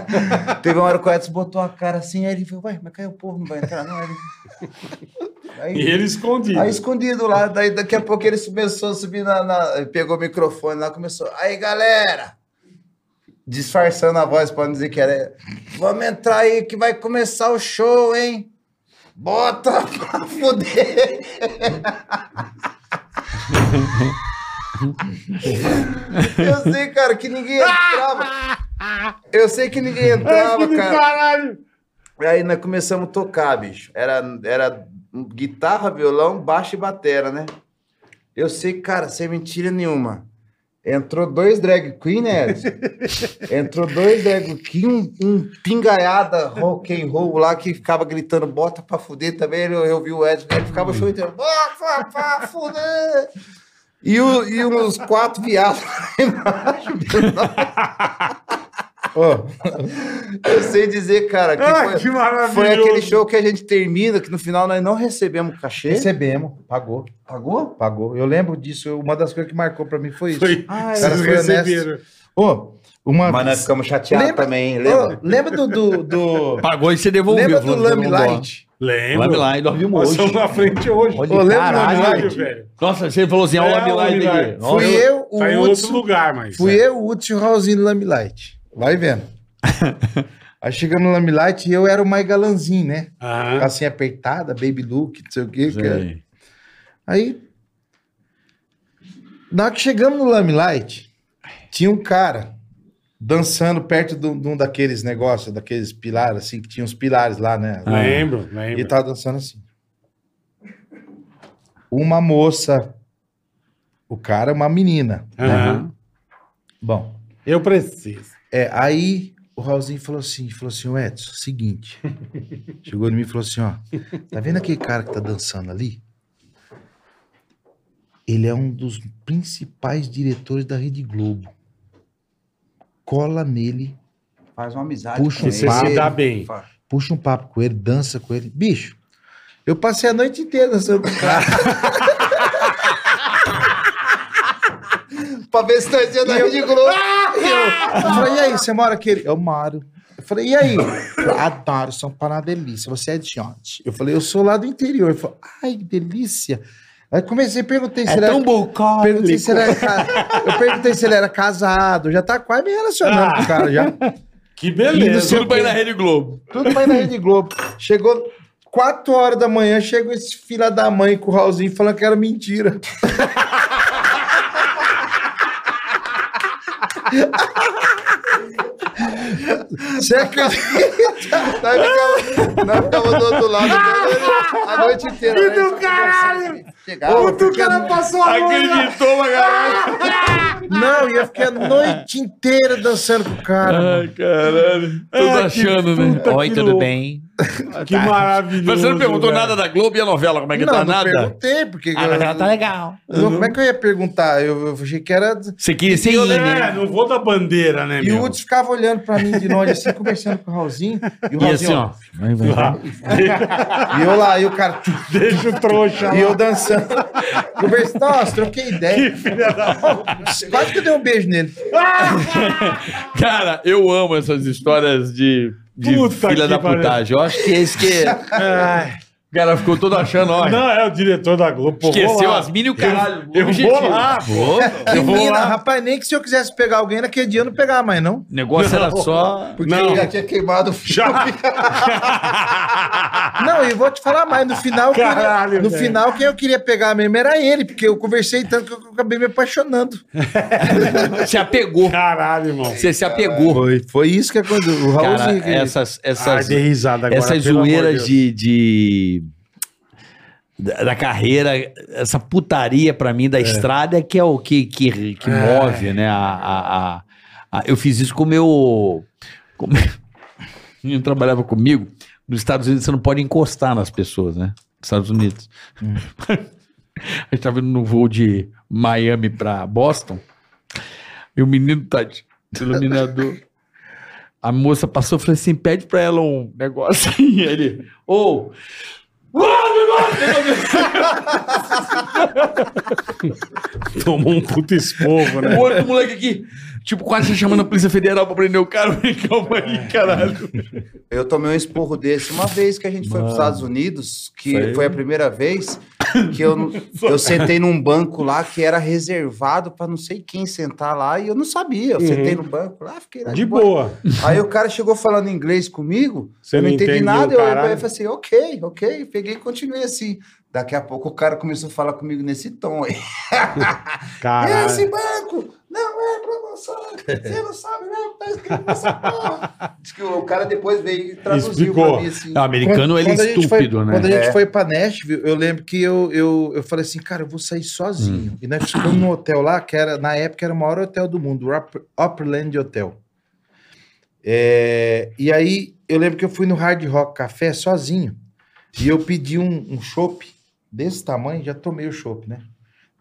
Teve uma hora que o Edson botou a cara assim, aí ele falou, ué, mas caiu o povo, não vai entrar não. Aí ele- Aí, E ele escondido. Aí Tá escondido lá, daí daqui a pouco ele começou a subir na. na- pegou o microfone lá, começou. Aí galera! Disfarçando a voz pra não dizer que era. Vamos entrar aí que vai começar o show, hein? Bota pra fuder! Eu sei, cara, que ninguém entrava. Eu sei que ninguém entrava, cara. Caralho! Aí nós começamos a tocar, bicho. Era, era guitarra, violão, baixo e batera, né? Eu sei, cara, sem mentira nenhuma. Entrou dois drag queen, né? Edson? Entrou dois drag queen, um, um pingaiada rock and roll lá que ficava gritando bota pra fuder também. Eu, eu vi o Edson, ele ficava o show inteiro, bota pra fuder! E, o- e uns quatro viados lá embaixo. Eu sei dizer, cara, que Ah, foi- que maravilhoso! foi aquele show que a gente termina, que no final nós não recebemos cachê. Recebemos, pagou. Pagou? Pagou. Eu lembro disso. Uma das coisas que marcou pra mim foi isso. Foi. Ah, Cara, Vocês foi honesto. receberam. Ô, uma Mas nós vez- ficamos chateados Lembra- também, Ô, lembra? lembra do. do, do- Pagou e você devolveu. lembra do falando que Lamb não dá. Light? Lame Lembro. Light, nós vimos Nós hoje. estamos na frente hoje. Olha, Ô, lembra do caralho. Lamb Light? velho. Nossa, você falou assim, É, olha o Lamb Light Lamb aqui. Light. Nossa. Fui eu, o Tá em outro Hudson. lugar, mas. é. Fui eu, o Hudson e o Raulzinho do Lamilight. Vai vendo. Aí chegamos no Lamilight e eu era o mais galanzinho, né? Aham. Assim, apertada, baby look, não sei o quê. que era. Sei. Aí, na hora que chegamos no Lamilight, tinha um cara dançando perto de um de um daqueles negócios, daqueles pilares, assim, que tinha uns pilares lá, né? Ah. Lembro, E lembro. tava dançando assim. Uma moça, o cara, uma menina. Aham. É. Bom, Eu preciso. é, aí o Raulzinho falou assim, falou assim, "Ô, Edson, seguinte. Chegou em mim e falou assim, ó, tá vendo aquele cara que tá dançando ali? Ele é um dos principais diretores da Rede Globo. Cola nele, Faz uma amizade. Puxa, com você ele. Você se dá Ah, tá bem. Fa- puxa um papo com ele, dança com ele. Bicho, eu passei a noite inteira dançando com o cara. Pra ver se nós ia na Rede Globo. Eu falei, e aí, você mora aqui? Ele, Eu moro. Eu falei, e aí? Eu adoro, São Paulo é uma delícia. Você é de onde? Eu falei, eu sou lá do interior. Ele falou, ai, que delícia. Aí comecei, perguntei se ele era... bucólico. Perguntei se ele era ca- Eu perguntei se ele era casado. Já tá quase me relacionando com o cara, já. Que Lindo beleza. seu- Tudo bem na Rede Globo. Tudo mais na Rede Globo. Chegou 4 horas da manhã, chegou esse filho da mãe com o Raulzinho falando que era mentira. Você acredita? Nós ficava, nós ficava do outro lado a noite inteira. Que né? do Só que caralho! Chegava, O cara passou a mão. Não, e eu fiquei a noite inteira dançando com o cara. Ah, mano. caralho. Tô Ah, que achando, né? puta Oi, que tudo louco. bem? Que Tá. maravilhoso. Mas você não perguntou velho. nada da Globo e a novela, como é que não, tá? não Nada? perguntei, porque... A novela tá legal. Não, como é que eu ia perguntar? Eu, eu achei que era... Você queria ser Eu in, lembro, é, né? não vou da bandeira, né, E o meu? Hudson ficava olhando pra mim de longe, assim, conversando com o Raulzinho. E o E Raulzinho, assim, ó. Vai, vai, vai. E eu lá, e o cara... Deixa o trouxa. E eu dançando. Conversa, nossa, troquei ideia. Quase que eu dei um beijo nele. Cara, eu amo essas histórias de, de Puta filha que da pariu. putagem. Eu acho que esse que. O cara ficou todo achando, ó. Não, é o diretor da Globo. Pô, vou esqueceu lá. as mini e o caralho. Eu objetivo. vou lá, pô. Que Eu vou mina, lá. rapaz, nem que se eu quisesse pegar alguém naquele dia eu não pegava mais, não. O negócio era só. Porque Não. ele já tinha queimado o fio. Já. Não, e vou te falar mais, no final, quem- Caralho, no velho. final quem eu queria pegar mesmo era ele, porque eu conversei tanto que eu acabei me apaixonando. Se apegou. Caralho, irmão. Você se apegou. Foi, foi isso que aconteceu. O Cara, Raulzinho. que- essas, Ai, essas, dei risada agora. essas pelo amor zoeiras Deus. de. de- Da, da carreira, essa putaria pra mim da estrada é que é o que, que, que move, né? A, a- a- a- eu fiz isso com o meu. Com... o meu- O menino trabalhava comigo. Nos Estados Unidos você não pode encostar nas pessoas, né? Nos Estados Unidos. Hum. A gente tava indo no voo de Miami pra Boston. E o menino tá de iluminador. A moça passou e falei assim: pede pra ela um negócio. E ele, ô, Tomou um puto esporro, né? O outro moleque aqui, tipo, quase chamando a Polícia Federal pra prender o cara. Eu falei, Calma É. aí, caralho. Eu tomei um esporro desse uma vez que a gente foi para os Estados Unidos, que foi a primeira vez que eu, eu sentei num banco lá que era reservado para não sei quem sentar lá e eu não sabia. Eu sentei no banco lá, fiquei lá Uhum. De boa. Aí o cara chegou falando inglês comigo, Você eu não não entendi entendeu, nada, eu, eu caralho. falei assim, ok, ok, peguei e continuei assim. Daqui a pouco o cara começou a falar comigo nesse tom aí. "É Esse Caralho. banco não é promoção, você não sabe não, tá escrito nessa porra. Diz que o cara depois veio e traduziu Explicou. pra mim assim. O americano, ele é a gente estúpido, foi, né? Quando a gente É. foi pra Nashville, eu lembro que eu, eu, eu falei assim, cara, eu vou sair sozinho. Hum. E nós ficamos num hotel lá, que era, na época era o maior hotel do mundo, o Up- Upland Hotel. É, e aí, eu lembro que eu fui no Hard Rock Café sozinho. E eu pedi um, um chopp desse tamanho, já tomei o chopp, né?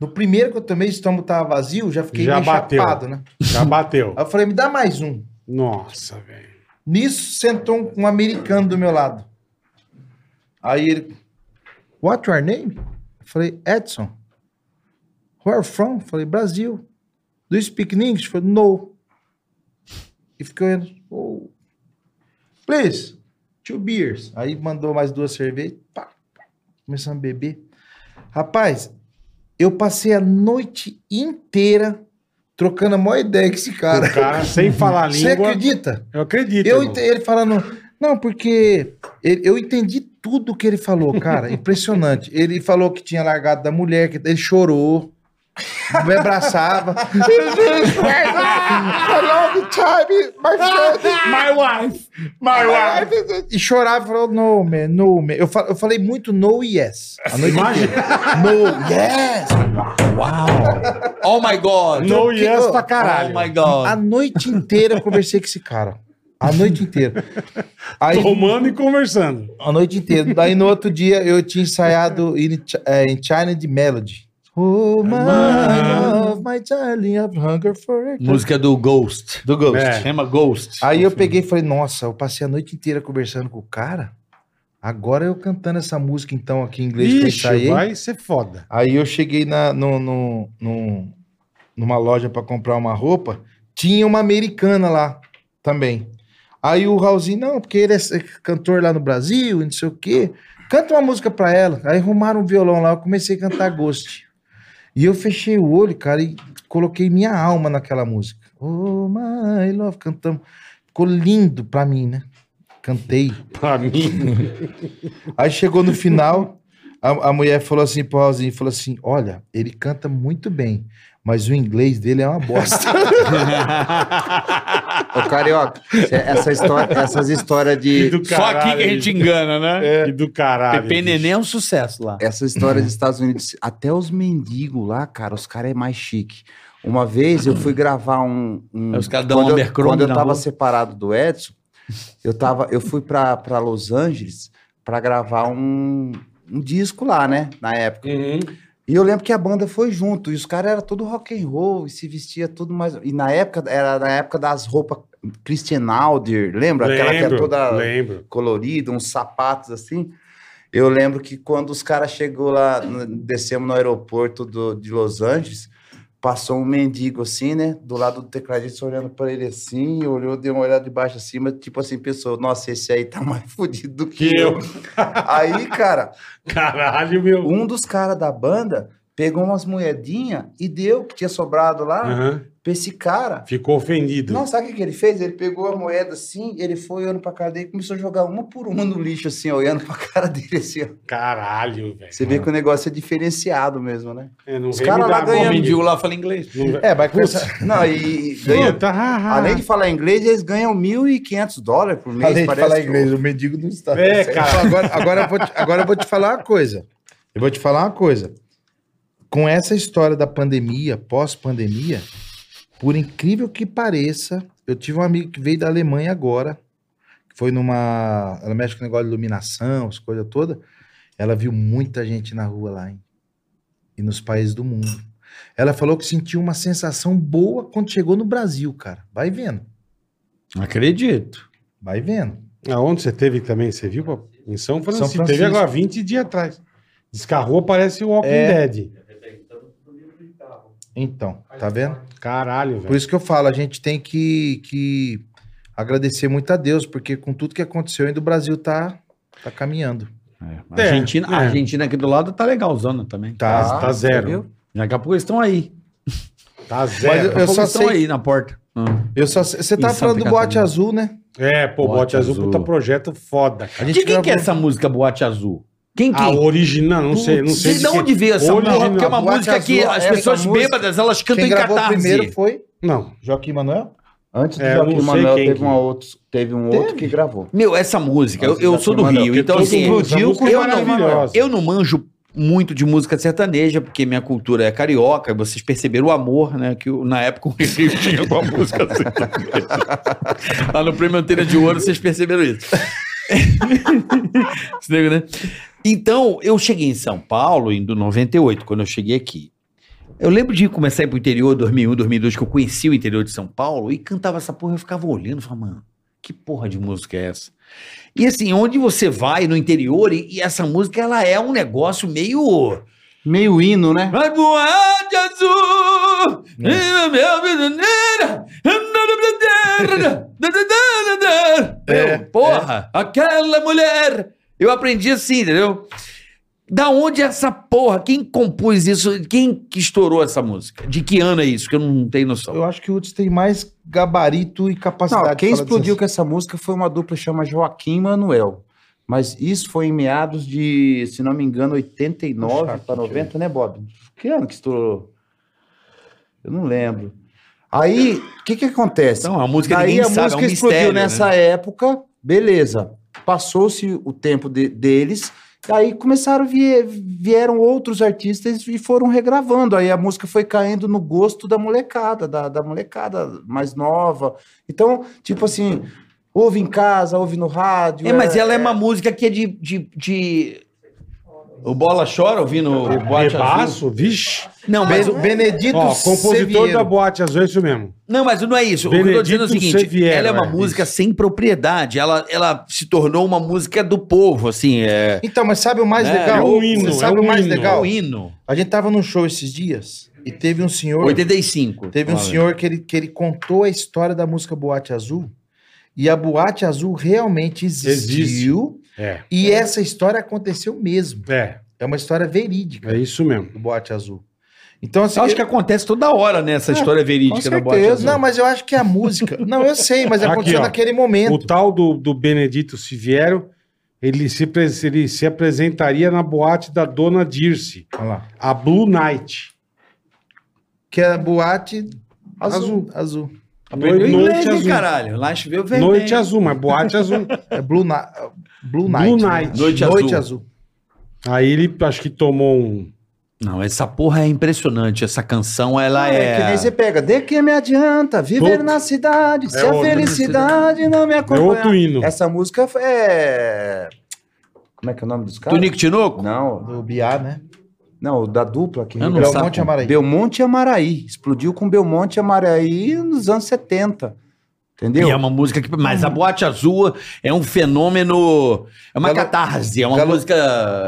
No primeiro que eu tomei, o estômago tava vazio, já fiquei Já bateu. chapado, né? Já bateu. Aí eu falei, me dá mais um. Nossa, velho. Nisso sentou um, um americano do meu lado. Aí ele. What your name? Eu falei, Edson. Where from? Eu falei, Brasil. Do you speak English? Eu falei, no. E ficou indo. Oh. Please, two beers. Aí mandou mais duas cervejas. Pá, pá. Começamos a beber. Rapaz, eu passei a noite inteira trocando a maior ideia com esse O cara. cara sem falar a Você língua. acredita? Eu acredito. Eu irmão. ente- ele falando, não, porque ele- eu entendi tudo que ele falou, cara, impressionante. Ele falou que tinha largado da mulher, que ele chorou, me abraçava. e chorava, falou, no, man, no, man. Eu, fa- eu falei muito no e yes. A noite Imagina. inteira. No, yes. Oh my God! No que- yes oh, pra caralho. Oh my God! A noite inteira eu conversei com esse cara. A noite inteira. Aí, Tomando e conversando. A noite inteira. Daí no outro dia eu tinha ensaiado em, Ch- eh, em China de Melody. Oh, my love, my darling, I've hunger for it. Música do Ghost. Do Ghost. É. Chama Ghost. Aí eu peguei e falei, nossa, eu passei a noite inteira conversando com o cara. Agora eu cantando essa música, então, aqui em inglês que eu Ixi, ensaiei. vai ser foda. Aí eu cheguei na, no, no, no- numa loja para comprar uma roupa, tinha uma americana lá também. Aí o Raulzinho, não, porque ele é s- cantor lá no Brasil, e não sei o quê. Canta uma música pra ela. Aí arrumaram um violão lá, eu comecei a cantar Ghost. E eu fechei o olho, cara, e coloquei minha alma naquela música. Oh, my love, cantamos. Ficou lindo pra mim, né? Cantei. Pra mim. Aí chegou no final, a, a mulher falou assim pro Raulzinho, falou assim, olha, ele canta muito bem, mas o inglês dele é uma bosta. Ô, Carioca, cê- essa história, essas histórias E de. do Só caralho. aqui que a gente engana, né? É. E do caralho. Pepe Neném é um sucesso lá. Essa história dos Estados Unidos. Até os mendigos lá, cara, os caras é mais chique. Uma vez eu fui gravar um. um- Os caras dão quando eu- Abercrombie Quando eu na tava rua. separado do Edson, eu, tava, eu fui pra, pra Los Angeles pra gravar um, um disco lá, né? Na época. Uhum. E eu lembro que a banda foi junto, e os caras eram todo rock and roll, e se vestia tudo mais. E na época, era na época das roupas Christian Alder, lembra? Aquela que era Lembro, toda lembro. colorida, uns sapatos assim. Eu lembro que quando os caras chegou lá, n- descemos no aeroporto do- de Los Angeles, passou um mendigo assim, né? Do lado do tecladista, olhando para ele assim, olhou, deu uma olhada de baixo acima, tipo assim, pensou, nossa, esse aí tá mais fudido do que, Que eu. eu. aí, cara, Caralho, meu. um dos caras da banda pegou umas moedinhas e deu, que tinha sobrado lá, Aham. pra esse cara. Ficou ofendido. Ah. Não, sabe o que, que ele fez? Ele pegou a moeda assim, ele foi olhando pra cara dele e começou a jogar uma por uma no lixo, assim, olhando pra cara dele, assim. ó. Caralho, velho. Você vê que o negócio é diferenciado mesmo, né? É, não Os vem cara me lá dar ganhando. bom, um mendigo lá fala inglês. Não vem- é, vai conversar. Não, e ganha, Puta, ha, ha. além de falar inglês, eles ganham 1.500 dólares por mês, Além de parece. falar inglês, o mendigo não está. É, cara. Agora, agora, eu vou te, agora eu vou te falar uma coisa. Eu vou te falar uma coisa. Com essa história da pandemia, pós-pandemia, por incrível que pareça, eu tive um amigo que veio da Alemanha agora, que foi numa. Ela mexe com negócio de iluminação, as coisas todas. Ela viu muita gente na rua lá, hein? E nos países do mundo. Ela falou que sentiu uma sensação boa quando chegou no Brasil, cara. Vai vendo, Acredito. vai vendo. Aonde você teve também, você viu? pô? Em São Francisco. Teve Francisco. agora 20 dias atrás. Descarrou, parece o Walking Dead. Então, tá vendo? Caralho, Por velho. isso que eu falo, a gente tem que, que agradecer muito a Deus, porque com tudo que aconteceu ainda o Brasil tá, tá caminhando. A É, Argentina, a é. Argentina aqui do lado tá legalzona também. Tá. Tá zero. viu? Daqui a pouco eles estão aí. Tá zero. Daqui a Eu pouco só eles estão sei- aí na porta. Ah. Eu só, você Em tá Santa falando do Catarina. Boate Azul, né? É, pô, Bote, Bote Azul, Azul. puta projeto foda. A De quem que é gravou- essa música Boate Azul? Quem que A original, não sei, não sei. de onde veio essa Original. porra? Porque é uma Boate música que Azul, as essa pessoas música- bêbadas, elas cantam Quem em gravou catarse. primeiro foi Não. Joaquim Manuel? Antes do É, eu não Joaquim sei Manuel, quem teve, que- uma outro, teve um outro que gravou. Meu, essa música, eu, Nossa, eu já sou foi do mandado, Rio, porque então todo assim, mundo- essa música é eu não, maravilhosa. eu não manjo muito de música sertaneja, porque minha cultura é carioca, vocês perceberam o amor, né, que o- na época o Rio tinha com a música sertaneja. Lá no Prêmio Antena de Ouro, vocês perceberam isso. Esse nego, né? Então, eu cheguei em São Paulo em do 98, quando eu cheguei aqui. Eu lembro de começar a ir pro interior, 2001, 2002, que eu conheci o interior de São Paulo e cantava essa porra, eu ficava olhando, falava, mano, que porra de música é essa? E assim, onde você vai no interior e, e essa música, ela é um negócio meio... Meio hino, né? Vai voar de azul, É. e meu prisioneiro, É, Meu, Porra, aquela mulher. Eu aprendi assim, entendeu? Da onde é essa porra? Quem compôs isso? Quem que estourou essa música? De que ano é isso? Que eu não tenho noção. Eu acho que o Hudson tem mais gabarito e Não, capacidade. quem de falar explodiu dessas- com essa música foi uma dupla que chama Joaquim Manuel. Mas isso foi em meados de, se não me engano, 89 para 90, né, Bob? Que ano que estourou? Eu não lembro. Aí, o que que acontece? Não, a música Daí ninguém a sabe, música é um explodiu mistério, nessa né? época, beleza. Passou-se o tempo de- deles, aí começaram, a vie- vieram outros artistas e foram regravando. Aí a música foi caindo no gosto da molecada, da, da molecada mais nova. Então, tipo assim, ouve em casa, ouve no rádio. É, mas ela é uma música que é de... de, de- O Bola chora ouvindo o Boate Azul? Bebaço, vixe. Não, mas o, Ben- Benedito Ó, compositor Seviero. da Boate Azul, é isso mesmo. Não, mas não é isso. o que eu tô dizendo é o Benedito seguinte: Seviero, ela é uma é, música isso. sem propriedade. Ela, ela se tornou uma música do povo, assim. É, Então, mas sabe o mais É, legal? é um hino, Você sabe é um o mais hino. é legal? um hino. A gente tava num show esses dias e teve um senhor. 85. Teve um Fala. senhor que ele, que ele contou a história da música Boate Azul. E a Boate Azul realmente existiu. É. E essa história aconteceu mesmo. É, É uma história verídica é isso mesmo. do Boate Azul. Então, assim. Eu acho eu- que acontece toda hora, né? Essa história verídica da Boate Azul. Não, mas eu acho que é a música. Não, eu sei, mas Aqui, aconteceu ó. naquele O momento. tal do, do Benedito Siviero, ele se, pres- ele se apresentaria na boate da Dona Dirce, Olha lá. a Blue Night. Que é a boate Azul. azul. Azul. Aprendeu Noite inglês, hein, Azul. caralho? Lá choveu vermelho. Noite Azul, mas boate azul. É Blue, Na... Blue Night. né? Night. Noite Noite Azul. azul. Aí ele acho que tomou um. Não, essa porra é impressionante. Essa canção, ela é. que nem você pega, de que me adianta viver Puta. na cidade se a outra. felicidade não me É outro acompanha. hino. Essa música é... Como é que é o nome dos caras? Do Nico Tinoco? Não, Do BA, né? Não, o da dupla que Eu não Belmonte, sabe Belmonte Amaraí. Belmonte e Amaraí. Explodiu com Belmonte e Amaraí nos anos 70. Entendeu? E é uma música que. Mas a Boate Azul é um fenômeno. É uma Galo- catarse. É uma Galo- música.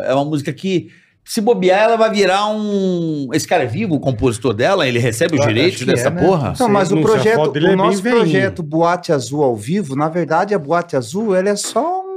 É uma música que. Se bobear, ela vai virar um. Esse cara é vivo, o compositor dela, ele recebe os Eu acho direitos que dessa é, né? porra. Não, mas Não o sei, a foto projeto, dele é o bem nosso veinho. projeto Boate Azul ao vivo, na verdade, a Boate Azul, ela é só um-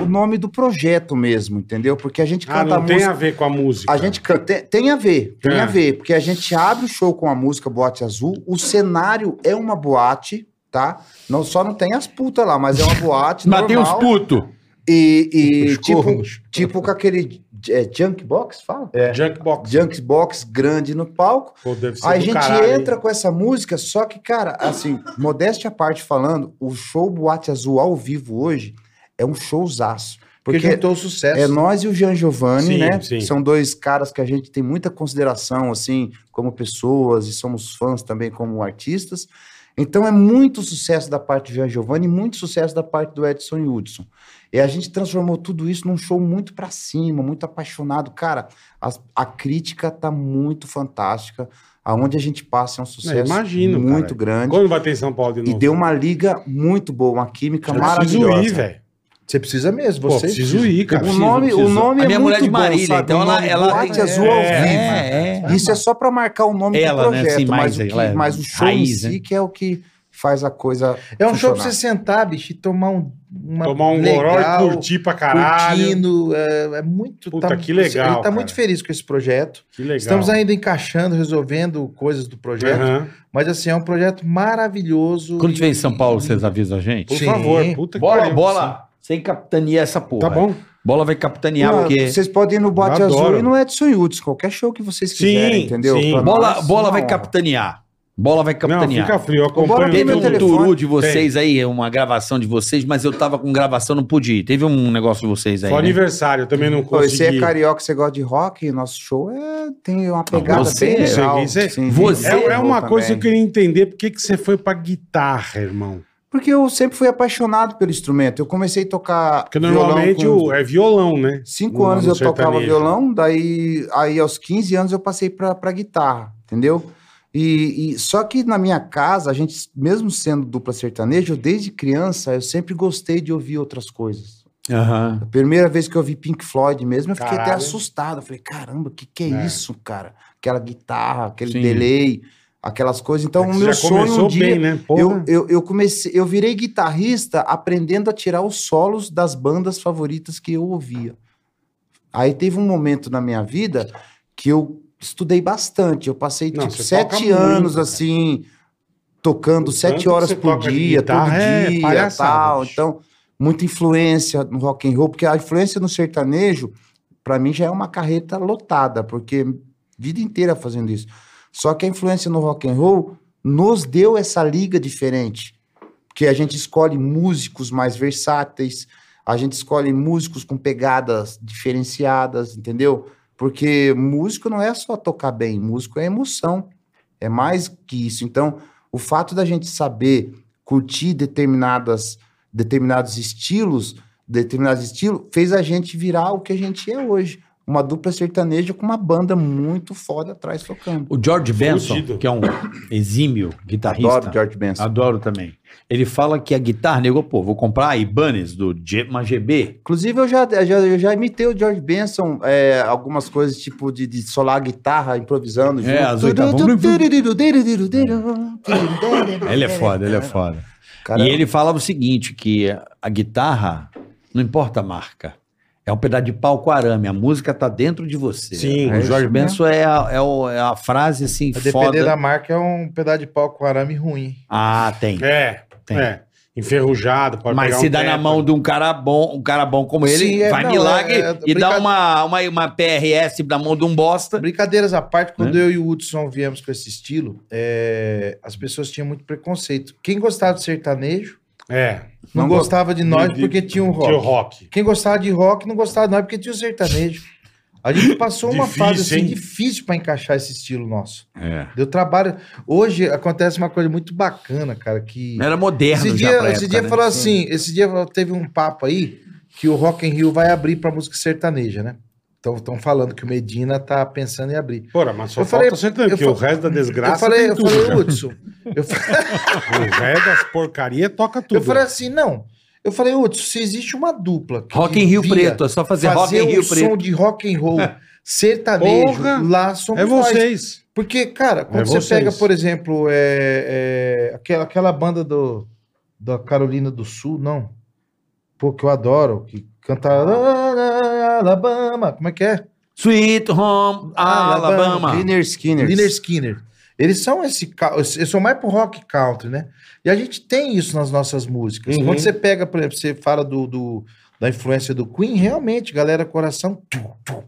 o nome do projeto mesmo, entendeu? Porque a gente Ah, canta a não tem a música. ver com a música. A gente canta, tem, tem a ver, tem É. a ver, porque a gente abre o show com a música Boate Azul, o cenário é uma boate, tá? Não só não tem as putas lá, mas é uma boate normal. Matei os putos. E, e Os tipo, cornos. tipo com aquele é, junk box, fala? É. Junkbox. Junk box grande no palco. Pô, deve ser Aí a é do gente caralho, hein? entra com essa música, só que, cara, assim, modéstia à parte falando, o show Boate Azul ao vivo hoje é um showzaço. Porque Porque juntou o sucesso. é nós e o Jean Giovanni, Sim, né? sim. São dois caras que a gente tem muita consideração, assim, como pessoas e somos fãs também como artistas. Então é muito sucesso da parte do Jean Giovanni e muito sucesso da parte do Edson e Hudson. E a gente transformou tudo isso num show muito pra cima, muito apaixonado. Cara, as- a, crítica tá muito fantástica. Aonde a gente passa é um Eu sucesso imagino, muito cara. grande. Quando vai ter em São Paulo de né? E novo? deu uma liga muito boa, uma química Eu preciso maravilhosa. ir, velho. Você precisa mesmo. Pô, Você preciso ir, cara. tá? o É nome, o nome A é minha mulher é muito de Marília, bom, sabe? então O ela- nome ela- Boate é, Azul ao vivo. É, é. Isso é só para marcar o nome Ela, do né, projeto, assim, mais mas, o que- ela é mas o show em raiz, si né? que é o que faz a coisa É um show funcionar. pra você sentar, bicho, e tomar um. Uma Tomar um goró e curtir pra caralho. Curtindo, é, é muito. Puta, tá- que legal, Ele tá cara. muito feliz com esse projeto. Que legal. Estamos ainda encaixando, resolvendo coisas do projeto. Aham. Mas assim, é um projeto maravilhoso. Quando e- tiver em São Paulo, vocês avisam a gente? Por Sim. favor, puta Bola, pariu. bola. Sem capitanear essa porra. Tá bom. Bola vai capitanear, Não, é porque. Vocês podem ir no Boate Eu Azul adoro. e no Edson Hudson, qualquer show que vocês quiserem, Sim, entendeu? sim. Pra Bola, nós, bola uma vai honra. capitanear. Bola vai Não, capitanear. fica frio, eu Bora, tem acompanho. Teve meu um telefone? turu de vocês aí, uma gravação de vocês, mas eu tava com gravação, não podia. ir. Teve um negócio de vocês aí. Só né? aniversário, eu também não Pô, Você é consegui. carioca, você gosta de rock, e nosso show é, tem uma pegada você bem é- legal. isso é- sim, você- É, é uma também. coisa que eu queria entender, por que, que você foi pra guitarra, irmão? Porque eu sempre fui apaixonado pelo instrumento. Eu comecei a tocar Porque normalmente violão com o- é violão, né? Cinco No- anos no eu tocava sertanejo. violão, daí aí aos 15 anos eu passei pra pra guitarra, entendeu? E, e- só que na minha casa, a gente, mesmo sendo dupla sertaneja, eu desde criança eu sempre gostei de ouvir outras coisas. Aham. A primeira vez que eu ouvi Pink Floyd mesmo, eu fiquei até Caralho. assustado. Eu falei, caramba, o que, que é, É. isso, cara? Aquela guitarra, aquele Sim. delay, aquelas coisas. É Então, que o você meu já começou sonho um dia bem, né? Porra. eu, eu, eu comecei, eu virei guitarrista aprendendo a tirar os solos das bandas favoritas que eu ouvia. Aí teve um momento na minha vida que eu estudei bastante. Eu passei Não, você tipo sete toca muito, anos cara. assim, tocando O tanto sete que horas você por toca de dia, todo guitarra é dia, palhaçada, tal. bicho. Então, muita influência no rock and roll, porque a influência no sertanejo, pra mim, já é uma carreta lotada, porque vida inteira fazendo isso. Só que a influência no rock and roll nos deu essa liga diferente, porque a gente escolhe músicos mais versáteis, a gente escolhe músicos com pegadas diferenciadas, entendeu? Porque músico não é só tocar bem, músico é emoção, é mais que isso. Então, o fato da gente saber curtir determinadas, determinados estilos, determinados estilos, fez a gente virar o que a gente é hoje. Uma dupla sertaneja com uma banda muito foda atrás tocando. O George Benson, Fudido. que é um exímio guitarrista. Adoro George Benson. Adoro também. Ele fala que a guitarra negou, pô, vou comprar a Ibanez do G, uma GB. Inclusive, eu já, eu já, eu já imitei o George Benson, é, algumas coisas tipo de, de solar a guitarra, improvisando. É, as oitavas. Ele é foda, ele é foda. Cara, E ele falava o seguinte, que a guitarra, não importa a marca, é um pedaço de pau com arame, a música tá dentro de você. Sim, o é George isso mesmo. Benson é a, é o- é a frase assim, A foda. depender da marca, é um pedaço de pau com arame ruim. Ah, tem. É, Tem. é. Enferrujado, pode Mas pegar se um dá na teto. mão de um cara bom, um cara bom como ele, Sim, é, vai não, milagre é, é, e dá brinca- uma, uma, uma PRS na mão de um bosta. Brincadeiras à parte, quando Né? eu e o Hudson viemos com esse estilo, é, as pessoas tinham muito preconceito. Quem gostava de sertanejo É. não, Não go- gostava de nós De- porque tinha um rock. Tinha o rock. Quem gostava de rock não gostava de nós porque tinha o sertanejo. A gente passou uma Difícil, fase assim, hein? difícil para encaixar esse estilo nosso. É. Deu trabalho. Hoje acontece uma coisa muito bacana, cara, que Era moderno esse já dia, pra esse época, dia né? falou assim, esse dia teve um papo aí que o Rock in Rio vai abrir pra música sertaneja, né? Então estão falando que o Medina tá pensando em abrir. Porra, mas só Eu falta falei- o sertanejo, eu porque fa- o resto da desgraça eu falei, tem eu tudo falei, né? já. Hudson. É Eu, fa- O resto das porcaria toca tudo. eu falei assim, não. Eu falei, Hudson, se existe uma dupla que Rock em Rio via Preto, é só fazer, Rock em um Rio som Preto. de rock and roll sertanejo, Porra, lá somos é nós. vocês. Porque, cara, quando É você vocês. pega, por exemplo, é, é, aquela, aquela banda do, da Carolina do Sul, não. Pô, que eu adoro, que canta Ah. "Ah, Alabama, como é que é? Sweet Home é Alabama. Alabama. né? Liner Skinner. Liner Skinner. Eles são esse. ca- Eles são mais pro rock country, né? E a gente tem isso nas nossas músicas. Uhum. Quando você pega, por exemplo, você fala do, do- da influência do Queen, realmente, galera, coração. tu, tu,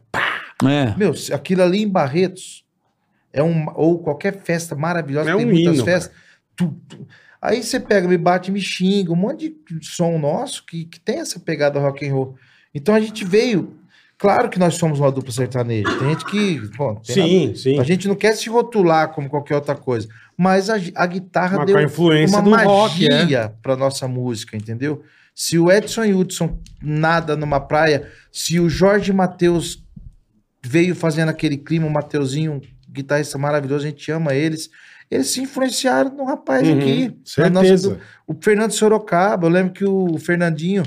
É. Meu, se- aquilo ali em Barretos é um ou qualquer festa maravilhosa, É tem um muitas hino, festas. tu, tu. Aí você pega, me bate, me xinga, um monte de som nosso que, que tem essa pegada rock and roll. Então a gente veio. Claro que nós somos uma dupla sertaneja. Tem gente que. Bom, tem nada- Sim, sim. a gente não quer se rotular como qualquer outra coisa. Mas a, gi- a guitarra Mas com deu a influência uma do um rock, é. magia pra nossa música, entendeu? Se o Edson Hudson nada numa praia, se o Jorge Matheus veio fazendo aquele clima, o Mateuzinho, um guitarrista maravilhoso, a gente ama eles. Eles se influenciaram no rapaz Uhum, aqui. na nossa Certeza. É, du- o Fernando Sorocaba, eu lembro que o Fernandinho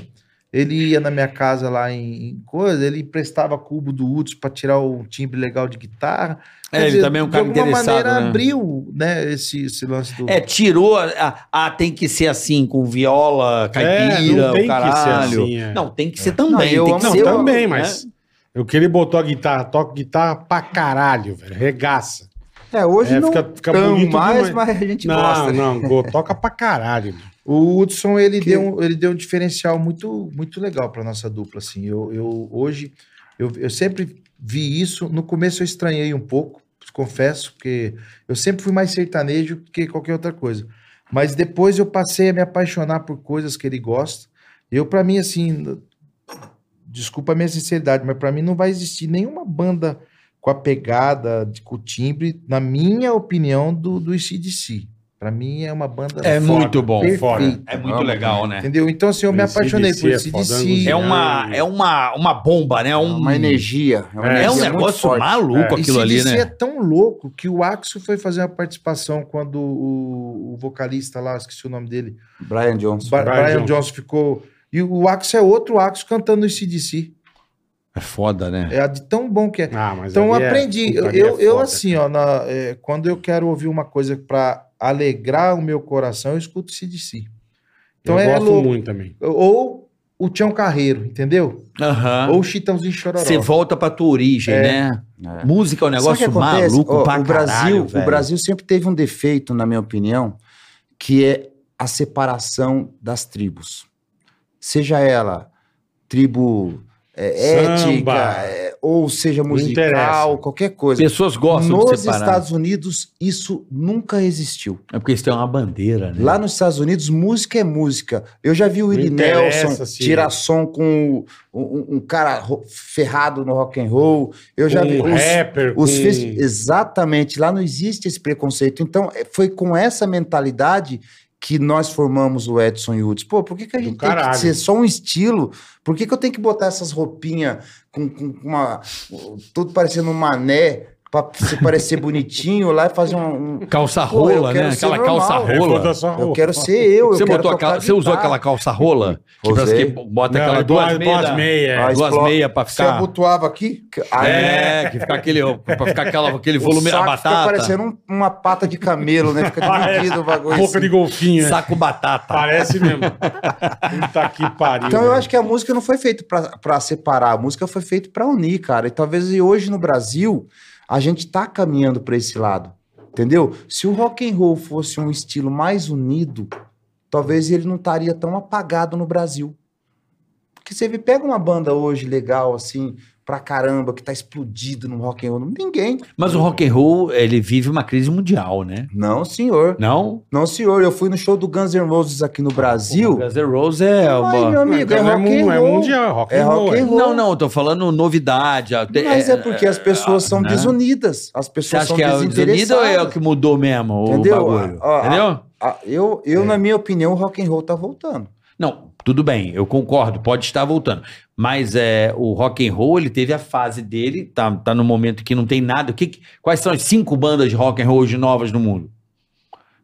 Ele ia na minha casa lá em, em coisa, ele emprestava cubo do Uts para tirar o timbre legal de guitarra. É, Quer ele dizer, também é um cara De alguma interessado, maneira né? abriu né, esse, esse lance do. É, tirou. a- Ah, tem que ser assim, com viola, É, caipira, não tem o que caralho. ser assim, é. Não, tem que ser também. Não, eu tem amo- que Não, ser, também, né? mas o que ele botou a guitarra, toca guitarra pra caralho, velho. Regaça. É, hoje É, não fica- fica tão bonito mais, demais. mas a gente não, gosta. né? não, go- toca pra caralho. meu. O Hudson, ele, Que- deu, um- ele deu um diferencial muito, muito legal para nossa dupla, assim. Eu, eu hoje, eu, eu sempre vi isso. No começo eu estranhei um pouco, confesso, porque eu sempre fui mais sertanejo que qualquer outra coisa. Mas depois eu passei a me apaixonar por coisas que ele gosta. Eu, para mim, assim, n- desculpa a minha sinceridade, mas para mim não vai existir nenhuma banda com a pegada, de- com o timbre, na minha opinião, do, do ICDC. Para mim é uma banda É foda, muito bom. perfeita. É muito legal, né? Entendeu? Então, assim, eu me AC/DC apaixonei por é esse foda, DC. Angus É uma, é uma, uma bomba, né? Um, É Uma energia. É uma é um energia muito negócio forte. maluco aquilo ali, é né? tão louco que o Axo foi fazer uma participação quando o, o vocalista lá, esqueci o nome dele, Brian Johnson. Ba- Brian Brian, Johnson. Johnson. ficou. E o Axo é outro Axo cantando no CDC. É foda, né? É de tão bom que é. Ah, mas Então eu ali é- aprendi. puta, eu, ali é eu, eu, foda. assim, ó, na- é, quando eu quero ouvir uma coisa para alegrar o meu coração, eu escuto CDC. Então eu é gosto louco. muito também. Ou o Tião Carreiro, entendeu? Aham. Ou o Chitãozinho Chororó. Ah. Você volta pra tua origem, né? É. Música é um Sabe o que negócio acontece? maluco Ó, pra o Brasil, caralho, o Brasil sempre teve um defeito, na minha opinião, que é a separação das tribos. Seja ela tribo é, Samba. étnica, é, ou seja musical, interessa. qualquer coisa. Pessoas gostam de nos separar. Estados Unidos, isso nunca existiu. É porque isso tem uma bandeira, né? Lá nos Estados Unidos, música é música. Eu já vi o Não Willie interessa Nelson se- tirar som com o- um, um cara ro- ferrado no rock and roll. Eu já vi um os- rapper, os com- fes- Exatamente, lá não existe esse preconceito. Então, é- foi com essa mentalidade que nós formamos o Edson e o Hudson. Pô, por que, que a Do gente tem caralho. que ser só um estilo? Por que, que eu tenho que botar essas roupinhas com, com uma. tudo parecendo um mané pra se parecer bonitinho lá e fazer um. um- Calça Pô, eu rola, quero né? ser Aquela calça É, normal. rola. foda só- eu quero ser eu. Você, eu quero botou tocar aquela- você usou guitarra. aquela calça rola? Que Usei. parece que bota Não, aquela é duas meias. duas da- meias. Ah, Duas explo- meias pra Você ficar. abotoava aqui? Aí, É, que fica aquele. Pra ficar aquela, aquele o volume da saco Fica batata. parecendo um- uma pata de camelo, né? Fica dividido o bagulho. Boca assim. de golfinho. né? Saco batata. Parece mesmo. Puta que pariu. né? Então eu velho. acho que a música não foi feita pra pra separar, a música foi feita pra unir, cara. E talvez e hoje no Brasil a gente tá caminhando pra esse lado, entendeu? Se o rock and roll fosse um estilo mais unido, talvez ele não estaria tão apagado no Brasil. Porque você vê, pega uma banda hoje legal assim, pra caramba, que tá explodido no rock and roll, ninguém. Mas o rock and roll, ele vive uma crise mundial, né? Não, senhor. Não? Não, senhor. Eu fui no show do Guns N' Roses aqui no Brasil. Guns N' Roses é Ai, uma... meu amigo, Então é rock mu- and é roll. mundial, rock É and roll. rock é. and roll. Não, não, eu tô falando novidade. até- Mas é porque as pessoas são né? desunidas. As Você pessoas acha são que é o desunido ou é o desinteressadas. que mudou mesmo Entendeu? o bagulho? Ó, ó, Entendeu? Ah, eu, eu É. na minha opinião, o rock and roll tá voltando. Não, tudo bem, eu concordo, pode estar voltando. Mas é, o rock and roll, ele teve a fase dele, tá, tá no momento que não tem nada. O que, que- quais são as cinco bandas de rock and roll hoje novas no mundo?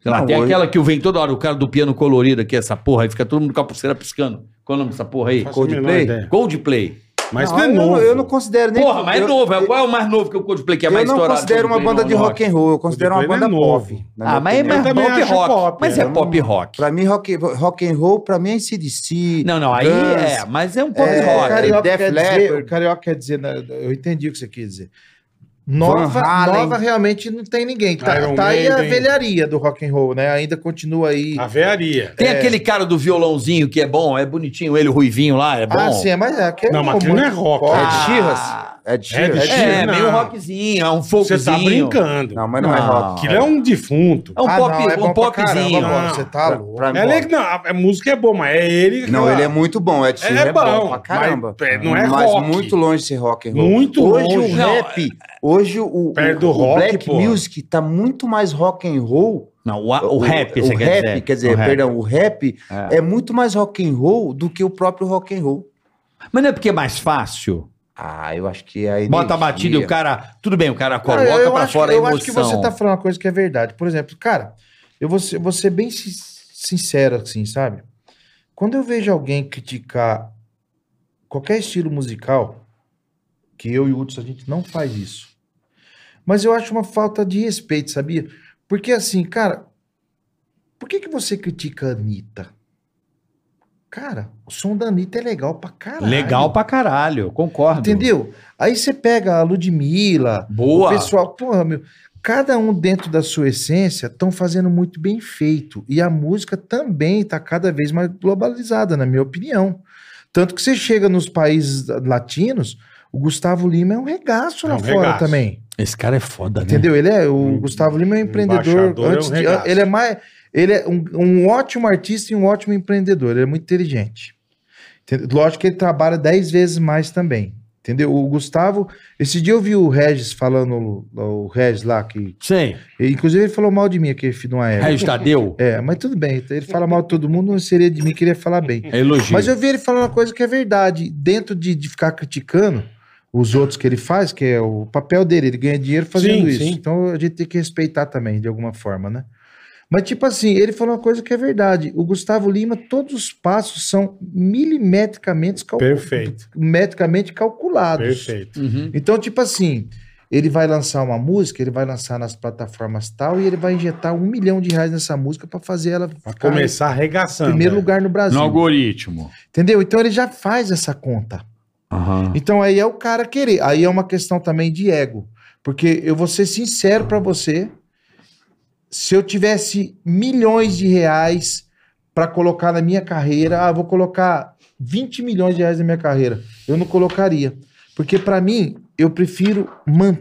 Sei lá, Não, tem hoje- aquela que vem toda hora, o cara do piano colorido aqui, essa porra, aí fica todo mundo com a pulseira piscando. Qual é o nome dessa porra aí? Faço a menor Coldplay? ideia. Coldplay. Mas Não, não é eu, novo. Não, eu não considero nem. Porra, mas é eu- novo. é- Eu, Qual é o mais novo que o Coldplay que é mais eu não estourado? considero uma Coldplay banda no de rock and roll, eu considero uma Coldplay não banda é pop. novo. na minha Ah, mas é opinião. mais também pop acho rock. pop, mas é. é pop rock. Pra mim, rock, rock and roll, pra mim é CDC. Não, não, aí é, mas é um pop É, rock. cara, carioca Def quer dizer, Leppard. o carioca quer dizer, né, eu entendi o que você quis dizer. Van Nova, Halen. nova realmente não tem ninguém. Tá, Iron tá aí a Maiden. Ah, velharia do rock and roll, né? Ainda continua aí. A vearia. Tem aquele cara do violãozinho que é bom, é bonitinho, ele o ruivinho lá, é bom. Ah, sim, é, mas é aquele Não, mas aquilo não é rock. É Ah, de Chivas? é É de de Chivas? Chivas. É, Não. meio rockzinho, é um folkzinho. Você tá brincando. Não, mas não, é Não. rock. Aquilo é um defunto. É um Ah, pop, não, é um bom pra popzinho. caramba, Não. mano, Você tá louco. um Pra mim, É legal, não, a a música é boa, mas é ele. Não, cara, ele é muito bom. Ed Sheeran É é, bom, bom, pra caramba. mas, é, não é mas rock. muito longe de ser rock and roll. Muito hoje longe. o Não, é, rap, hoje o, o- Perto do o rock, black pô. music tá muito mais rock and roll. Não, o, Ah, o rap, o, você quer rap, dizer. quer dizer, O rap. perdão, o rap é. muito mais rock and roll do que o próprio rock and roll. Mas não é porque é mais fácil? Ah, eu acho que é aí. Bota a batida e o cara... Tudo bem, o cara coloca eu pra acho, fora a eu emoção. acho que você tá falando uma coisa que é verdade. Por exemplo, cara, eu vou ser, vou ser bem sin- sincero, assim, sabe? Quando eu vejo alguém criticar qualquer estilo musical, que eu e o Hudson, a gente não faz isso. Mas eu acho uma falta de respeito, sabia? Porque assim, cara, por que, que você critica a Anitta? Cara, o som da Anitta é legal pra caralho. Legal pra caralho, concordo. Entendeu? Aí você pega a Ludmilla, Boa. o pessoal, porra, meu, cada um dentro da sua essência estão fazendo muito bem feito. E a música também está cada vez mais globalizada, na minha opinião. Tanto que você chega nos países latinos, o Gustavo Lima é um regaço É lá um fora regaço. também. Esse cara é foda, né? Entendeu? Ele é o Um Gustavo Lima é um empreendedor. embaixador é um antes de- regaço. ele é mais, ele é um, um ótimo artista e um ótimo empreendedor. Ele é muito inteligente. Entendeu? Lógico que ele trabalha dez vezes mais também. Entendeu? O Gustavo, esse dia eu vi o Regis falando, o Regis lá, que. Sim. Inclusive ele falou mal de mim aqui, filho de uma época. Regis Tadeu É, mas tudo bem. Ele fala mal de todo mundo, não seria de mim que ele ia falar bem. é elogio. Mas assim, eu vi ele falando uma coisa que é verdade. Dentro de, de ficar criticando os outros que ele faz, que é o papel dele, ele ganha dinheiro fazendo Sim, isso. sim. Então a gente tem que respeitar também, de alguma forma, né? Mas, tipo assim, ele falou uma coisa que é verdade. O Gustavo Lima, todos os passos são milimetricamente, cal... Perfeito, metricamente calculados. perfeito. Uhum. Então, tipo assim, ele vai lançar uma música, ele vai lançar nas plataformas tal, e ele vai injetar um milhão de reais nessa música para fazer ela Pra ficar em começar arregaçando. primeiro né? lugar no Brasil. No algoritmo. Entendeu? Então ele já faz essa conta. Aham. Então aí é o cara querer. Aí é uma questão também de ego. Porque eu vou ser sincero pra você, se eu tivesse milhões de reais pra colocar na minha carreira, ah, vou colocar 20 milhões de reais na minha carreira, eu não colocaria. Porque pra mim, eu prefiro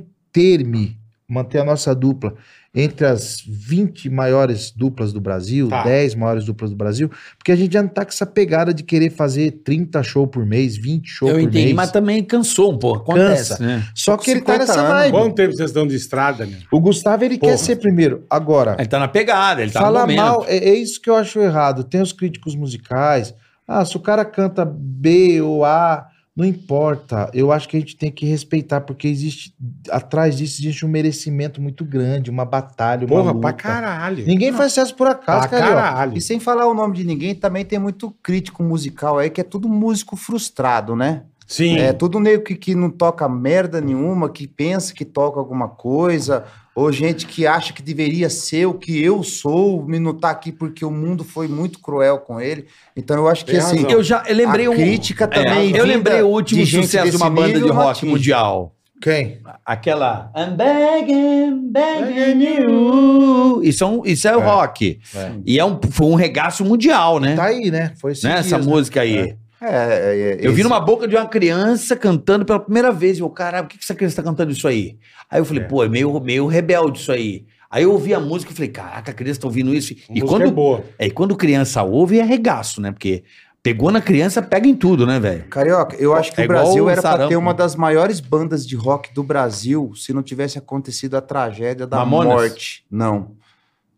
manter-me, manter a nossa dupla entre as 20 maiores duplas do Brasil, Tá. 10 maiores duplas do Brasil, porque a gente já não tá com essa pegada de querer fazer 30 shows por mês, 20 shows Eu por entendi, mês. mas também cansou um pouco. Acontece. Cansa. né? Só que ele tá 50 nessa anos. vibe. Quanto tempo vocês estão de estrada, meu? O Gustavo, ele Porra. quer ser primeiro. Agora, Ele tá na pegada, ele tá no falar momento. mal, é, é isso que eu acho errado. Tem os críticos musicais. Ah, se o cara canta B ou A, não importa. Eu acho que a gente tem que respeitar, porque existe, atrás disso existe um merecimento muito grande, uma batalha, uma Porra, luta. pra caralho. Ninguém faz sucesso por acaso, Pra cara. caralho. E sem falar o nome de ninguém, também tem muito crítico musical aí, que é tudo músico frustrado, né? Sim. É tudo nego que, que não toca merda nenhuma, que pensa que toca alguma coisa, ou gente que acha que deveria ser o que eu sou, me não tá aqui porque o mundo foi muito cruel com ele. Então eu acho que Tem assim. razão. Eu já eu lembrei a um. crítica É, também. eu vinda lembrei o último de gente sucesso de desse uma banda nível tipo, de não rock atinge. mundial. Quem? Aquela. I'm begging, begging you. Isso é, um- isso é, rock. E é um, foi um regaço mundial, né? Tá aí, né? Foi esses Né, Essa dias, né? música aí. É, é, é, Eu vi esse- numa boca de uma criança cantando pela primeira vez. Eu, caralho, por que que essa criança tá cantando isso aí? Aí eu falei, pô, é meio, meio rebelde isso aí. Aí eu ouvi a música e falei, caraca, a criança tá ouvindo isso. A E música quando, é boa. é, e quando criança ouve, é regaço, né? Porque pegou na criança, pega em tudo, né, velho? Carioca, eu acho que É o igual Brasil o era pra sarampo. ter uma das maiores bandas de rock do Brasil se não tivesse acontecido a tragédia da Mamonas? morte. Não.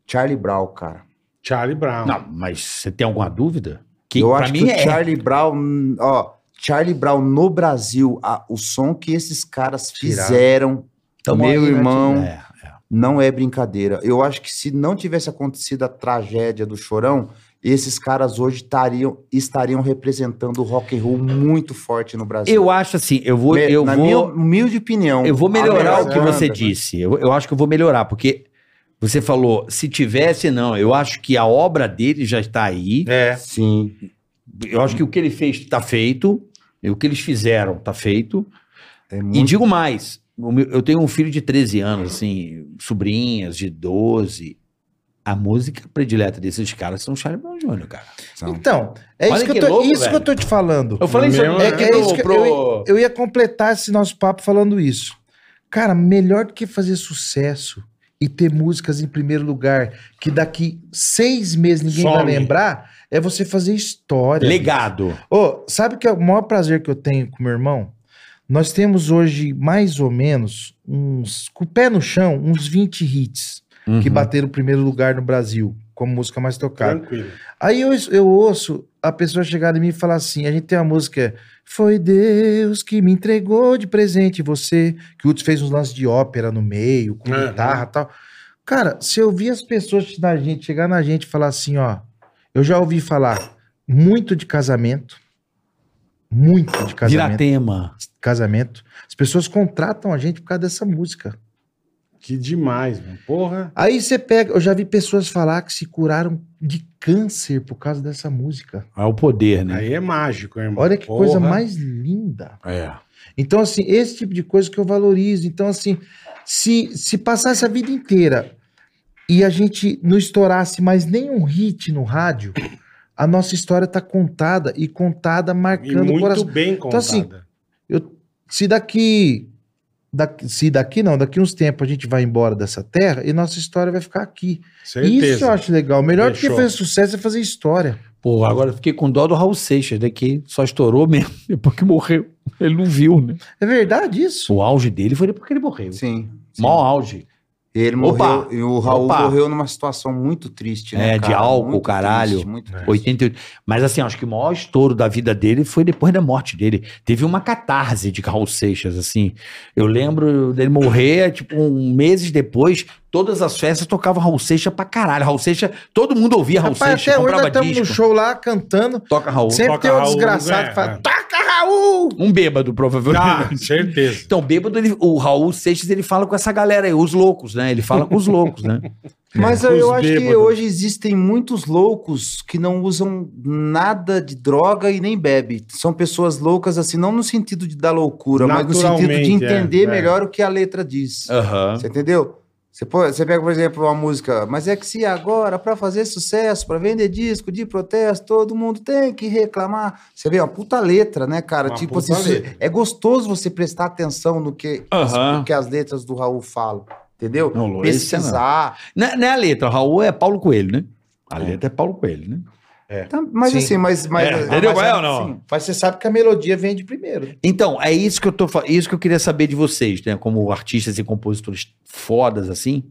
Charlie Brown, cara. Charlie Brown. Não, mas você tem alguma dúvida? Que eu pra acho mim que o é. Charlie Brown, ó, Charlie Brown no Brasil, a- o som que esses caras Tiraram. fizeram Tamo meu aí, né, irmão. Tino? É. não é brincadeira. Eu acho que se não tivesse acontecido a tragédia do Chorão, esses caras hoje estariam, estariam representando o rock and roll muito forte no Brasil. Eu acho assim, eu vou, Me- eu Na minha vou, humilde opinião. eu vou melhorar a o que melhor você banda. disse. Eu, eu acho que eu vou melhorar, porque você falou, se tivesse, não. Eu acho que a obra dele já está aí. É. Sim. Eu acho que o que ele fez está feito. E o que eles fizeram está feito. É E muito... digo mais, o meu- eu tenho um filho de 13 anos, assim, sobrinhas de 12. A música predileta desses caras são Charlie Brown Jr., cara. Então, é Olha isso, que, que eu tô, louco, isso que velho. eu tô te falando. Eu falei isso Meu, aqui É, que é no- isso que pro- eu, eu ia completar esse nosso papo falando isso. Cara, melhor do que fazer sucesso e ter músicas em primeiro lugar, que daqui seis meses ninguém vai Some. lembrar, é você fazer história. Legado. Ô, sabe que é o maior prazer que eu tenho com meu irmão? Nós temos hoje, mais ou menos, uns, com o pé no chão, uns 20 hits que Uhum. bateram o primeiro lugar no Brasil, como música mais tocada. Tranquilo. Aí eu, eu ouço a pessoa chegar em mim e falar assim: a gente tem uma música, foi Deus que me entregou de presente você, que o Hudson fez uns lances de ópera no meio, com Aham. guitarra e tal. Cara, se eu vi as pessoas na gente, chegar na gente e falar assim: ó, eu já ouvi falar muito de casamento, muito de Vira casamento. tema. casamento. As pessoas contratam a gente por causa dessa música. Que demais, mano. Porra. Aí você pega, eu já vi pessoas falar que se curaram de câncer por causa dessa música. É o poder, né? Aí é mágico, irmão. Olha que Porra. coisa mais linda. É. Então, assim, esse tipo de coisa que eu valorizo. Então, assim, se, se passasse a vida inteira e a gente não estourasse mais nenhum hit no rádio, a nossa história tá contada e contada E marcando o muito coração. bem contada. assim, Se daqui, daqui- se daqui não, daqui uns tempos a gente vai embora dessa terra e nossa história vai ficar aqui. Certeza. Isso eu acho legal. Melhor do que Fechou. fazer sucesso é fazer história. Pô, agora eu fiquei com dó do Raul Seixas, né? Que só estourou mesmo depois que morreu. Ele não viu, né? É verdade isso. O auge dele foi depois que ele morreu. Sim. sim. Mó auge. Ele Opa! morreu, e o Raul Opa! morreu numa situação muito triste, né? É, de álcool, Muito caralho. triste, muito triste. 88. Mas assim, acho que o maior estouro da vida dele foi depois da morte dele. Teve uma catarse de Raul Seixas, assim. Eu lembro dele morrer, tipo, um meses depois, todas as festas tocavam Raul Seixas pra caralho. Raul Seixas, todo mundo ouvia Raul Rapaz, Seixas, até hoje nós comprava estamos disco. no show lá cantando. Toca Raul. Sempre toca tem um Raul, desgraçado é, que fala: "Tá". é. Toca Raul! Um bêbado, provavelmente. Ah. Tá, certeza. Então, bêbado, ele- o Raul Seixas, ele fala com essa galera aí, os loucos, né? Ele fala com os loucos, né? Mas É. eu, eu Os acho que bêbados. hoje existem muitos loucos que não usam nada de droga e nem bebe. São pessoas loucas, assim, não no sentido de da loucura, mas no sentido de Naturalmente, é, entender é. Ah. melhor o que a letra diz. Aham. Você entendeu? Você, pô- você pega, por exemplo, uma música, mas é que se agora, pra fazer sucesso, pra vender disco de protesto, todo mundo tem que reclamar. Você vê é uma puta letra, né, cara? Uma tipo puta assim, letra. é gostoso você prestar atenção no que, Aham. no que as letras do Raul falam, entendeu? Não, Lu, esse é não. Pesquisar. Não, é- não é a letra, o Raul é Paulo Coelho, né? A letra é Paulo Coelho, né? Tá, mas Sim. assim, mas. mas É, ah, entendeu mas qual é é ou não? assim. Mas você sabe que a melodia vem de primeiro. né? Então, é isso que eu tô fa- isso que eu queria saber de vocês, né? Como artistas e compositores fodas assim.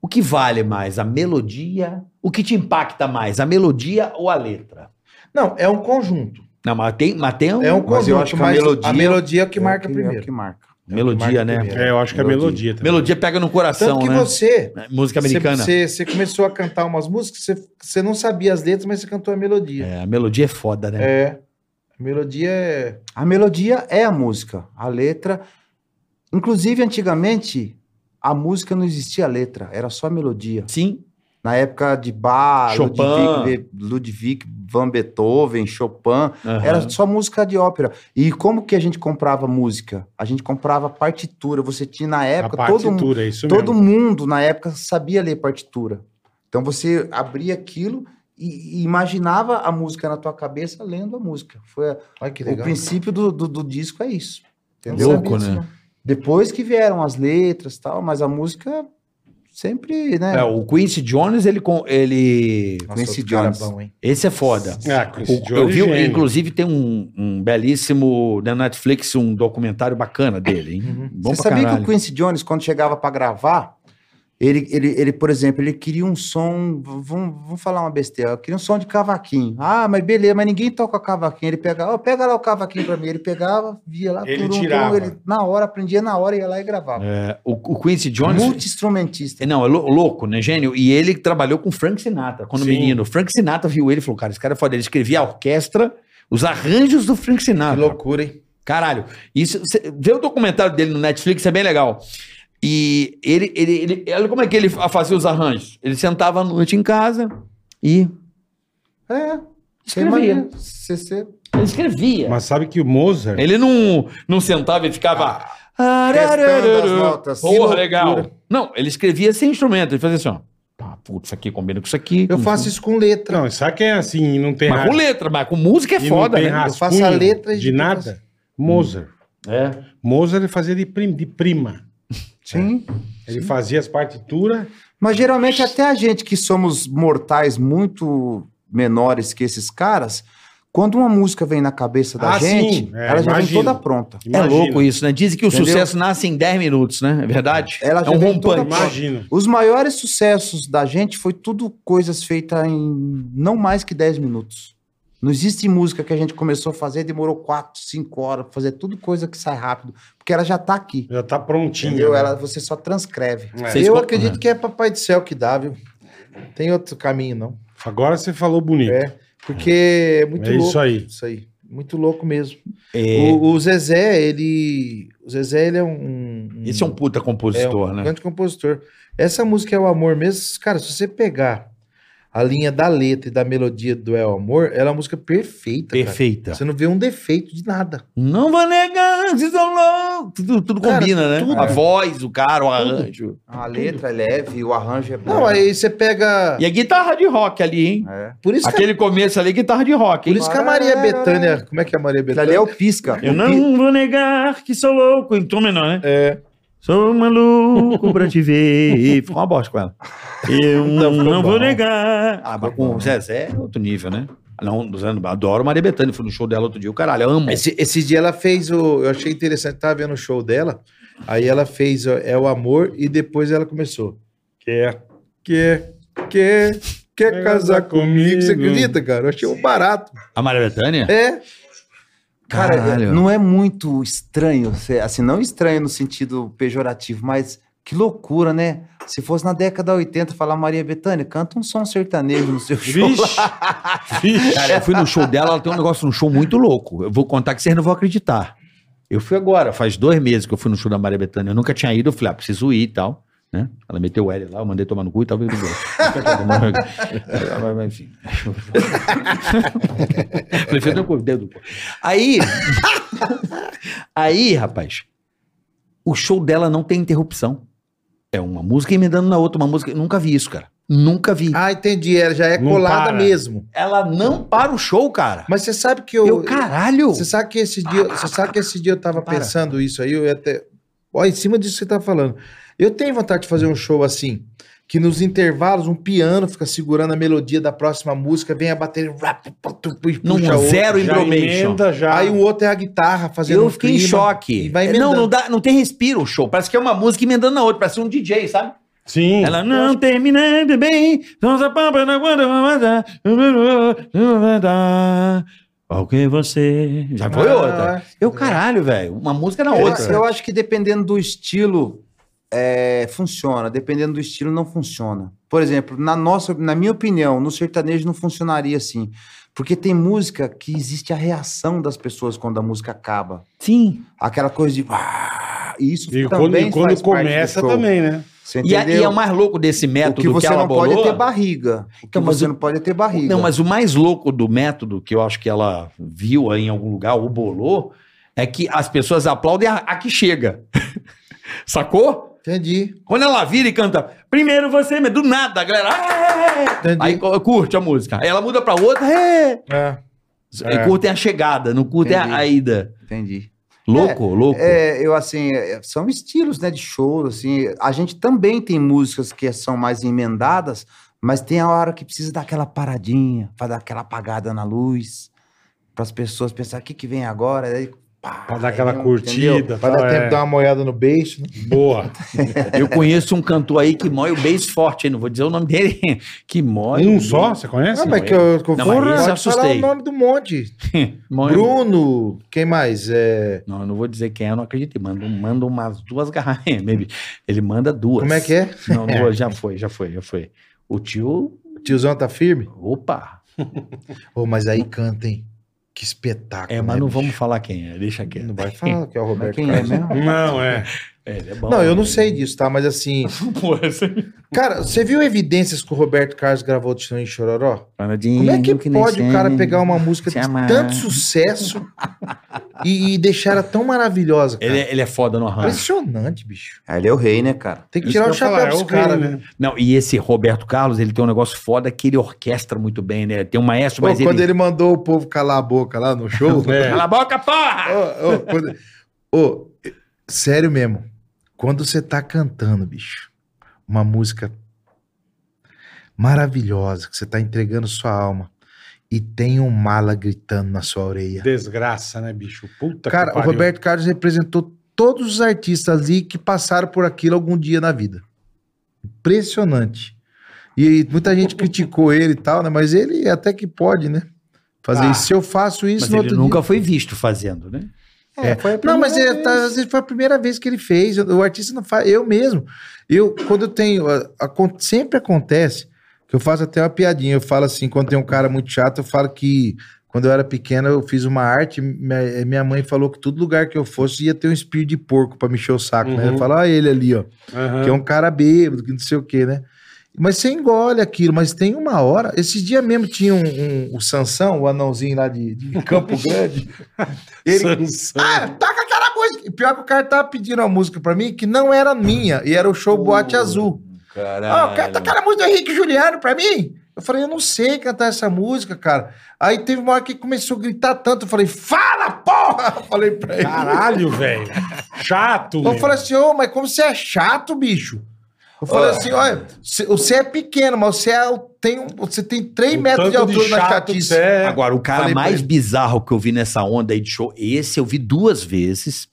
O que vale mais? A melodia? O que te impacta mais? A melodia ou a letra? Não, é um conjunto. Não, mas tem, mas tem um- É um Mas eu conjunto, acho que a melodia- é o que É o marca que- é o primeiro. que marca. melodia, marca né? primeiro. É, eu acho que é melodia também. Melodia pega no coração, Tanto que né? você, Música você, americana. você, você começou a cantar umas músicas, você, você não sabia as letras, mas você cantou a melodia. É, a melodia é foda, né? É. A melodia é. A melodia é a música, a letra. Inclusive, antigamente, a música não existia letra, era só melodia. Sim. Na época de Bach, Chopin. Ludwig, Ludwig van Beethoven, Chopin, era só música de ópera. E como que a gente comprava música? A gente comprava partitura. Você tinha na A época todo mundo, partitura, é isso todo mesmo. mundo na época sabia ler partitura. Então você abria aquilo e, e imaginava a música na tua cabeça lendo a música. Foi a- Olha que o legal. princípio do, do, do disco é isso. Entendeu? Louco, né? Depois que vieram as letras e tal, mas a música sempre, né? É, o Quincy Jones, ele com ele Nossa, Quincy outro cara Jones. bom, hein? esse é foda. Ah, com esse O- de eu olho vi, gênio. inclusive, tem um, um belíssimo na Netflix um documentário bacana dele, hein? Uhum. Bom Você pra sabia caralho. que o Quincy Jones, quando chegava para gravar, ele, ele, ele, por exemplo, ele queria um som. v- Vamos, vamos falar uma besteira. Eu queria um som de cavaquinho. Ah, mas beleza, mas ninguém toca cavaquinho. Ele pegava, "Ó, pega lá o cavaquinho pra mim. Ele pegava, via lá, Ele tirava. ele na hora, aprendia na hora, ia lá e gravava. É, o, o Quincy Jones. Multi-instrumentista. Não, é lou- louco, né, gênio? E ele trabalhou com Frank Sinatra, quando Sim. menino. Frank Sinatra viu ele e falou: cara, esse cara é foda. Ele escrevia a orquestra, os arranjos do Frank Que Sinatra. loucura, hein? Caralho, isso, cê, vê o documentário dele no Netflix, é bem legal. E ele, ele, ele, olha como é que ele fa- fazia os arranjos. Ele sentava à noite em casa e É, você escrevia. imagina, você- você- Ele escrevia. Mas sabe que o Mozart. Ele não, não sentava e ficava. Testando as notas. Que Porra, loucura. legal. Não, ele escrevia sem instrumento. Ele fazia assim, ó. Tá, putz, isso aqui combina com isso aqui. Eu com faço isso com letra. Não, sabe que é assim, e não tem Mas ra- com letra, mas com música é e não foda, tem né? ra- rascunho Eu faço a letra e de depois nada? Mozart. É. Mozart ele fazia de, prim- de prima. Sim. Ele fazia as partituras. Mas geralmente até a gente que somos mortais muito menores que esses caras, quando uma música vem na cabeça da Ah, gente, sim. É, ela já vem imagino. toda pronta. É Imagina, louco isso, né? Dizem que o Entendeu? sucesso nasce em 10 minutos, né? É verdade? Ela é já um vem toda rompante. Imagina. Os maiores sucessos da gente foi tudo coisas feitas em não mais que 10 minutos. Não existe música que a gente começou a fazer, demorou 4, 5 horas, pra fazer tudo coisa que sai rápido, porque ela já tá aqui. Já tá prontinho. Entendeu? né? Ela, você só transcreve. É. Vocês eu co- acredito que é Papai do Céu que dá, viu? Tem outro caminho, não. Agora você falou bonito. É. Porque é muito É louco isso aí. isso aí. Muito louco mesmo. É, O, o Zezé, ele. O Zezé, ele é um. um- Esse é um puta compositor, é um né? grande compositor. Essa música é o amor mesmo. Cara, se você pegar a linha da letra e da melodia do É o Amor, ela é uma música perfeita. cara. Perfeita. Você não vê um defeito de nada. Não vou negar, vocês são loucos. Tudo, tudo Cara, combina, né? tudo. A voz, o cara, o arranjo. A letra é leve, o arranjo é bom. Não, aí você pega. E a guitarra de rock ali, hein? É. Por isso, Aquele começo ali, guitarra de que, rock, por hein? isso que a Maria Bethânia. Como é que é a Maria Aquilo Bethânia? ali é o pisca. Eu não vou negar que sou louco. Em tom menor, né? É. Sou maluco pra te ver. Ficou uma bosta com ela. Eu não, não vou negar. Ah, mas com o Zezé é outro nível, né? Ah, Não, adoro Maria Bethânia. Fui no show dela outro dia. O caralho, eu amo. Esse, esse dia ela fez o. Eu achei interessante, tava vendo o show dela. Aí ela fez o- É o Amor e depois ela começou. Quer. Quer, quer, quer casar comigo? Você acredita, cara? Eu achei um barato. A Maria Bethânia? É. Cara, é- Caralho. não é muito estranho, cê- assim, não estranho no sentido pejorativo, mas que loucura, né? Se fosse na década 80, falar Maria Bethânia, canta um som sertanejo no seu show. Vixe. Vixe. Cara, eu fui no show dela, ela tem um negócio no show muito louco. Eu vou contar que vocês não vão acreditar. Eu fui agora, faz dois meses que eu fui no show da Maria Bethânia. Eu nunca tinha ido, eu falei, ah, preciso ir e tal. Né? Ela meteu o L lá, eu mandei tomar no cu e tal. veio tudo bem. Mas, mas, Enfim. Falei, fez o dedo do cu. Aí, aí, rapaz, o show dela não tem interrupção. É uma música emendando na outra, uma música. Nunca vi isso, cara. Nunca vi. Ah, entendi. Ela já é Não colada para. mesmo. Ela não para o show, cara. Mas você sabe que eu. Eu, caralho! Você sabe que esse dia, você sabe que esse dia eu tava Para. pensando isso aí, eu ia até. Ó, em cima disso que você tá falando. Eu tenho vontade de fazer um show assim, que nos intervalos um piano fica segurando a melodia da próxima música, vem a bateria, rap, pu, tu, pu, e Num puxa outro. zero Já embromation. emenda, já. Aí o outro é a guitarra fazendo Eu um fiquei em clima, choque. E vai não, emendando. não, dá, não tem respiro o show. Parece que é uma música emendando na outra. Parece um DJ, sabe? Sim. Ela não termina de bem. Nossa pampa não aguenta. Alguém é você. Já foi Ah, outra. Eu, caralho, velho. Uma música na Eu- outra. Eu, acho que dependendo do estilo, é, funciona. Dependendo do estilo, não funciona. Por exemplo, na, nossa, na minha opinião, no sertanejo não funcionaria assim. Porque tem música que existe a reação das pessoas quando a música acaba. Sim. Aquela coisa de. "Ah", e Isso E quando, também e quando faz parte do começa show. também, né? Você E, a- entendeu? e é o mais louco desse o método que você ela não pode é ter bolou- barriga. O que Então, mas você o- não pode é ter barriga. Não, mas o mais louco do método que eu acho que ela viu aí em algum lugar ou bolou é que as pessoas aplaudem a, a que chega. Sacou? Entendi. Quando ela vira e canta, primeiro você, do nada, a galera. "Ah!" Entendi. Aí co- curte a música. Aí ela muda pra outra, "É!" É. Aí curtem a chegada, não curtem a, a ida. Entendi. Louco, louco. É, eu assim, é, são estilos, né, de show, assim. A gente também tem músicas que são mais emendadas, mas tem a hora que precisa dar aquela paradinha, pra dar aquela apagada na luz, para as pessoas pensar o que que vem agora, aí, pá, Pra dar aí aquela não- entendeu? curtida. Vai tal, Ah, dar tempo é. de dar uma molhada no beijo, né? Boa. Eu conheço um cantor aí que mói o beijo forte, aí, não vou dizer o nome dele. Que mói. Um só, você conhece? Ah, mas que eu, que eu Assim, é. Não, vou- mas esse eu pode falar assustei. o nome do monte. Mói- Bruno, quem mais? É, Não, eu não vou dizer quem é, eu não acredito. Ele manda, manda umas duas garrafas. É, maybe. Ele manda duas. como é que é? Não, não vou- já foi, já foi, já foi. O tio. Tiozão tá firme? Opa! Ô, mas aí canta, hein? Que espetáculo. né, É, mas não bicho? vamos falar quem é, deixa quieto. Não vai falar que é né, Mas o Roberto quem é Carlos. mesmo? Não, é. É, ele é bom. Não, eu não sei disso, tá? Mas assim. Porra, você- Cara, você viu evidências que o Roberto Carlos gravou de Chorão em Chororó? Como Como é que pode o cara pegar um- uma música se de amar. tanto sucesso e, e deixar ela tão maravilhosa, cara? Ele, é- ele é foda no arranjo. Impressionante, bicho. Ah, Ele é o rei, né, cara? Tem que Isso tirar que o eu ia falar, chapéu é dos o caras, rei, né? Não, e esse Roberto Carlos, ele tem um negócio foda que ele orquestra muito bem, né? Tem um maestro, Pô, mas quando ele... ele mandou o povo calar a boca lá no show. né? É. Cala a boca, porra! Ô, ô, quando- ô, sério mesmo. Quando você tá cantando, bicho, uma música maravilhosa, que você tá entregando sua alma, e tem um mala gritando na sua orelha. Desgraça, né, bicho? Puta Cara, o pariu. Roberto Carlos representou todos os artistas ali que passaram por aquilo algum dia na vida. Impressionante. E muita gente criticou ele e tal, né? Mas ele até que pode, né? Fazer Ah, isso. Se eu faço isso Mas no ele outro nunca dia. foi visto fazendo, né? É. foi a Não, mas primeira ele, tá, às vezes foi a primeira vez que ele fez. O, o artista não faz. Eu mesmo. Eu, quando eu tenho. a- acon- sempre acontece que eu faço até uma piadinha. Eu falo assim, quando tem um cara muito chato, eu falo que Quando eu era pequeno, eu fiz uma arte. Minha, eh, minha mãe falou que todo lugar que eu fosse ia ter um espírito de porco pra me encher o saco, né? Uhum. Ela fala, ah, ele ali, ó. Aham. Que é um cara bêbado, que não sei o quê, né? Mas você engole aquilo, mas tem uma hora. Esses dias mesmo tinha um, um- o Sansão, o anãozinho lá de, de Campo Grande. Ele. Sansão. Ah, toca aquela música. E pior que o cara tava pedindo uma música pra mim que não era minha, e era o show Boate Azul. Ah, o cara tá aquela música do Henrique Juliano pra mim. Eu falei, eu não sei cantar essa música, cara. Aí teve uma hora que começou a gritar tanto, eu falei, fala, porra! Eu falei pra ele. Caralho, velho. Chato. Eu meu. falei assim, ô, mas como você é chato, bicho. Eu falei assim, olha, cê- você é pequeno, mas você, é, tem, um- você tem 3 O metros de tanto altura na chato que chatice. você é. Agora, o cara Falei pra mais ele. bizarro que eu vi nessa onda aí de show, esse eu vi duas vezes.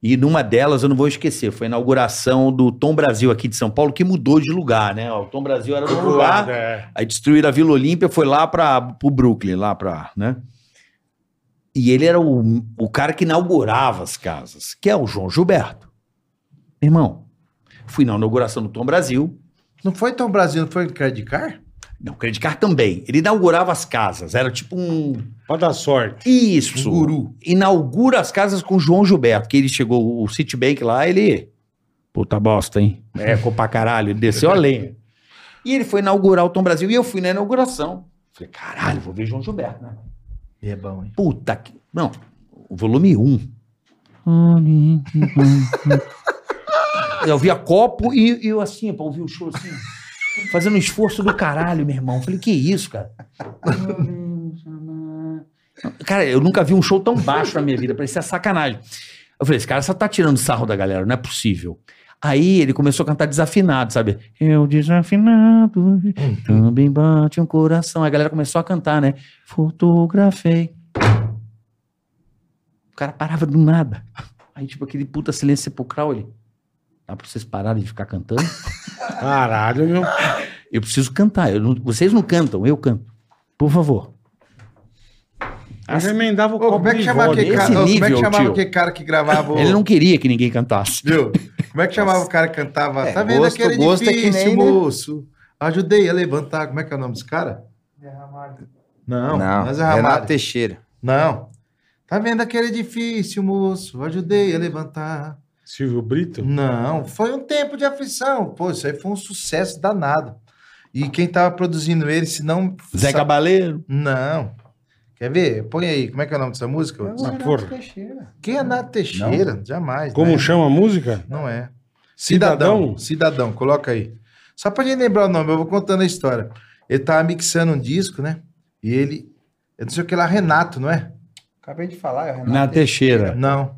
E numa delas, eu não vou esquecer, foi a inauguração do Tom Brasil aqui de São Paulo, que mudou de lugar, né? O Tom Brasil era do lugar, É. aí destruíram a Vila Olímpia, foi lá para o Brooklyn, lá para, né? E ele era o, o cara que inaugurava as casas, que é o João Gilberto. Irmão, fui na inauguração do Tom Brasil, Não foi tão Brasil, não foi Credit Car? não, Credit Card também. Ele inaugurava as casas. Era tipo um. Pode dar sorte. Isso. Um guru. Inaugura as casas com o João Gilberto, que ele chegou, o Citibank lá, ele. Puta bosta, hein? É, ficou pra caralho. Ele desceu a lenha. E ele foi inaugurar o Tom Brasil e eu fui na inauguração. Falei, caralho, vou ver João Gilberto, né? É bom, hein? Puta que. Não, o volume 1. Eu ouvia copo e e eu assim, pra ouvir o show assim, fazendo um esforço do caralho, meu irmão. Eu Falei, que isso, cara? Cara, eu nunca vi um show tão baixo na minha vida, parecia sacanagem. Eu falei, esse cara só tá tirando sarro da galera, não é possível. Aí ele começou a cantar desafinado, sabe? Eu desafinado, também bate um coração. Aí a galera começou a cantar, né? Fotografei. O cara parava do nada. Aí, tipo, aquele puta silêncio sepulcral, ele. Dá pra vocês pararem de ficar cantando? Caralho, meu. Eu preciso cantar. eu não- vocês não cantam, eu canto. Por favor. Mas emendava o Ô, como é que chamava aquele Esse cara, ô, como é que, nível, chamava tio. aquele cara que gravava o... Ele não queria que ninguém cantasse. Viu? Como é que chamava o cara que cantava? É, tá vendo gosto- aquele gosto é que difícil, nem, né? moço? Ajudei a levantar. Como é que é o nome desse cara? Não, Não, mas é Renato Ramalho. Teixeira. Não. Tá vendo aquele difícil, moço? Ajudei a levantar. Silvio Brito? Não, foi um tempo de aflição. Pô, isso aí foi um sucesso danado. E quem tava produzindo ele, se não. Zé sa- Cabaleiro. Não. Quer ver? Põe aí. Como é que é o nome dessa música? Essa Ah, porra. Quem é Renato Teixeira? Jamais. Como né? chama a música? Tá. Não é. Cidadão? Cidadão. Cidadão, coloca aí. Só pra gente lembrar o nome, eu vou contando a história. Ele tava mixando um disco, né? E ele. Eu não sei o que lá, Renato, não é? Acabei de falar, é o Renato. Na Teixeira. Não.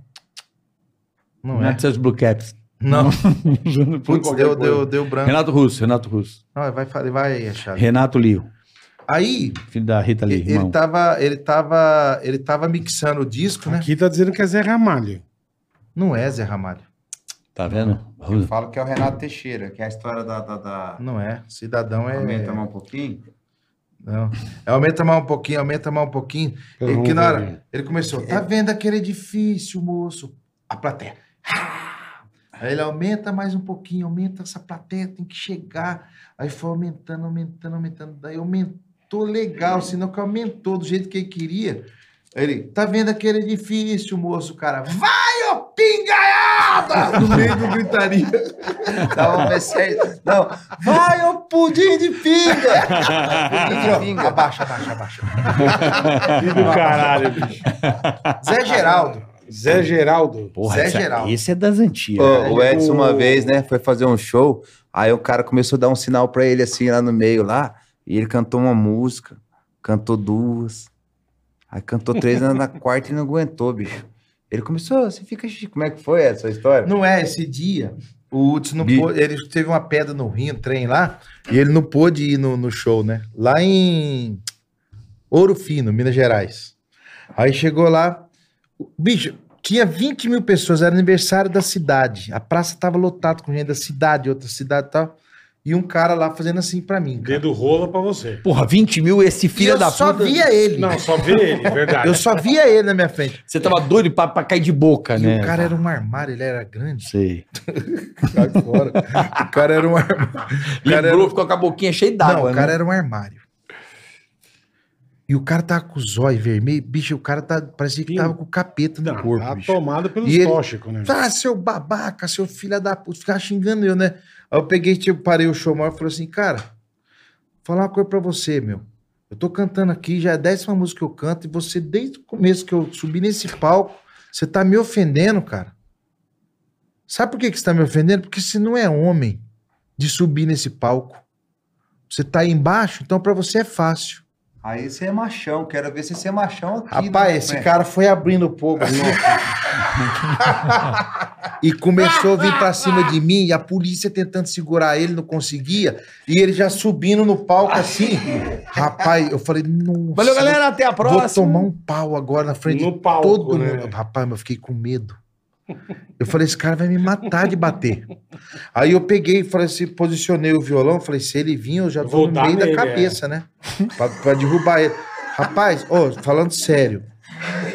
Não é. Renato seus Blue Caps. Não. Putz, Né? Qualquer coisa. deu, deu, deu branco. Renato Russo, Renato Russo. Não, vai, fa- vai achar. Renato Lio, Aí, filho da Rita Lee, ele tá- irmão. tava, ele, tava, ele tava mixando o disco, né? Aqui tá dizendo que é Zé Ramalho. Não é Zé Ramalho. Tá vendo? Eu falo que é o Renato Teixeira, que é a história da. da, da... Não é. Cidadão é. Aumenta mais um pouquinho. Não. É, aumenta mais um pouquinho, aumenta mais um pouquinho. Eu Ele, não que na hora- ouvi. É. ele começou, tá vendo aquele edifício, moço? A plateia. Ah! Aí ele aumenta mais um pouquinho, aumenta essa plateia, tem que chegar. Aí foi aumentando, aumentando, aumentando. Daí aumentou legal, senão que aumentou do jeito que ele queria. Aí ele, tá vendo aquele edifício, moço, cara? Vai, ô pingaiada! No meio do gritaria. um Dava pra certo. Não, vai o pudim de pinga! pudim de pinga. Abaixa, abaixa, abaixa. Que do caralho, bicho. Zé Geraldo. Zé Geraldo. Porra, Zé essa- Geraldo. esse é das antigas. Ô, o Edson uma O- vez, né, foi fazer um show, aí o cara começou a dar um sinal pra ele assim lá no meio lá, e ele cantou uma música, cantou duas, aí cantou três na, na quarta e não aguentou, bicho. Ele começou, você fica, "Xixi, como é que foi essa história? Não é, esse dia, o Hudson não Bi- pôde, ele teve uma pedra no rim, um trem lá, e ele não pôde ir no, no show, né? Lá em Ouro Fino, Minas Gerais. Aí chegou lá, o- bicho, tinha 20 mil pessoas, era aniversário da cidade. A praça tava lotada com gente da cidade, outra cidade e tal. E um cara lá fazendo assim pra mim, cara. Dedo rola pra você. Porra, 20 mil, esse E filho eu da só puta. via ele. Não, só vê ele, verdade. Eu só via ele na minha frente. Você tava doido pra, pra cair de boca, E né? o cara era um armário, ele era grande. Sei. Sai fora. O cara era um armário. O cara era um Lembrou, ficou com a boquinha cheia né? Não, d'água, o né? cara era um armário. um E o cara tava com o zóio vermelho. Bicho, o cara tá, parecia que Pingo. tava com o capeta no Não, corpo, tá bicho. tomado pelos E ele- tóxicos, né? Ah, seu babaca, seu filho da puta, ficava xingando eu, né? Aí eu peguei, tipo, parei o show maior e falei assim, cara, vou falar uma coisa pra você, meu. Eu tô cantando aqui, já é a décima música que eu canto, e você, desde o começo que eu subi nesse palco, você tá me ofendendo, cara. Sabe por que, que você tá me ofendendo? Porque você não é homem de subir nesse palco. Você tá aí embaixo, então pra você é fácil. Aí você é machão, quero ver se você é machão aqui. Rapaz, né? esse cara foi abrindo o povo. né? e começou a vir pra cima de mim, e a polícia tentando segurar ele, não conseguia. E ele já subindo no palco assim. Rapaz, eu falei, nossa. Valeu, galera, até a um Vou, próxima. vou tomar um pau agora na frente No de palco, todo né? mundo. Rapaz, mas eu fiquei com medo. Eu falei, esse cara vai me matar de bater. Aí eu peguei, falei assim, posicionei o violão, falei, se ele vir, eu já tô Vou no dar meio nele, é." da cabeça, né? Pra, pra derrubar ele. Rapaz, ô, falando sério,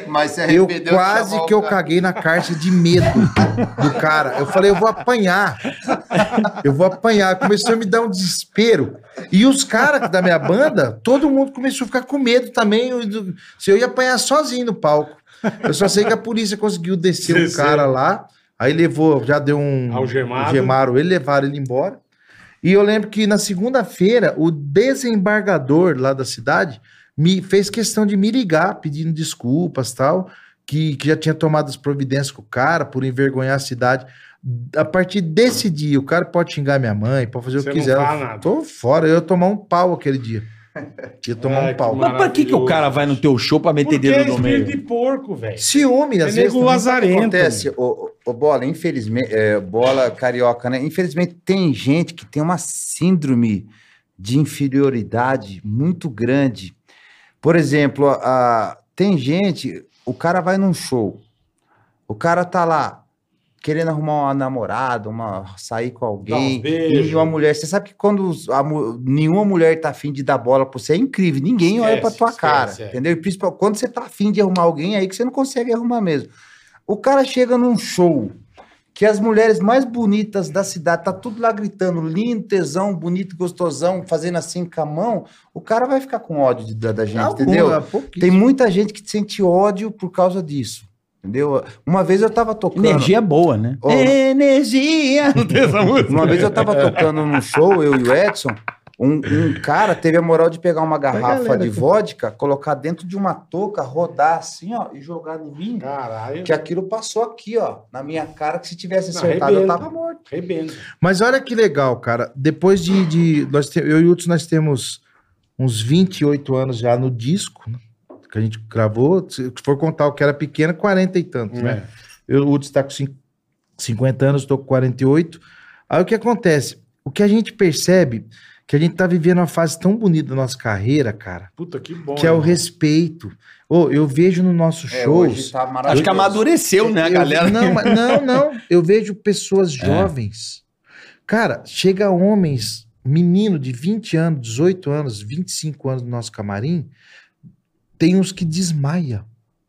Mas se eu arrependeu de quase chamar o que eu cara. caguei na caixa de medo do cara. Eu falei, eu vou apanhar. Eu vou apanhar. Começou a me dar um desespero. E os caras da minha banda, todo mundo começou a ficar com medo também. Eu- eu- Se eu ia apanhar sozinho no palco. Eu só sei que a polícia conseguiu descer o Desceu. cara lá. Aí levou, já deu um. Algemado. Algemaram ele, levaram ele embora. E eu lembro que na segunda-feira, o desembargador lá da cidade me fez questão de me ligar pedindo desculpas tal, que, que já tinha tomado as providências com o cara por envergonhar a cidade. A partir desse dia, o cara pode xingar minha mãe, pode fazer Você o não que quiser. fala Eu nada. Tô fora, eu ia tomar um pau aquele dia. Ia tomar Ai, um que pau. maravilha. Mas pra que, que o cara vai no teu show pra meter Porque é dedo no meio? espírito de porco, velho. Ciúme, É às vezes. nego também. lazarento. acontece, ô, ô, ô, Bola, infelizmente, é, Bola Carioca, né? Infelizmente tem gente que tem uma síndrome de inferioridade muito grande. Por exemplo, a- a- tem gente, o cara vai num show, o cara tá lá querendo arrumar uma namorada, uma, sair Dá com uns alguém, beijos. e uma mulher, você sabe que quando os- a mu- nenhuma mulher tá afim de dar bola pra você, é incrível. Ninguém olha pra Esquece, tua cara, esquece, é. entendeu? E principalmente quando você tá afim de arrumar alguém, aí que você não consegue arrumar mesmo. O cara chega num show que as mulheres mais bonitas da cidade, tá tudo lá gritando, lindo, tesão, bonito, gostosão, fazendo assim com a mão, o cara vai ficar com ódio de- da, da gente, Alguma, entendeu? pouquíssimo. Tem muita gente que sente ódio por causa disso, entendeu? Uma vez eu tava tocando... Energia boa, né? Ó. Energia! Não tem essa música? Uma vez eu tava tocando num show, eu e o Edson, um, um cara teve a moral de pegar uma garrafa de vodka, colocar dentro de uma touca, rodar assim, ó, e jogar em mim. Caralho. Que aquilo passou aqui, ó, na minha cara, que se tivesse Não, acertado, eu arrebenta. tava morto. Arrebenta. Mas olha que legal, cara. Depois de. de- nós te- eu e o Hudson, nós temos uns 28 anos já no disco, né? Que a gente gravou. Se for contar o que era pequeno, 40 e tantos, né? É. Eu, o Hudson está com cin- 50 anos, estou com 48. Aí o que acontece? O que a gente percebe é que a gente está vivendo uma fase tão bonita da nossa carreira, cara, Puta, que bom. que é o irmão. respeito. Ô, eu vejo no nosso É, shows. hoje tá maravilhoso. Acho que amadureceu, né, a Eu- galera? Não, mas- não, não. Eu vejo pessoas jovens. Cara, chega homens, menino de 20 anos, 18 anos, 25 anos no nosso camarim, tem uns que desmaia.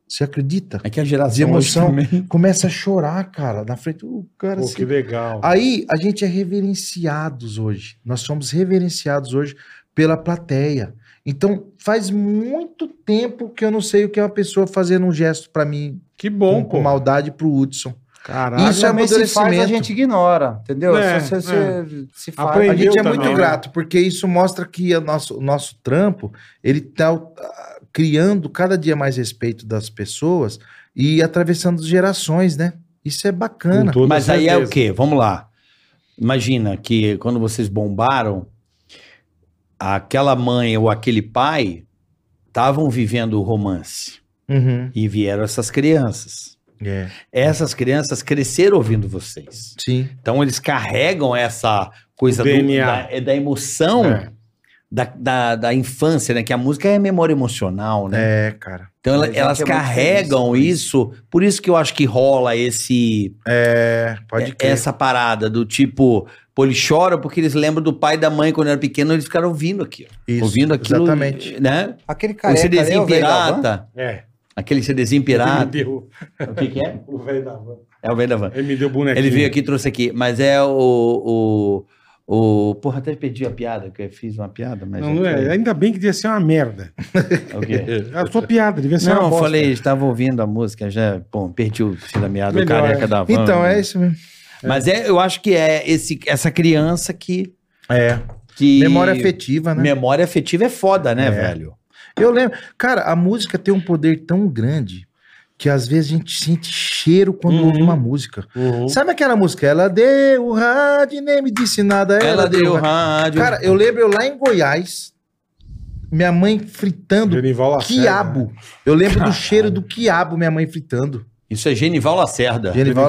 Você acredita? É que a geração. De emoção. hoje também- Começa a chorar, cara, na frente. O cara Pô, se- que legal. Aí a gente é reverenciados hoje. Nós somos reverenciados hoje pela plateia. Então, faz muito tempo que eu não sei o que é uma pessoa fazendo um gesto pra mim Que bom, com, com pô. maldade pro Hudson. Caralho. Isso é Geralmente se faz, a amadurecimento. gente ignora, entendeu? É, se, se- é. se- se faz. Aprende. A gente é Entendeu muito também, né? grato, porque isso mostra que o nosso, o nosso trampo, ele tá ah, criando cada dia mais respeito das pessoas e atravessando gerações, né? Isso é Com bacana. toda Mas aí é o certeza. quê? Vamos lá. Imagina que quando vocês bombaram, aquela mãe ou aquele pai estavam vivendo o romance Uhum. e vieram essas crianças. É. Essas crianças cresceram ouvindo vocês. Sim. Então eles carregam essa coisa O do- DNA. da, é da emoção É. da, da, da infância, né? Que a música é memória emocional, né? É, cara. Então ela- A gente elas é muito carregam feliz isso. Por isso que eu acho que rola esse É, pode é- crer. essa parada do tipo, pô, eles choram porque eles lembram do pai e da mãe quando era pequeno, eles ficaram ouvindo aquilo. Isso, ouvindo aquilo. Exatamente. Né? Aquele o careca ali, CDzinho é, o velho da van, pirata. É. Aquele CDzinho Ele me pirata. deu o que, que é? o velho da van. É o velho da van. Ele me deu o bonequinho. Ele veio aqui e trouxe aqui. Mas é o, o, O... Porra, até perdi a piada, que eu fiz uma piada, mas. Não, é, ainda bem que devia ser uma merda. O quê? É a sua piada, devia ser Não, uma eu bosta. falei, estava ouvindo a música, já, bom, perdi o fio da meada, o Melhor, careca é. da van. né? Então, é isso mesmo. Mas é, eu acho que é esse, essa criança que, É. que... Memória afetiva, né? Memória afetiva é foda, né, velho? Eu lembro. Cara, a música tem um poder tão grande que às vezes a gente sente cheiro quando ouve uma música. Sabe aquela música? Ela deu o rádio e nem me disse nada. Ela, deu o rádio. rádio. É, né? Cara, eu lembro eu lá em Goiás, minha mãe fritando Genival Lacerda, quiabo. Eu lembro do cheiro do quiabo, minha mãe fritando. Isso é Genival Lacerda, Genival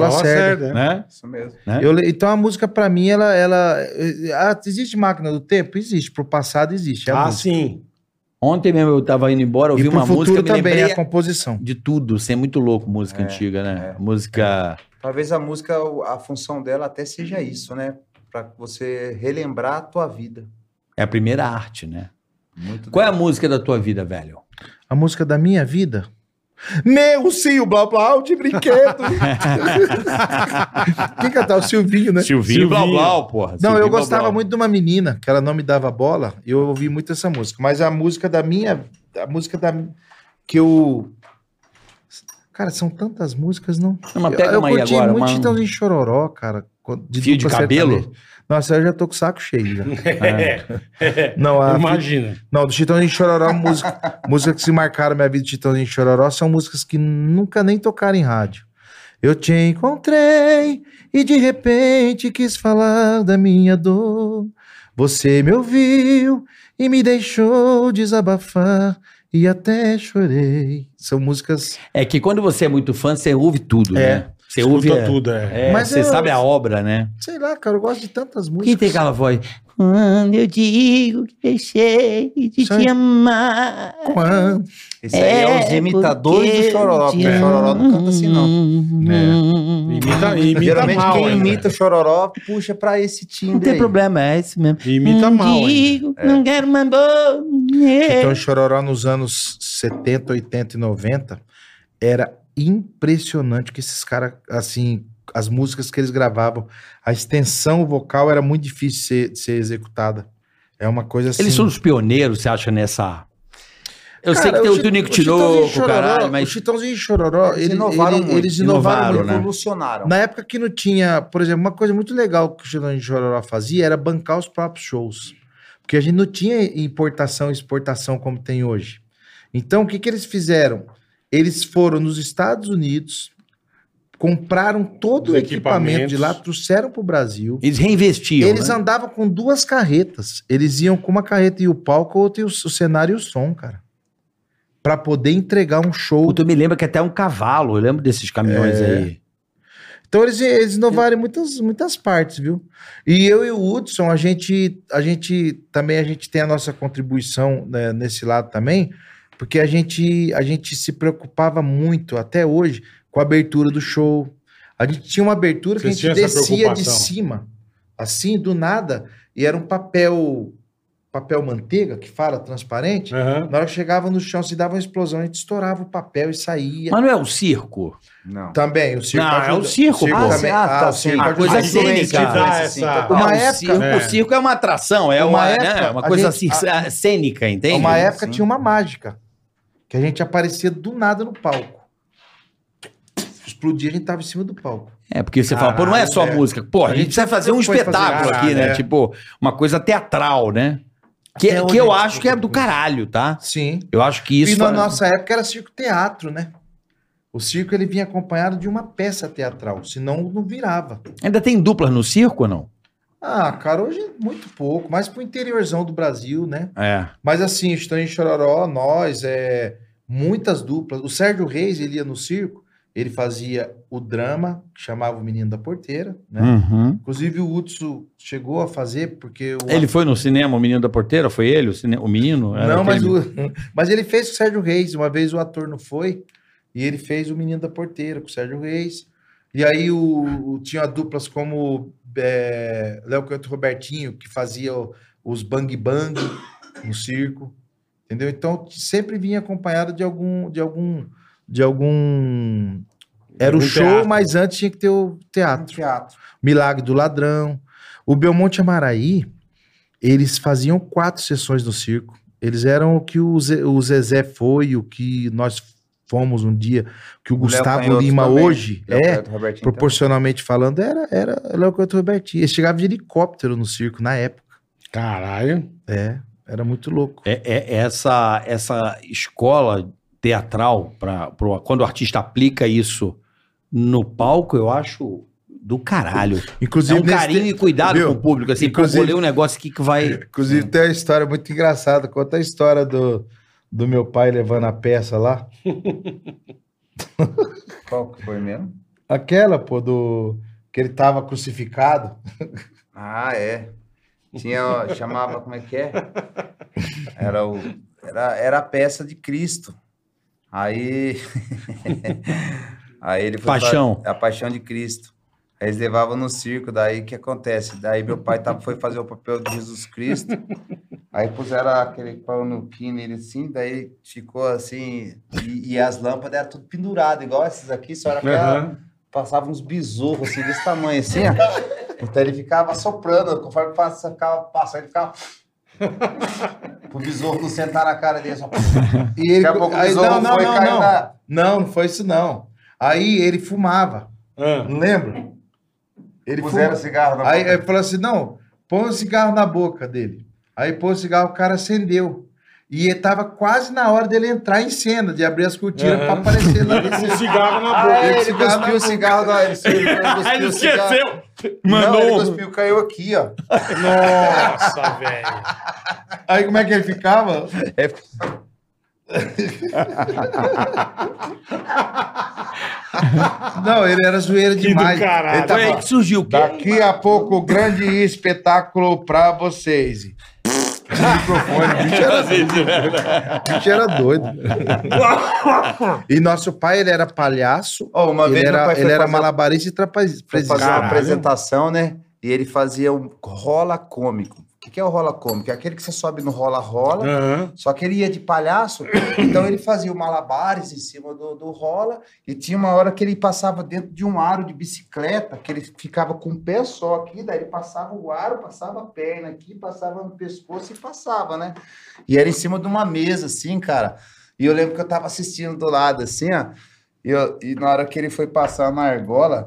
Lacerda, Lacerda. é. né? Isso mesmo. né? Eu le- então a música pra mim ela, ela eh, ah, existe máquina do tempo, existe. Pro passado existe. É a Ah, música. sim. Ontem mesmo eu tava indo embora, E ouvi pro uma futuro música, me também é lembrei a composição. de tudo. Você é muito louco, música antiga, né? é. música... Talvez a música, o- a função dela até seja isso, né? Pra você relembrar a tua vida. É a primeira arte, né? Muito Qual é a música da tua vida, velho? A música da minha vida. Meu cio, blá blá, de brinquedo. Quem cantar? O Silvinho, né? Silvinho Blau Blau, porra. Não, Silvinho eu Blau gostava Blau. muito de uma menina que ela não me dava bola. e Eu ouvi muito essa música, mas a música da minha, a música da que eu Cara, são tantas músicas, não? Não, mas pega eu uma aí agora, muito uma- Chitãozinho Chororó, cara. De Fio de dupla cabelo? sertaneja. Nossa, eu já tô com o saco cheio já. É. Não, a, É, Imagina. não, do Chitãozinho Chororó, música, música que se marcaram minha vida de Chitãozinho Chororó são músicas que nunca nem tocaram em rádio. Eu te encontrei e de repente quis falar da minha dor. Você me ouviu e me deixou desabafar e até chorei. São músicas. É que quando você é muito fã, você ouve tudo, É. né? Você ouve... Escuta é, tudo, é. é, Mas você eu- sabe a obra, né? Sei lá, cara, eu gosto de tantas Por que músicas. tem aquela voz? Quando eu digo que deixei de Isso aí. te amar. Quan- Esse aí é os imitadores porque do Chororó, porque eu o Chororó não canta assim, não. te amo. Imita, imita Geralmente mal. quem ainda. imita o Chororó puxa pra esse timbre Não tem aí. problema, é isso mesmo. Imita um não mal. ainda. digo, não quero mais Então, É. boa. o Chororó nos anos 70, 80 e 90 era impressionante que esses caras, assim, as músicas que eles gravavam, a extensão vocal era muito difícil de ser, de ser executada. É uma coisa assim. Eles são os pioneiros, você acha, nessa... Eu sei que Cara, tem o Chi- Tunico Chitãozinho e Tinoco, Chororó- caralho, O mas... Chitãozinho e Chororó, Eles ele- inovaram ele- muito. eles inovaram Inovaram, muito. né? Então. Revolucionaram. Na época que não tinha, por exemplo, uma coisa muito legal que o Chitãozinho e Chororó fazia era bancar os próprios shows. Porque a gente não tinha importação e exportação como tem hoje. Então, o que, que eles fizeram? Eles foram nos Estados Unidos, compraram todo Os o equipamento equipamentos. de lá, trouxeram para o Brasil. Eles reinvestiam, eles né? andavam com duas carretas. Eles iam com uma carreta e o palco, outra e o, o cenário e o som, cara. Para poder entregar um show. Puta, eu me lembro que até um cavalo, eu lembro desses caminhões É. aí. Então eles, eles inovaram em muitas, muitas partes, viu? E eu e o Hudson, a gente, a gente também a gente tem a nossa contribuição né, nesse lado também, porque a gente, a gente se preocupava muito até hoje com a abertura do show. A gente tinha uma abertura Vocês que tinham a gente essa descia de preocupação? cima, assim, do nada, e era um papel papel manteiga que fala transparente. Aham. Na hora que chegava no chão, se dava uma explosão, a gente estourava o papel e saía. Mas não é o circo. Não. Também, o circo. Não, é ajuda. o circo, pô. Ah, também. sim, ah, tá, o circo sim. A coisa Mas ajuda. cênica. doença, Te dá doença, sim, tá essa- total. Uma Ah, o época- Circo, É. O circo é uma atração, é Uma uma, época, né, uma a coisa gente- cir- ah, cênica, entende? Uma época né? Sim. tinha uma mágica. Que a gente aparecia do nada no palco. Explodia, a gente tava em cima do palco. É, porque você fala, pô, não é só Caralho, música. Pô, a gente precisa fazer um sempre foi fazer espetáculo caralho, aqui, né? é. Tipo, uma coisa teatral, né? Que, Até que hoje eu a gente acho que é do caralho, tá? Sim. Eu acho que isso... é e na fa- nossa época era circo-teatro, né? O circo ele vinha acompanhado de uma peça teatral, senão não virava. Ainda tem duplas no circo ou não? Ah, cara, hoje é muito pouco, mas pro interiorzão do Brasil, né? É. Mas assim, o Stanley Chororó, nós, é, muitas duplas. O Sérgio Reis, ele ia no circo, ele fazia o drama, que chamava o Menino da Porteira, né? Uhum. Inclusive o Hudson chegou a fazer, porque o. Ele foi no cinema, o menino da porteira? Foi ele, o, cine... o menino? Era Não, mas, aquele- o... mas ele fez com o Sérgio Reis. Uma vez o ator não foi, e ele fez o Menino da Porteira com o Sérgio Reis. E aí o... o- tinha duplas como é, Léo Canto e Robertinho, que fazia o- os bang bang no circo. Entendeu? Então sempre vinha acompanhado de algum. de algum. de algum. Era o Algum show, teatro. mas antes tinha que ter o teatro. Teatro. Milagre do Ladrão. O Belmonte Amaraí, eles faziam quatro sessões no circo. Eles eram o que o, Ze- o Zezé foi, o que nós fomos um dia, o que o, Léo Gustavo Canhoto Lima também. hoje Léo é. Canhoto, Robertinho tá Proporcionalmente falando, era, era Léo Canhoto Robertinho. Eles chegavam de helicóptero no circo na época. Caralho. É, era muito louco. É, é- essa, essa escola teatral, pra, pro- quando o artista aplica isso no palco, eu acho do caralho. É Inclusive, um nesse- carinho e cuidado Viu? com o público, assim, pô, Inclusive- vou ler um negócio aqui que vai... É. Inclusive, tem uma história muito engraçada. Conta a história do, do meu pai levando a peça lá. também. Qual que foi mesmo? Aquela, pô, do. Que ele tava crucificado. Ah, é. Tinha, ó, chamava, como é que é? Era, o, era, era a peça de Cristo. Aí. aí ele foi Paixão. fa- É A paixão de Cristo. Aí eles levavam no circo, daí o que acontece? Daí meu pai tava, foi fazer o papel de Jesus Cristo. Aí puseram aquele pau no quino nele assim, daí ficou assim. E, e as lâmpadas eram tudo penduradas, igual essas aqui, só era aquela Aham. passava uns besouros assim, desse tamanho, assim, ó. Então ele ficava soprando, conforme passa, ficava passando, ele ficava. Pro besouro não sentar na cara dele. Só... E ele, Daqui a pouco o aí, besouro não, não, foi não, cair não. na. Não, não foi isso, não. Aí ele fumava. Ah. Não lembra? Ele Puseram fumava. cigarro na Aí boca. ele falou assim: não, põe o cigarro na boca dele. Aí pôs o cigarro, o cara acendeu. E ele tava quase na hora dele entrar em cena, de abrir as cortinas Aham. pra aparecer lá. Com um cigarro na Ah, boca. é, ele Ele cuspiu cuspiu o cigarro da. Ele, Aí cuspiu ele o cigarro. esqueceu. Não, ele Mandou um. cuspiu, caiu aqui, ó. Nossa, velho. Aí como é que ele ficava? É, Não, ele era zoeira Que demais. do caralho. é Ele tava- Foi aí que surgiu o quê? daqui a pouco, grande espetáculo pra vocês. né? O bicho era doido. e nosso pai, ele era palhaço. Ó, uma ele vez meu era, pai ele foi era fazer- malabarista e Foi trapezista. fazer uma Caralho. apresentação, né? E ele fazia um rola cômico. O que que é o rola cômico? É aquele que você sobe no rola-rola. Aham. Só que ele ia de palhaço, então ele fazia o malabares em cima do, do rola, e tinha uma hora que ele passava dentro de um aro de bicicleta, que ele ficava com o pé só aqui, daí ele passava o aro, passava a perna aqui, passava no pescoço e passava, né? E era em cima de uma mesa, assim, cara. E eu lembro que eu tava assistindo do lado, assim, ó. E, eu- e na hora que ele foi passar na argola,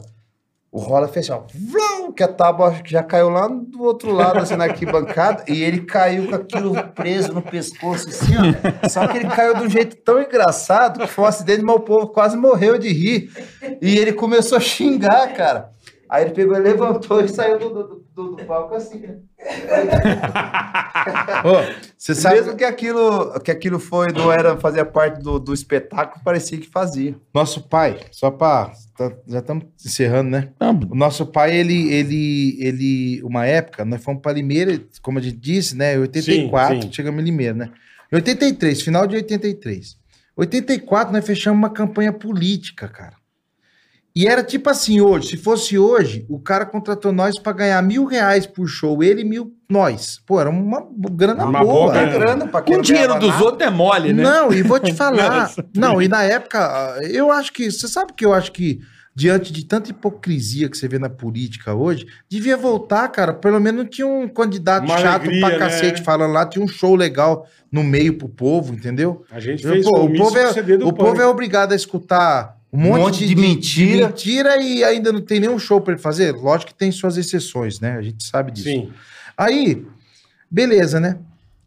o rola fez assim, ó, vrau, que a tábua acho que já caiu lá do outro lado, assim, na arquibancada, e ele caiu com aquilo preso no pescoço, assim, ó. Só que ele caiu de um jeito tão engraçado que foi um acidente, mas o povo quase morreu de rir. E ele começou a xingar, cara. Aí ele pegou, levantou e saiu do, do, do- do palco assim, né? Ô, Você sabe, Mesmo que aquilo, que aquilo foi, não era fazia parte do, do espetáculo, parecia que fazia. nosso pai, só pra... tá- já estamos encerrando, né? O nosso pai, ele, ele, ele, uma época, nós fomos para Limeira, como a gente disse, né? Em 84, Sim, sim. chegamos em Limeira, né? Em 83, final de 83. 84, nós fechamos uma campanha política, cara. E era tipo assim, hoje, se fosse hoje, o cara contratou nós para ganhar mil reais por show, ele e mil nós. Pô, era uma grana Uma boa boa. grana. É grana pra Com quem o não dinheiro ganhava dos nada. outros é mole, né? Não, e vou te falar. não, e na época, ah, eu acho que. Você sabe que eu acho que, diante de tanta hipocrisia que você vê na política hoje, devia voltar, cara. Pelo menos não tinha um candidato Uma chato alegria, pra cacete né? falando lá, tinha um show legal no meio pro povo, entendeu? né? A gente Pô, fez o povo, é, CD do o povo é obrigado a escutar um monte, de, de mentira. e ainda não tem nenhum show pra ele fazer. Lógico que tem suas exceções, né? A gente sabe disso. Sim. Aí, beleza, né?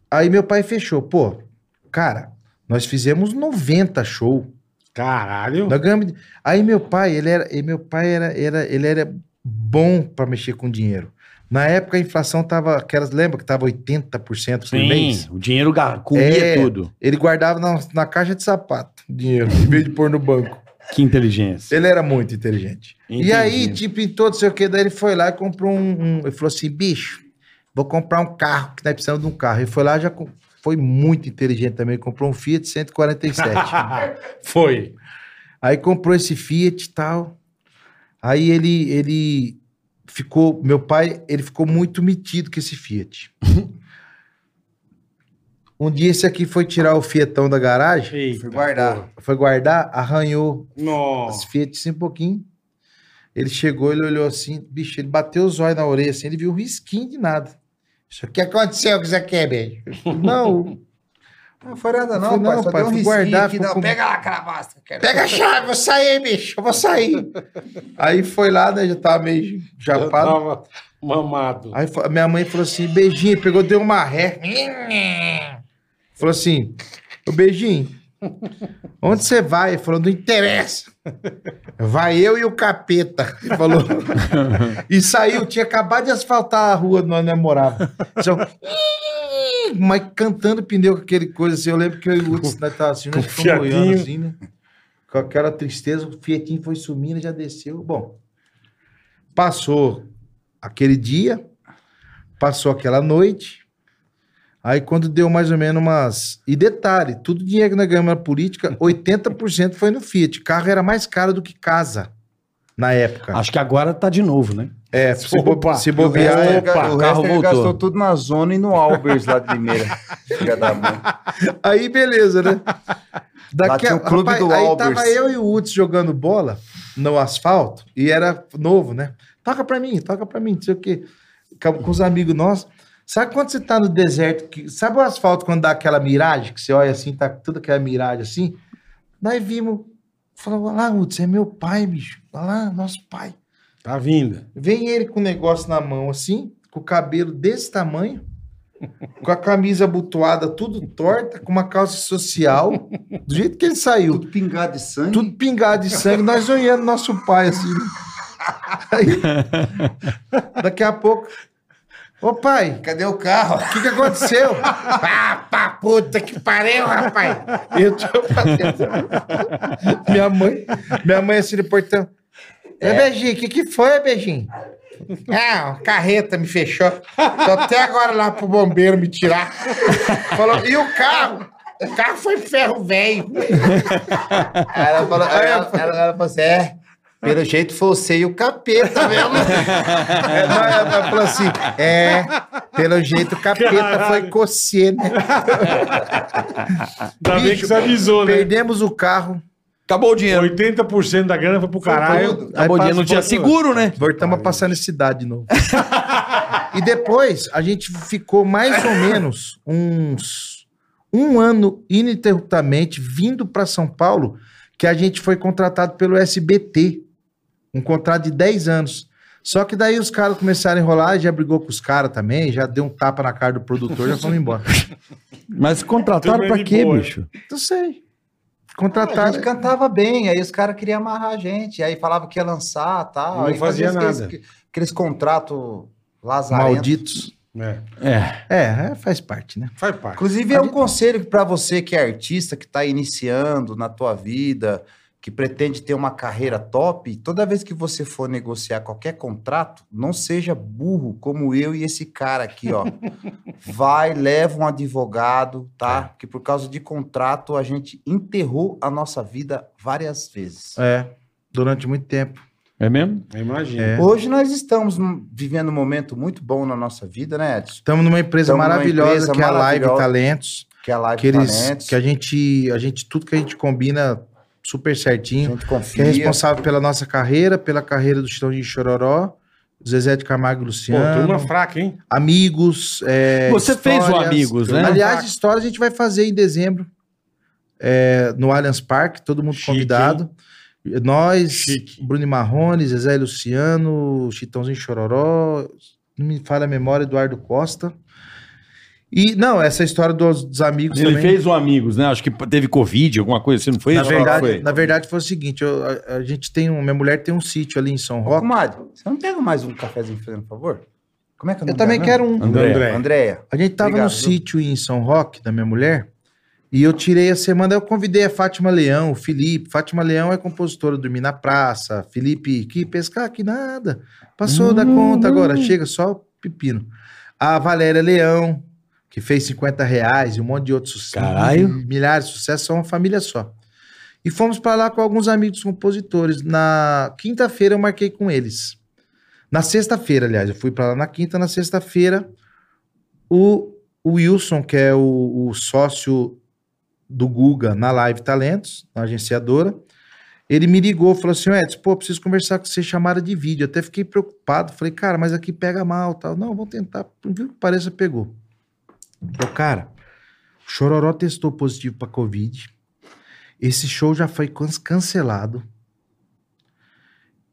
Aí meu pai fechou. Pô, cara, nós fizemos 90 show. Caralho. Nós ganhamos- Aí meu pai, ele era, e meu pai era, era, ele era bom pra mexer com dinheiro. Na época a inflação tava, aquelas lembra que tava 80% por mês? Sim, o dinheiro ga- comia É. tudo. Ele guardava na, na caixa de sapato o dinheiro, em vez de pôr no banco. Que inteligência. Ele era muito inteligente. Entendi. E aí, tipo, em todo sei o que, daí ele foi lá e comprou um, um- Ele falou assim: bicho, vou comprar um carro, que nós precisamos de um carro. Ele foi lá já com- foi muito inteligente também, comprou um Fiat 147. Foi. aí comprou esse Fiat e tal. Aí ele, ele ficou. Meu pai, ele ficou muito metido com esse Fiat. um dia esse aqui foi tirar o Fiatão da garagem, Eita, Fui guardar. porra. foi guardar, arranhou Nossa. as Fiat assim um pouquinho. Ele chegou, ele olhou assim, bicho, ele bateu os olhos na orelha assim, ele viu um risquinho de nada. Isso aqui aconteceu com isso aqui, bicho. Eu falei, Não, Não foi Ah, nada, Foi não, não, pai. Só deu pai, um fui risquinho guardar, aqui. fui não. com- Pega lá a cravasta. Quero... pega a chave, vou sair, bicho, eu vou sair. Aí foi lá, né, já tava meio Eu chapado. tava mamado. Aí fa- minha mãe falou assim: beijinho, pegou, deu uma ré. Falou assim: ô beijinho, onde você vai? Ele falou: não interessa. Vai eu e o capeta. Ele falou. e saiu, tinha acabado de asfaltar a rua onde eu morava. Só- Mas cantando pneu com aquele coisa assim. Eu lembro que eu e o Hudson nós tava assim, nós ficamos Fiatinho. boiando assim, né? Com aquela tristeza, o Fiatinho foi sumindo, já desceu. Bom, passou aquele dia, passou aquela noite. Aí quando deu mais ou menos umas. E detalhe, tudo o dinheiro que nós ganhamos na política, 80% foi no Fiat. Carro era mais caro do que casa na época. Acho que agora tá de novo, né? É, se, bo- Opa. se O resto, bobear. ele, é- ga- opa, carro o resto ele voltou. gastou tudo na zona e no Albers lá de Limeira. Filha da mãe. Aí beleza, né? Daqui tinha a, o clube rapaz, do aí Albers. tava eu e o Uts jogando bola no asfalto e era novo, né? Toca pra mim, toca pra mim, não sei o quê. Com com os amigos nossos. Sabe quando você tá no deserto? Que, sabe o asfalto quando dá aquela miragem? Que você olha assim, tá tudo aquela miragem assim? Nós vimos. Falou, olha lá, Uts, é meu pai, bicho. Olha lá, nosso pai. Tá vindo. Vem ele com o negócio na mão assim, com o cabelo desse tamanho, com a camisa abotoada tudo torta, com uma calça social, do jeito que ele saiu, Tudo pingado de sangue. tudo pingado de sangue, nós olhando nosso pai assim. né? Aí, daqui a pouco, ô pai, Cadê o carro? o que, que aconteceu? ah, pra puta que pariu, rapaz! Eu tinha pra dentro. minha mãe, minha mãe assim no portão. É. Beijinho, o que, que foi, Beijinho? Ah, a carreta me fechou. Tô até agora lá pro bombeiro me tirar. Falou, e o carro? O carro foi ferro velho. Aí ela falou, aí ela, ela- ela falou assim: é, pelo jeito foi você e o capeta mesmo. É, não, ela ela falou assim: é, pelo jeito o capeta foi cocer, né? Ainda bem que Bicho, você avisou, né? Perdemos o carro. Acabou o dinheiro. 80% da grana foi um pro caralho. Acabou o dinheiro, não tinha seguro, né? Voltamos a passar necessidade de novo. e depois, a gente ficou mais ou menos uns um ano ininterruptamente vindo para São Paulo, que a gente foi contratado pelo SBT. Um contrato de 10 anos. Só que daí os caras começaram a enrolar, já brigou com os caras também, já deu um tapa na cara do produtor, já fomos embora. Mas contrataram Tudo pra bem é de quê, boa. bicho? Não sei. A gente Contrataram. cantava bem, aí os caras queriam amarrar a gente, aí falava que ia lançar tal. Não aí fazia aqueles- nada. Aqueles, aqueles contratos lazarentos. Malditos. É, É. É, é, faz parte, né? faz parte. Inclusive, é um conselho para você que é artista, que está iniciando na tua vida, que pretende ter uma carreira top, toda vez que você for negociar qualquer contrato, não seja burro como eu e esse cara aqui, ó. Vai, leva um advogado, tá? É. Porque por causa de contrato, a gente enterrou a nossa vida várias vezes. É, durante muito tempo. É mesmo? Eu imagino. É. Hoje nós estamos num- vivendo um momento muito bom na nossa vida, né, Edson? Estamos numa empresa Estamos numa maravilhosa empresa que é a Live maravilhosa. Talentos, Que é a Live que eles, Talentos, que a gente, a gente tudo que a gente combina super a certinho, gente que é confia. responsável pela nossa carreira, pela carreira do Chitão de Chororó, do Zezé de Camargo e Pô, turma Luciano, fraca, hein? amigos, é, Você fez o histórias. Amigos, né? Aliás, histórias a gente vai fazer em dezembro é, no Allianz Parque, todo mundo Chique, convidado. Nós, Chique. Bruno e Marrone, Zezé e Luciano, Chitãozinho e Chororó, não me falha a memória, Eduardo Costa. E, não, essa história dos, dos amigos Ele também. fez um Amigos, né? Acho que teve Covid, alguma coisa assim, não foi? na, isso? Qual verdade, foi? na verdade, foi o seguinte: eu- a, a gente tem um. Minha mulher tem um sítio ali em São Ô, Roque. comadre, você não pega mais um cafezinho, por favor? Como é que é o Eu nome também dela quero um. André. mesmo? Andréia. A gente tava Obrigado, no viu? sítio em São Roque, da minha mulher, e eu tirei a semana, eu convidei a Fátima Leão, o Felipe. Fátima Leão é compositora do Dormir na Praça, Felipe, que pescar, que nada. Passou da conta agora, Uhum. chega só o pepino. A Valéria Leão, que fez 50 reais e um monte de outros sucessos. Caralho. Milhares de sucessos, são uma família só. E fomos para lá com alguns amigos compositores. Na quinta-feira eu marquei com eles. Na sexta-feira, aliás, eu fui para lá na quinta, na sexta-feira o, o Wilson, que é o, o sócio do Guga na Live Talentos, na agenciadora, Ele me ligou, falou assim, Edson, pô, preciso conversar com você, chamada de vídeo. Até fiquei preocupado, falei, cara, mas aqui pega mal, tal. Não, vou tentar, por que que pareça, pegou. Então, cara, o Chororó testou positivo pra Covid. Esse show já foi can- cancelado.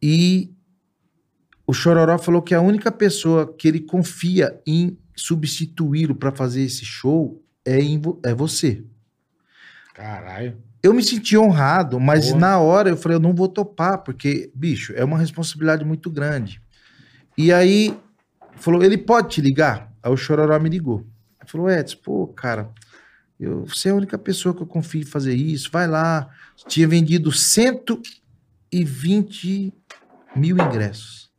E o Chororó falou que a única pessoa que ele confia em substituí-lo pra fazer esse show é, em vo- é você. Caralho. Eu me senti honrado, mas Boa. na hora eu falei, eu não vou topar, porque, bicho, é uma responsabilidade muito grande. E aí, falou, ele pode te ligar? Aí o Chororó me ligou. Ele falou, Edson, pô, cara, eu, você é a única pessoa que eu confio em fazer isso, vai lá. Tinha vendido 120 mil ingressos.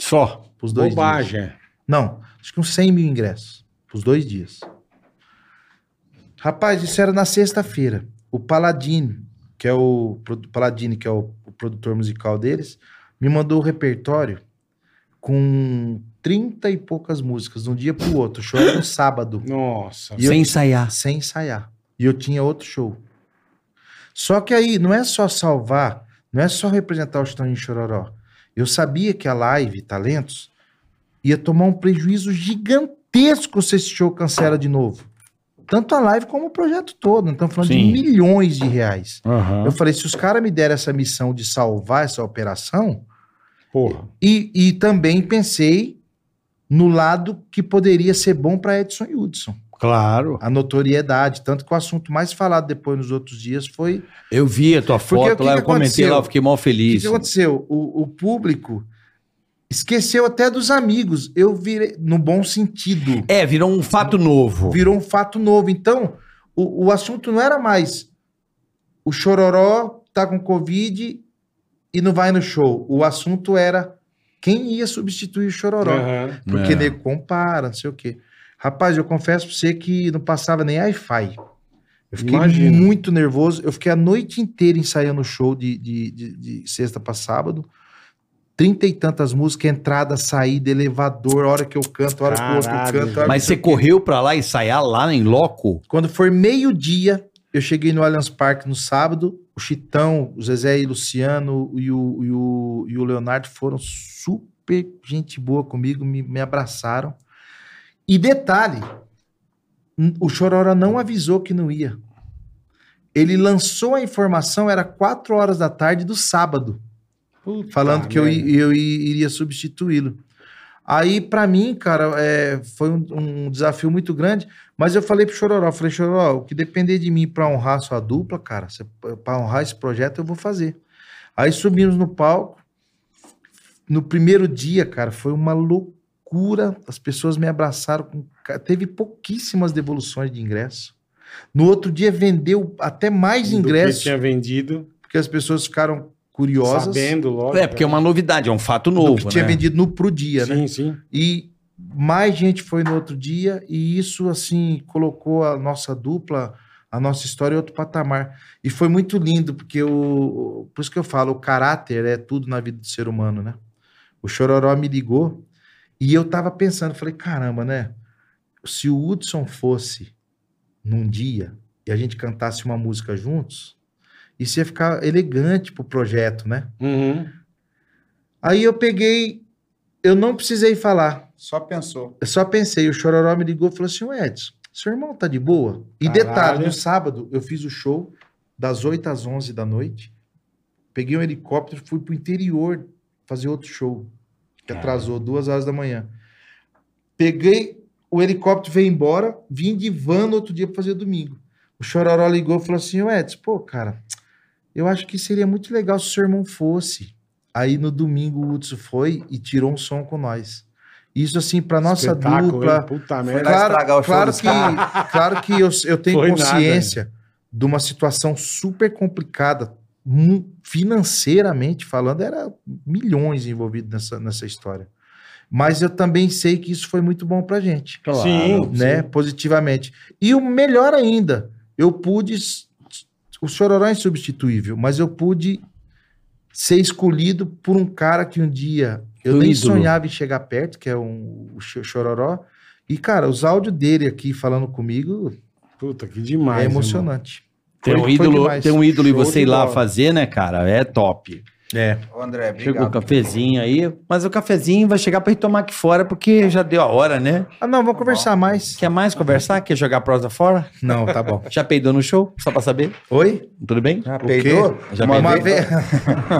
Só. Os dois Bobagem, dias. é. Não, acho que uns 100 mil ingressos. Os dois dias. Rapaz, isso era na sexta-feira. O Paladini, que é o produ- Paladini, que é o, o produtor musical deles, me mandou o repertório com 30 e poucas músicas, de um dia pro outro. O show era no sábado. Nossa. eu- Sem ensaiar. Sem ensaiar. E eu tinha outro show. Só que aí não é só salvar, não é só representar o Estranho Chororó. Eu sabia que a live Talentos ia tomar um prejuízo gigantesco se esse show cancela de novo. Tanto a live como o projeto todo. Nós estamos falando Sim. de milhões de reais. Aham. Eu falei, se os caras me deram essa missão de salvar essa operação, Porra. e, e também pensei no lado que poderia ser bom para Edson e Hudson. Claro. A notoriedade. Tanto que o assunto mais falado depois nos outros dias foi. Eu vi a tua Porque o foto que lá, que eu comentei aconteceu? lá, eu fiquei mal O que feliz. que aconteceu? O, o público esqueceu até dos amigos. Eu virei, no bom sentido, É, virou um fato novo. virou um fato novo. Então, o, o assunto não era mais o chororó tá com Covid e não vai no show. O assunto era quem ia substituir o chororó. Aham. Porque É. nego compara, não sei o quê. Rapaz, eu confesso pra você que não passava nem Wi-Fi. Eu fiquei Imagino. muito nervoso. Eu fiquei a noite inteira ensaiando o show de, de, de- de sexta pra sábado. Trinta e tantas músicas, entrada, saída, elevador, hora que eu canto, hora que o outro Caralho, canta. hora Mas que- você correu pra lá ensaiar lá em loco? Quando foi meio-dia, eu cheguei no Allianz Parque no sábado. O Chitão, o Zezé e o Luciano e o, e o, e o Leonardo foram super gente boa comigo, me, me abraçaram. E detalhe, n- o Chororó não avisou que não ia. Ele lançou a informação, era 4 horas da tarde do sábado Puta falando que eu, Ah, merda. i- eu i- iria substituí-lo. Aí, pra mim, cara, é, foi um, um desafio muito grande, mas eu falei pro Chororó, falei, Chororó, o que depender de mim pra honrar sua dupla, cara, cê- pra honrar esse projeto, eu vou fazer. Aí subimos no palco, no primeiro dia, cara, foi uma loucura, as pessoas me abraçaram, com ca- teve pouquíssimas devoluções de ingresso. No outro dia vendeu até Do mais que ingressos, tinha vendido. porque as pessoas ficaram curiosas Sabendo, lógico. É, porque é uma novidade, é um fato do novo, que tinha né? vendido no pro dia, né? Sim, sim. E mais gente foi no outro dia e isso assim colocou a nossa dupla, a nossa história em outro patamar. E foi muito lindo porque o por isso que eu falo, o caráter é tudo na vida do ser humano, né? O Chororó me ligou e eu tava pensando, falei, caramba, né? Se o Hudson fosse num dia e a gente cantasse uma música juntos, isso ia ficar elegante pro projeto, né? Uhum. Aí eu peguei, eu não precisei falar. Só pensou. Eu só pensei, o Chororó me ligou e falou assim: "Ô, Edson, seu irmão tá de boa? E Caralho. detalhe, no sábado eu fiz o show das 8 às 11 da noite. Peguei um helicóptero, fui pro interior fazer outro show, que atrasou duas horas da manhã. Peguei o helicóptero, veio embora, vim de van no outro dia pra fazer domingo. O Chororó ligou e falou assim: "Ô, Edson, pô, cara, eu acho que seria muito legal se o seu irmão fosse. Aí no domingo o Hudson foi e tirou um som com nós. Isso assim pra nossa Espetáculo, dupla, hein? Puta Foi merda. lá estragar o Claro, show claro dos que, claro que eu, eu tenho Foi nada. consciência de uma situação super complicada, mu- financeiramente falando, era milhões envolvidos nessa, nessa história. Mas eu também sei que isso foi muito bom pra gente, Sim, né? Positivamente. E o melhor ainda, eu pude. s- s- O Chororó é insubstituível, mas eu pude ser escolhido por um cara que um dia eu Um nem ídolo. sonhava em chegar perto, que é um, o Cho- Chororó. E, cara, os áudios dele aqui falando comigo Puta, que demais. é emocionante. irmão. Tem um Foi- foi ídolo, demais. tem um ídolo e Show você de ir lá bola. fazer, né, cara? É top. É. Ô, André, obrigado. Chega o cafezinho aí, mas o cafezinho vai chegar pra gente tomar aqui fora, porque já deu a hora, né? Ah, não, vamos conversar mais. Quer mais conversar? Quer jogar prosa fora? Não, tá bom. Já peidou no show? Só pra saber? Oi? Tudo bem? Já quê? peidou? Já uma, peidou? vez,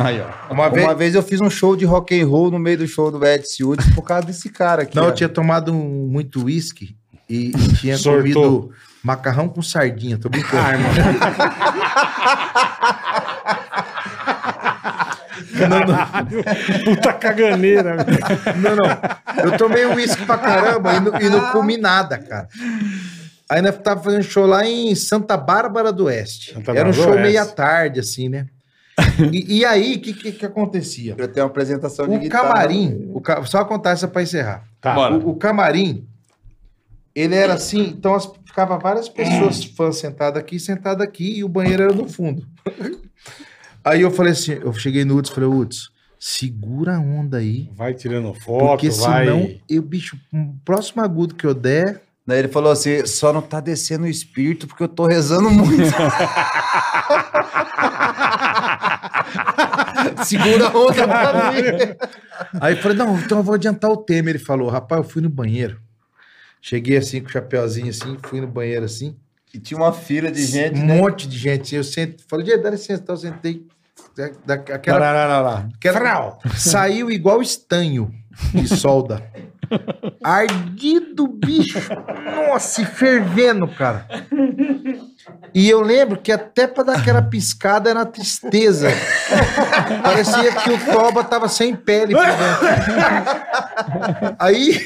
Aí, ó. uma, vez... eu fiz um show de rock and roll no meio do show do Ed Silves por causa desse cara aqui. Não, ó. eu tinha tomado um- muito uísque e tinha Sortou. comido macarrão com sardinha. Tô brincando. Puta caganeira. né? velho. Não, não. Eu tomei um uísque pra caramba e não, e não comi nada, cara. Aí nós tava fazendo um show lá em Santa Bárbara do Oeste. Santa Era Bárbara um do show Oeste. meia tarde, assim, né? E, e aí, o que, que, que acontecia? Eu tenho uma apresentação de O guitarra. camarim, o ca- só contar essa pra encerrar. Tá. Bora. O, o camarim, é- ele era assim, então as- ficava várias pessoas fãs sentadas aqui, sentadas aqui, e o banheiro era no fundo. Aí eu falei assim, eu cheguei no Uds, falei, Uds, segura a onda aí, Vai tirando foto, porque vai. senão, eu, bicho, o próximo agudo que eu der, Daí ele falou assim: só não tá descendo o espírito porque eu tô rezando muito. Segura a onda pra mim. Aí eu falei, não, então eu vou adiantar o tema. Ele falou, rapaz, eu fui no banheiro. Cheguei assim com o chapéuzinho assim, fui no banheiro assim. E tinha uma fila de gente, um né? monte de gente. Eu sento, falei, gente, dá licença, então eu sentei. Da, da, aquela, Lá, lá, lá, lá. aquela- saiu igual estanho de solda. Ardido bicho. Nossa, e fervendo, cara. E eu lembro que até pra dar aquela piscada era tristeza. Parecia que o toba tava sem pele por dentro. Aí,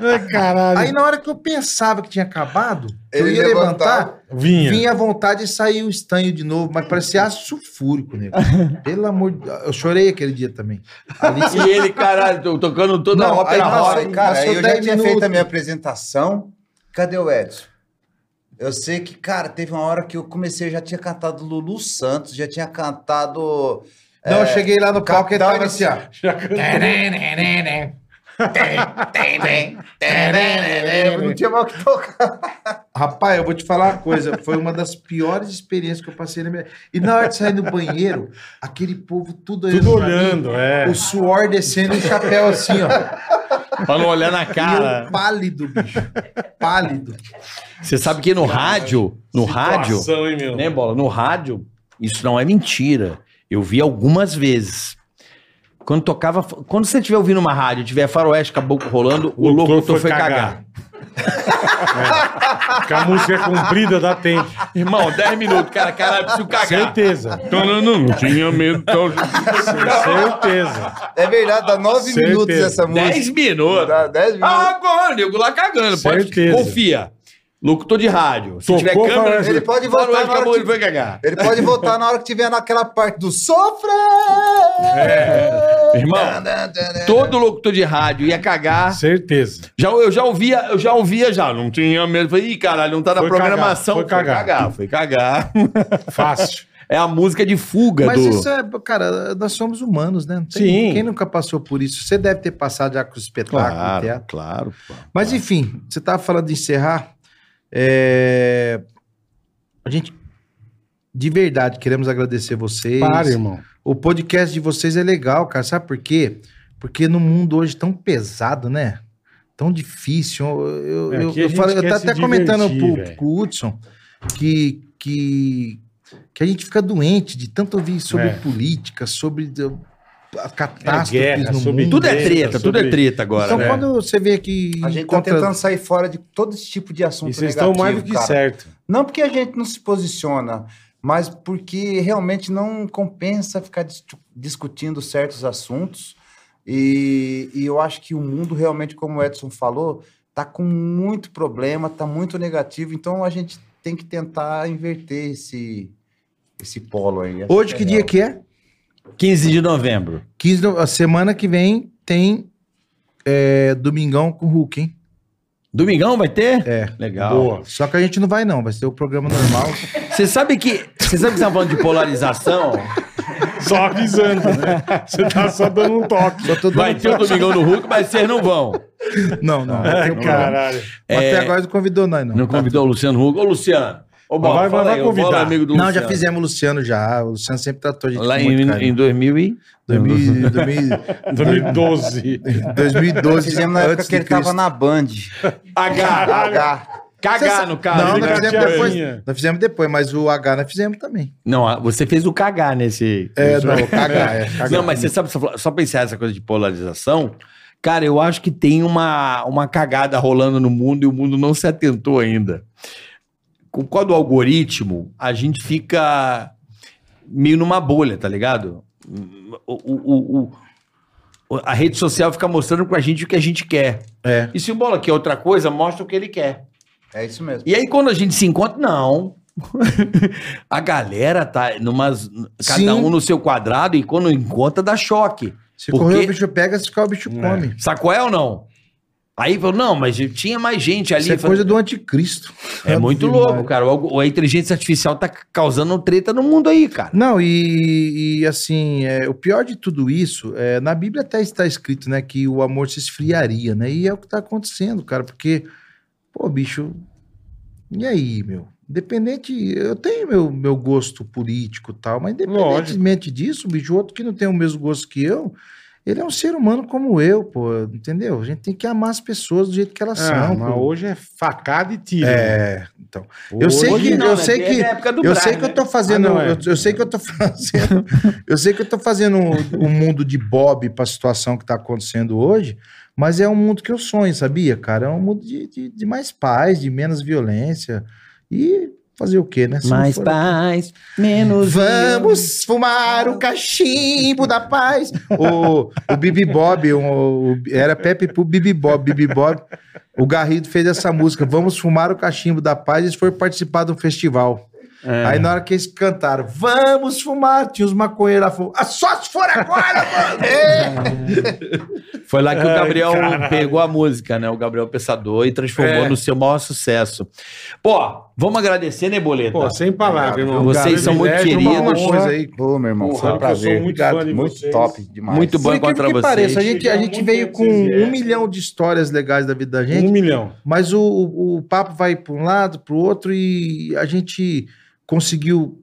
Ai, caralho. aí na hora que eu pensava que tinha acabado, eu Ele ia levantar, levantava. Vinha. vinha à vontade e saiu o estanho de novo, mas parecia ácido sulfúrico, nego. Pelo amor de Deus. Eu chorei aquele dia também. Ali E ele, caralho, to- tocando toda a Não, aí ópera passou- rock. Falei, cara, passou eu já 10 tinha minutos. feito a minha apresentação. Cadê o Edson? Eu sei que, cara, teve uma hora que eu comecei, eu já tinha cantado Lulu Santos, já tinha cantado. Não, eu cheguei lá no Tá, Capitão palco e ele tava assim, inicial. ó. Eu não tinha mal o que tocar. Rapaz, eu vou te falar uma coisa. Foi uma das piores experiências que eu passei na minha E na hora de sair do banheiro, aquele povo tudo Tudo pra mim, olhando, é. O suor descendo e o chapéu assim, ó. Pra não olhar na E eu cara. pálido, bicho. Pálido. Você sabe que no rádio, no rádio, Situação, hein, meu? né, Bola? No rádio, isso não é mentira. Eu vi algumas vezes. Quando tocava. Quando você estiver ouvindo uma rádio, tiver faroeste, caboclo rolando, O o, louco doutor foi, cagar. Porque a música é comprida, dá tempo. Irmão, 10 minutos, cara, caralho, preciso cagar. Certeza. Então, não, não, não tinha medo. Então... Certeza. É verdade, dá nove Certeza. Ah! minutos essa música. 10 minutos. Dá dez minutos. Agora, nego lá cagando. Pode, Certeza. confia. Locutor de rádio. Se Tocou, tiver câmera, parece- Ele pode Parou, voltar ele na hora acabou, que- ele foi cagar. Ele pode voltar na hora que tiver naquela parte do sofre. É. Irmão, todo locutor de rádio ia cagar. Certeza. Já, eu já ouvia, eu já ouvia já, não tinha medo. Falei, ih, caralho, não tá na Foi programação. cagar, foi cagar. Foi cagar. Fácil. é a música de fuga Mas do. isso é, cara, nós somos humanos, né? Não tem- Sim. Quem nunca passou por isso? Você deve ter passado já com o espetáculo, teatro. Claro, claro. pô. Mas enfim, você estava falando de encerrar. É, A gente de verdade queremos agradecer vocês. Para, irmão. O podcast de vocês é legal, cara. Sabe por quê? Porque no mundo hoje tão pesado, né? Tão difícil. Eu, É, eu, aqui a eu, gente falei- eu quer tava se até comentando divertir, velho. pro, pro Hudson que, que, que a gente fica doente de tanto ouvir sobre É. política, sobre a catástrofe guerra, no sobre mundo. Tudo é Sobre- treta, tudo é treta agora. Então, né? quando você vem aqui. e A gente encontra- tá tentando sair fora de todo esse tipo de assunto E vocês estão negativo, mais do que cara. certo. Não porque a gente não se posiciona, mas porque realmente não compensa ficar dis- discutindo certos assuntos. E, e eu acho que o mundo realmente, como o Edson falou, tá com muito problema, tá muito negativo. Então a gente tem que tentar inverter esse esse polo aí. Essa Hoje, que é a dia que é? 15 de novembro. 15 do- a semana que vem tem é, Domingão com o Hulk, hein? Domingão vai ter? É. Legal. Boa. Só que a gente não vai, não. Vai ser o programa normal. Você sabe que. Você sabe que você tá falando de polarização? Só avisando, né? Você tá só dando um toque. Só tô dando- Vai ter o Domingão no Hulk, mas vocês não vão. Não, não. Ah, Ai, caralho. Até agora não convidou nós, não. Não convidou o Luciano Huck. Ô, Luciano, Ô, Bola, Vai- vai- fala vai aí, o Bola é convidar. amigo do Não, Luciano. já fizemos o Luciano já. O Luciano sempre tratou a gente Lá com muito em, carinho. em 2000 e... 2000, 2000, 2012. 2012. Fizemos na época antes que de ele tava Cristo. na Band. H. Cagar no né? cara. Não, Ele nós caga- fizemos, depois, Catinha. nós fizemos depois, mas o H nós fizemos também. Não, ah, você fez o cagar nesse... É, não, cagar, é. Cagar. Não, mas você sabe, só falar- só pensar essa coisa de polarização, cara, eu acho que tem uma, uma cagada rolando no mundo e o mundo não se atentou ainda. Com qual do algoritmo, a gente fica meio numa bolha, tá ligado? O- o- o- o- a rede social fica mostrando pra gente o que a gente quer. É. E se o Bola quer outra coisa, mostra o que ele quer. É isso mesmo. E aí, quando a gente se encontra, não. a galera tá numas. Cada Sim. um no seu quadrado, e quando encontra, dá choque. Se Porque- correr o bicho pega, se ficar o bicho come. Sacou é ou não? Aí falou, não, mas tinha mais gente ali. Isso é Falei, coisa do né? anticristo. é muito Ave louco, Maria. cara. O- A inteligência artificial tá causando treta no mundo aí, cara. Não, e, e, assim, é, o pior de tudo isso, é, na Bíblia até está escrito, né, que o amor se esfriaria, né? E é o que está acontecendo, cara, porque, pô, bicho, e aí, meu? Independente, eu tenho meu, meu gosto político e tal, mas independentemente disso, bicho, outro que não tem o mesmo gosto que eu, ele é um ser humano como eu, pô, entendeu? A gente tem que amar as pessoas do jeito que elas Ah, são. mas pô. hoje é facada e tiro. né? É, então. Hoje- Eu sei que, não, eu né? sei Desde que, a época do né? eu Braz, sei que eu tô Ah, fazendo, não, é. eu, eu sei que eu tô fazendo, eu sei que eu tô fazendo o mundo de Bob para a situação que tá acontecendo hoje, mas é um mundo que eu sonho, sabia, cara? É um mundo de, de, de mais paz, de menos violência e fazer o quê, né? Se não Mais for- paz, menos. Vamos fumar o cachimbo da paz. O, o Bibi Bob, um, o- o- era Pepe pro Bibi Bob. Bibi Bob, o Garrido fez essa música, Vamos Fumar o Cachimbo da Paz. Eles foram participar de um festival. Aí na hora que eles cantaram, Vamos fumar, tinha os maconheiros lá. falou, "Ah, Só se for agora, mano! É. Foi lá que o Ai, Gabriel caralho. pegou a música, né? O Gabriel Pensador e transformou É. no seu maior sucesso. Pô, vamos agradecer, né, Boleta? Pô, sem palavras, irmão. Vocês são muito Privilégio, uma queridos. honra. Coisa aí. Ô, meu irmão, Porra, sabe que foi um eu sou prazer. muito fã de Muito vocês. top demais. Muito bom Por incrível encontrar que vocês. pareça, a gente, a Chegamos gente muito veio com um entusiasmo. milhão de histórias legais da vida da gente. Um milhão. Mas o, o, o papo vai para um lado, para o outro, e a gente conseguiu,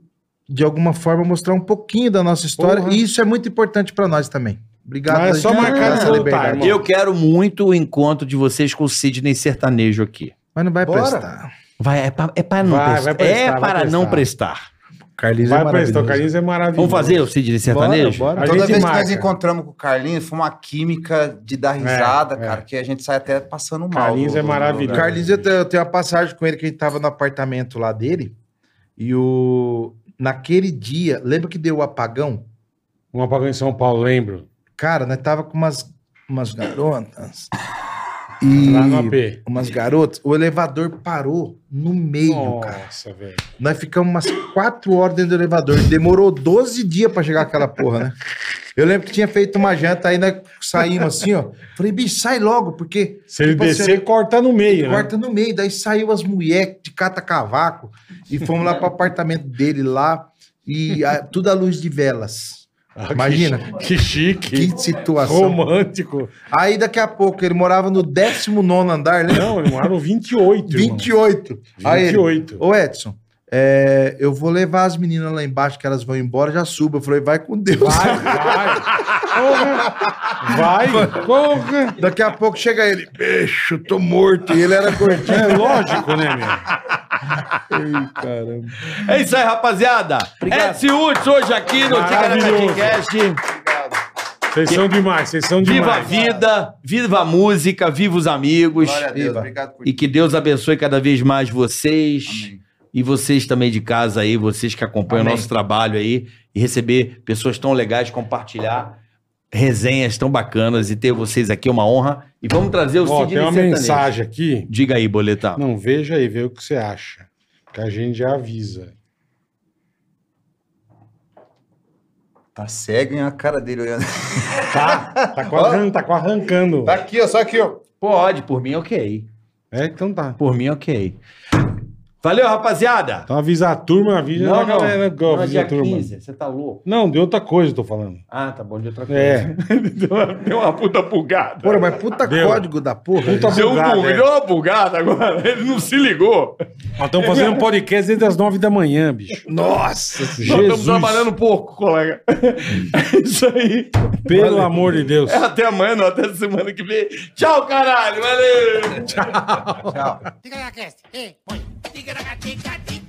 de alguma forma, mostrar um pouquinho da nossa história. Porra. E isso é muito importante para nós também. Obrigado. Mas é a gente só ter marcar essa e voltar, liberdade. irmão. Eu quero muito o encontro de vocês com o Sidney Sertanejo aqui. Mas não vai Bora. prestar. Vai, é para é pra não Vai, prestar. vai prestar, é vai para prestar. não prestar. Carlinhos Vai é pra esse maravilhoso. Tocarinhos, é maravilhoso. Vamos fazer o Sidney Sertanejo? Bora, A bora. Toda gente vez que marca. É, nós encontramos com o Carlinhos, foi uma química de dar risada, cara, que a gente sai até passando mal. Carlinhos do- é do- maravilhoso. O Carlinhos, eu tenho, eu tenho uma passagem com ele que a gente tava no apartamento lá dele. E o... naquele dia, lembra que deu o apagão? Um apagão em São Paulo, lembro. Cara, nós tava com umas, umas garotas. E... Lá no AP. umas garotas, o elevador parou no meio, cara. Nossa, velho. Nós ficamos umas quatro horas dentro do elevador. Demorou 12 dias pra chegar aquela porra, né? Eu lembro que tinha feito uma janta, aí nós saímos assim, ó. Falei, bicho, sai logo, porque Se ele Tipo assim, descer, corta no meio, né? corta no meio. Daí saiu as mulheres de cata-cavaco e fomos lá pro apartamento dele lá e a- tudo à luz de velas. Ah, que Imagina. chi- Que chique. Que situação. Romântico. Aí daqui a pouco ele morava no 19 andar, né? lembra? Não, é um ele morava no 28, irmão. 28. Aí ele, 28. Ô Edson, é, eu vou levar as meninas lá embaixo que elas vão embora, já suba. Eu falei, vai com Deus. Vai, vai. Corra. Vai. Corra. Daqui a pouco chega ele, bicho, tô morto. E ele era gordinho. É lógico, né, meu? É isso aí, rapaziada. Edson Hudson hoje aqui no Maravilhoso. Ticaracatecast. Vocês são demais, vocês são Viva demais. a vida, viva a música, viva os amigos. Glória a Deus, Viva. obrigado por E que Deus abençoe cada vez mais vocês. Amém. E vocês também de casa aí, vocês que acompanham o Amém. nosso trabalho aí. E receber pessoas tão legais, compartilhar resenhas tão bacanas. E ter vocês aqui é uma honra. E vamos trazer o Ó, Sidney tem uma Sertanejo. mensagem aqui. Diga aí, Boletar. Não, veja aí, vê o que você acha. Que a gente já avisa. Tá cego hein, a cara dele olhando. Tá? Tá quase arran- tá quase arrancando. Tá aqui, ó, só aqui, ó. Pode, por mim ok. É, então tá. Por mim ok. Valeu, rapaziada. Então avisa a turma, avisa a galera. Não, é avisa dia a turma. 15, você tá louco. Não, de outra coisa eu tô falando. Ah, tá bom, de outra coisa. É. deu, uma, deu uma puta bugada. Porra, mas puta Deu. código da porra. Puta deu, um bugada, bug- é. deu uma bugada agora, ele não se ligou. Nós estamos fazendo um podcast desde as nove da manhã, bicho. Nossa, nós estamos Jesus. trabalhando pouco, colega. É isso aí. Pelo amor de Deus. É até amanhã, não, até semana que vem. Tchau, caralho, valeu. Diga na cast. Ei, põe. Diga na diga, diga.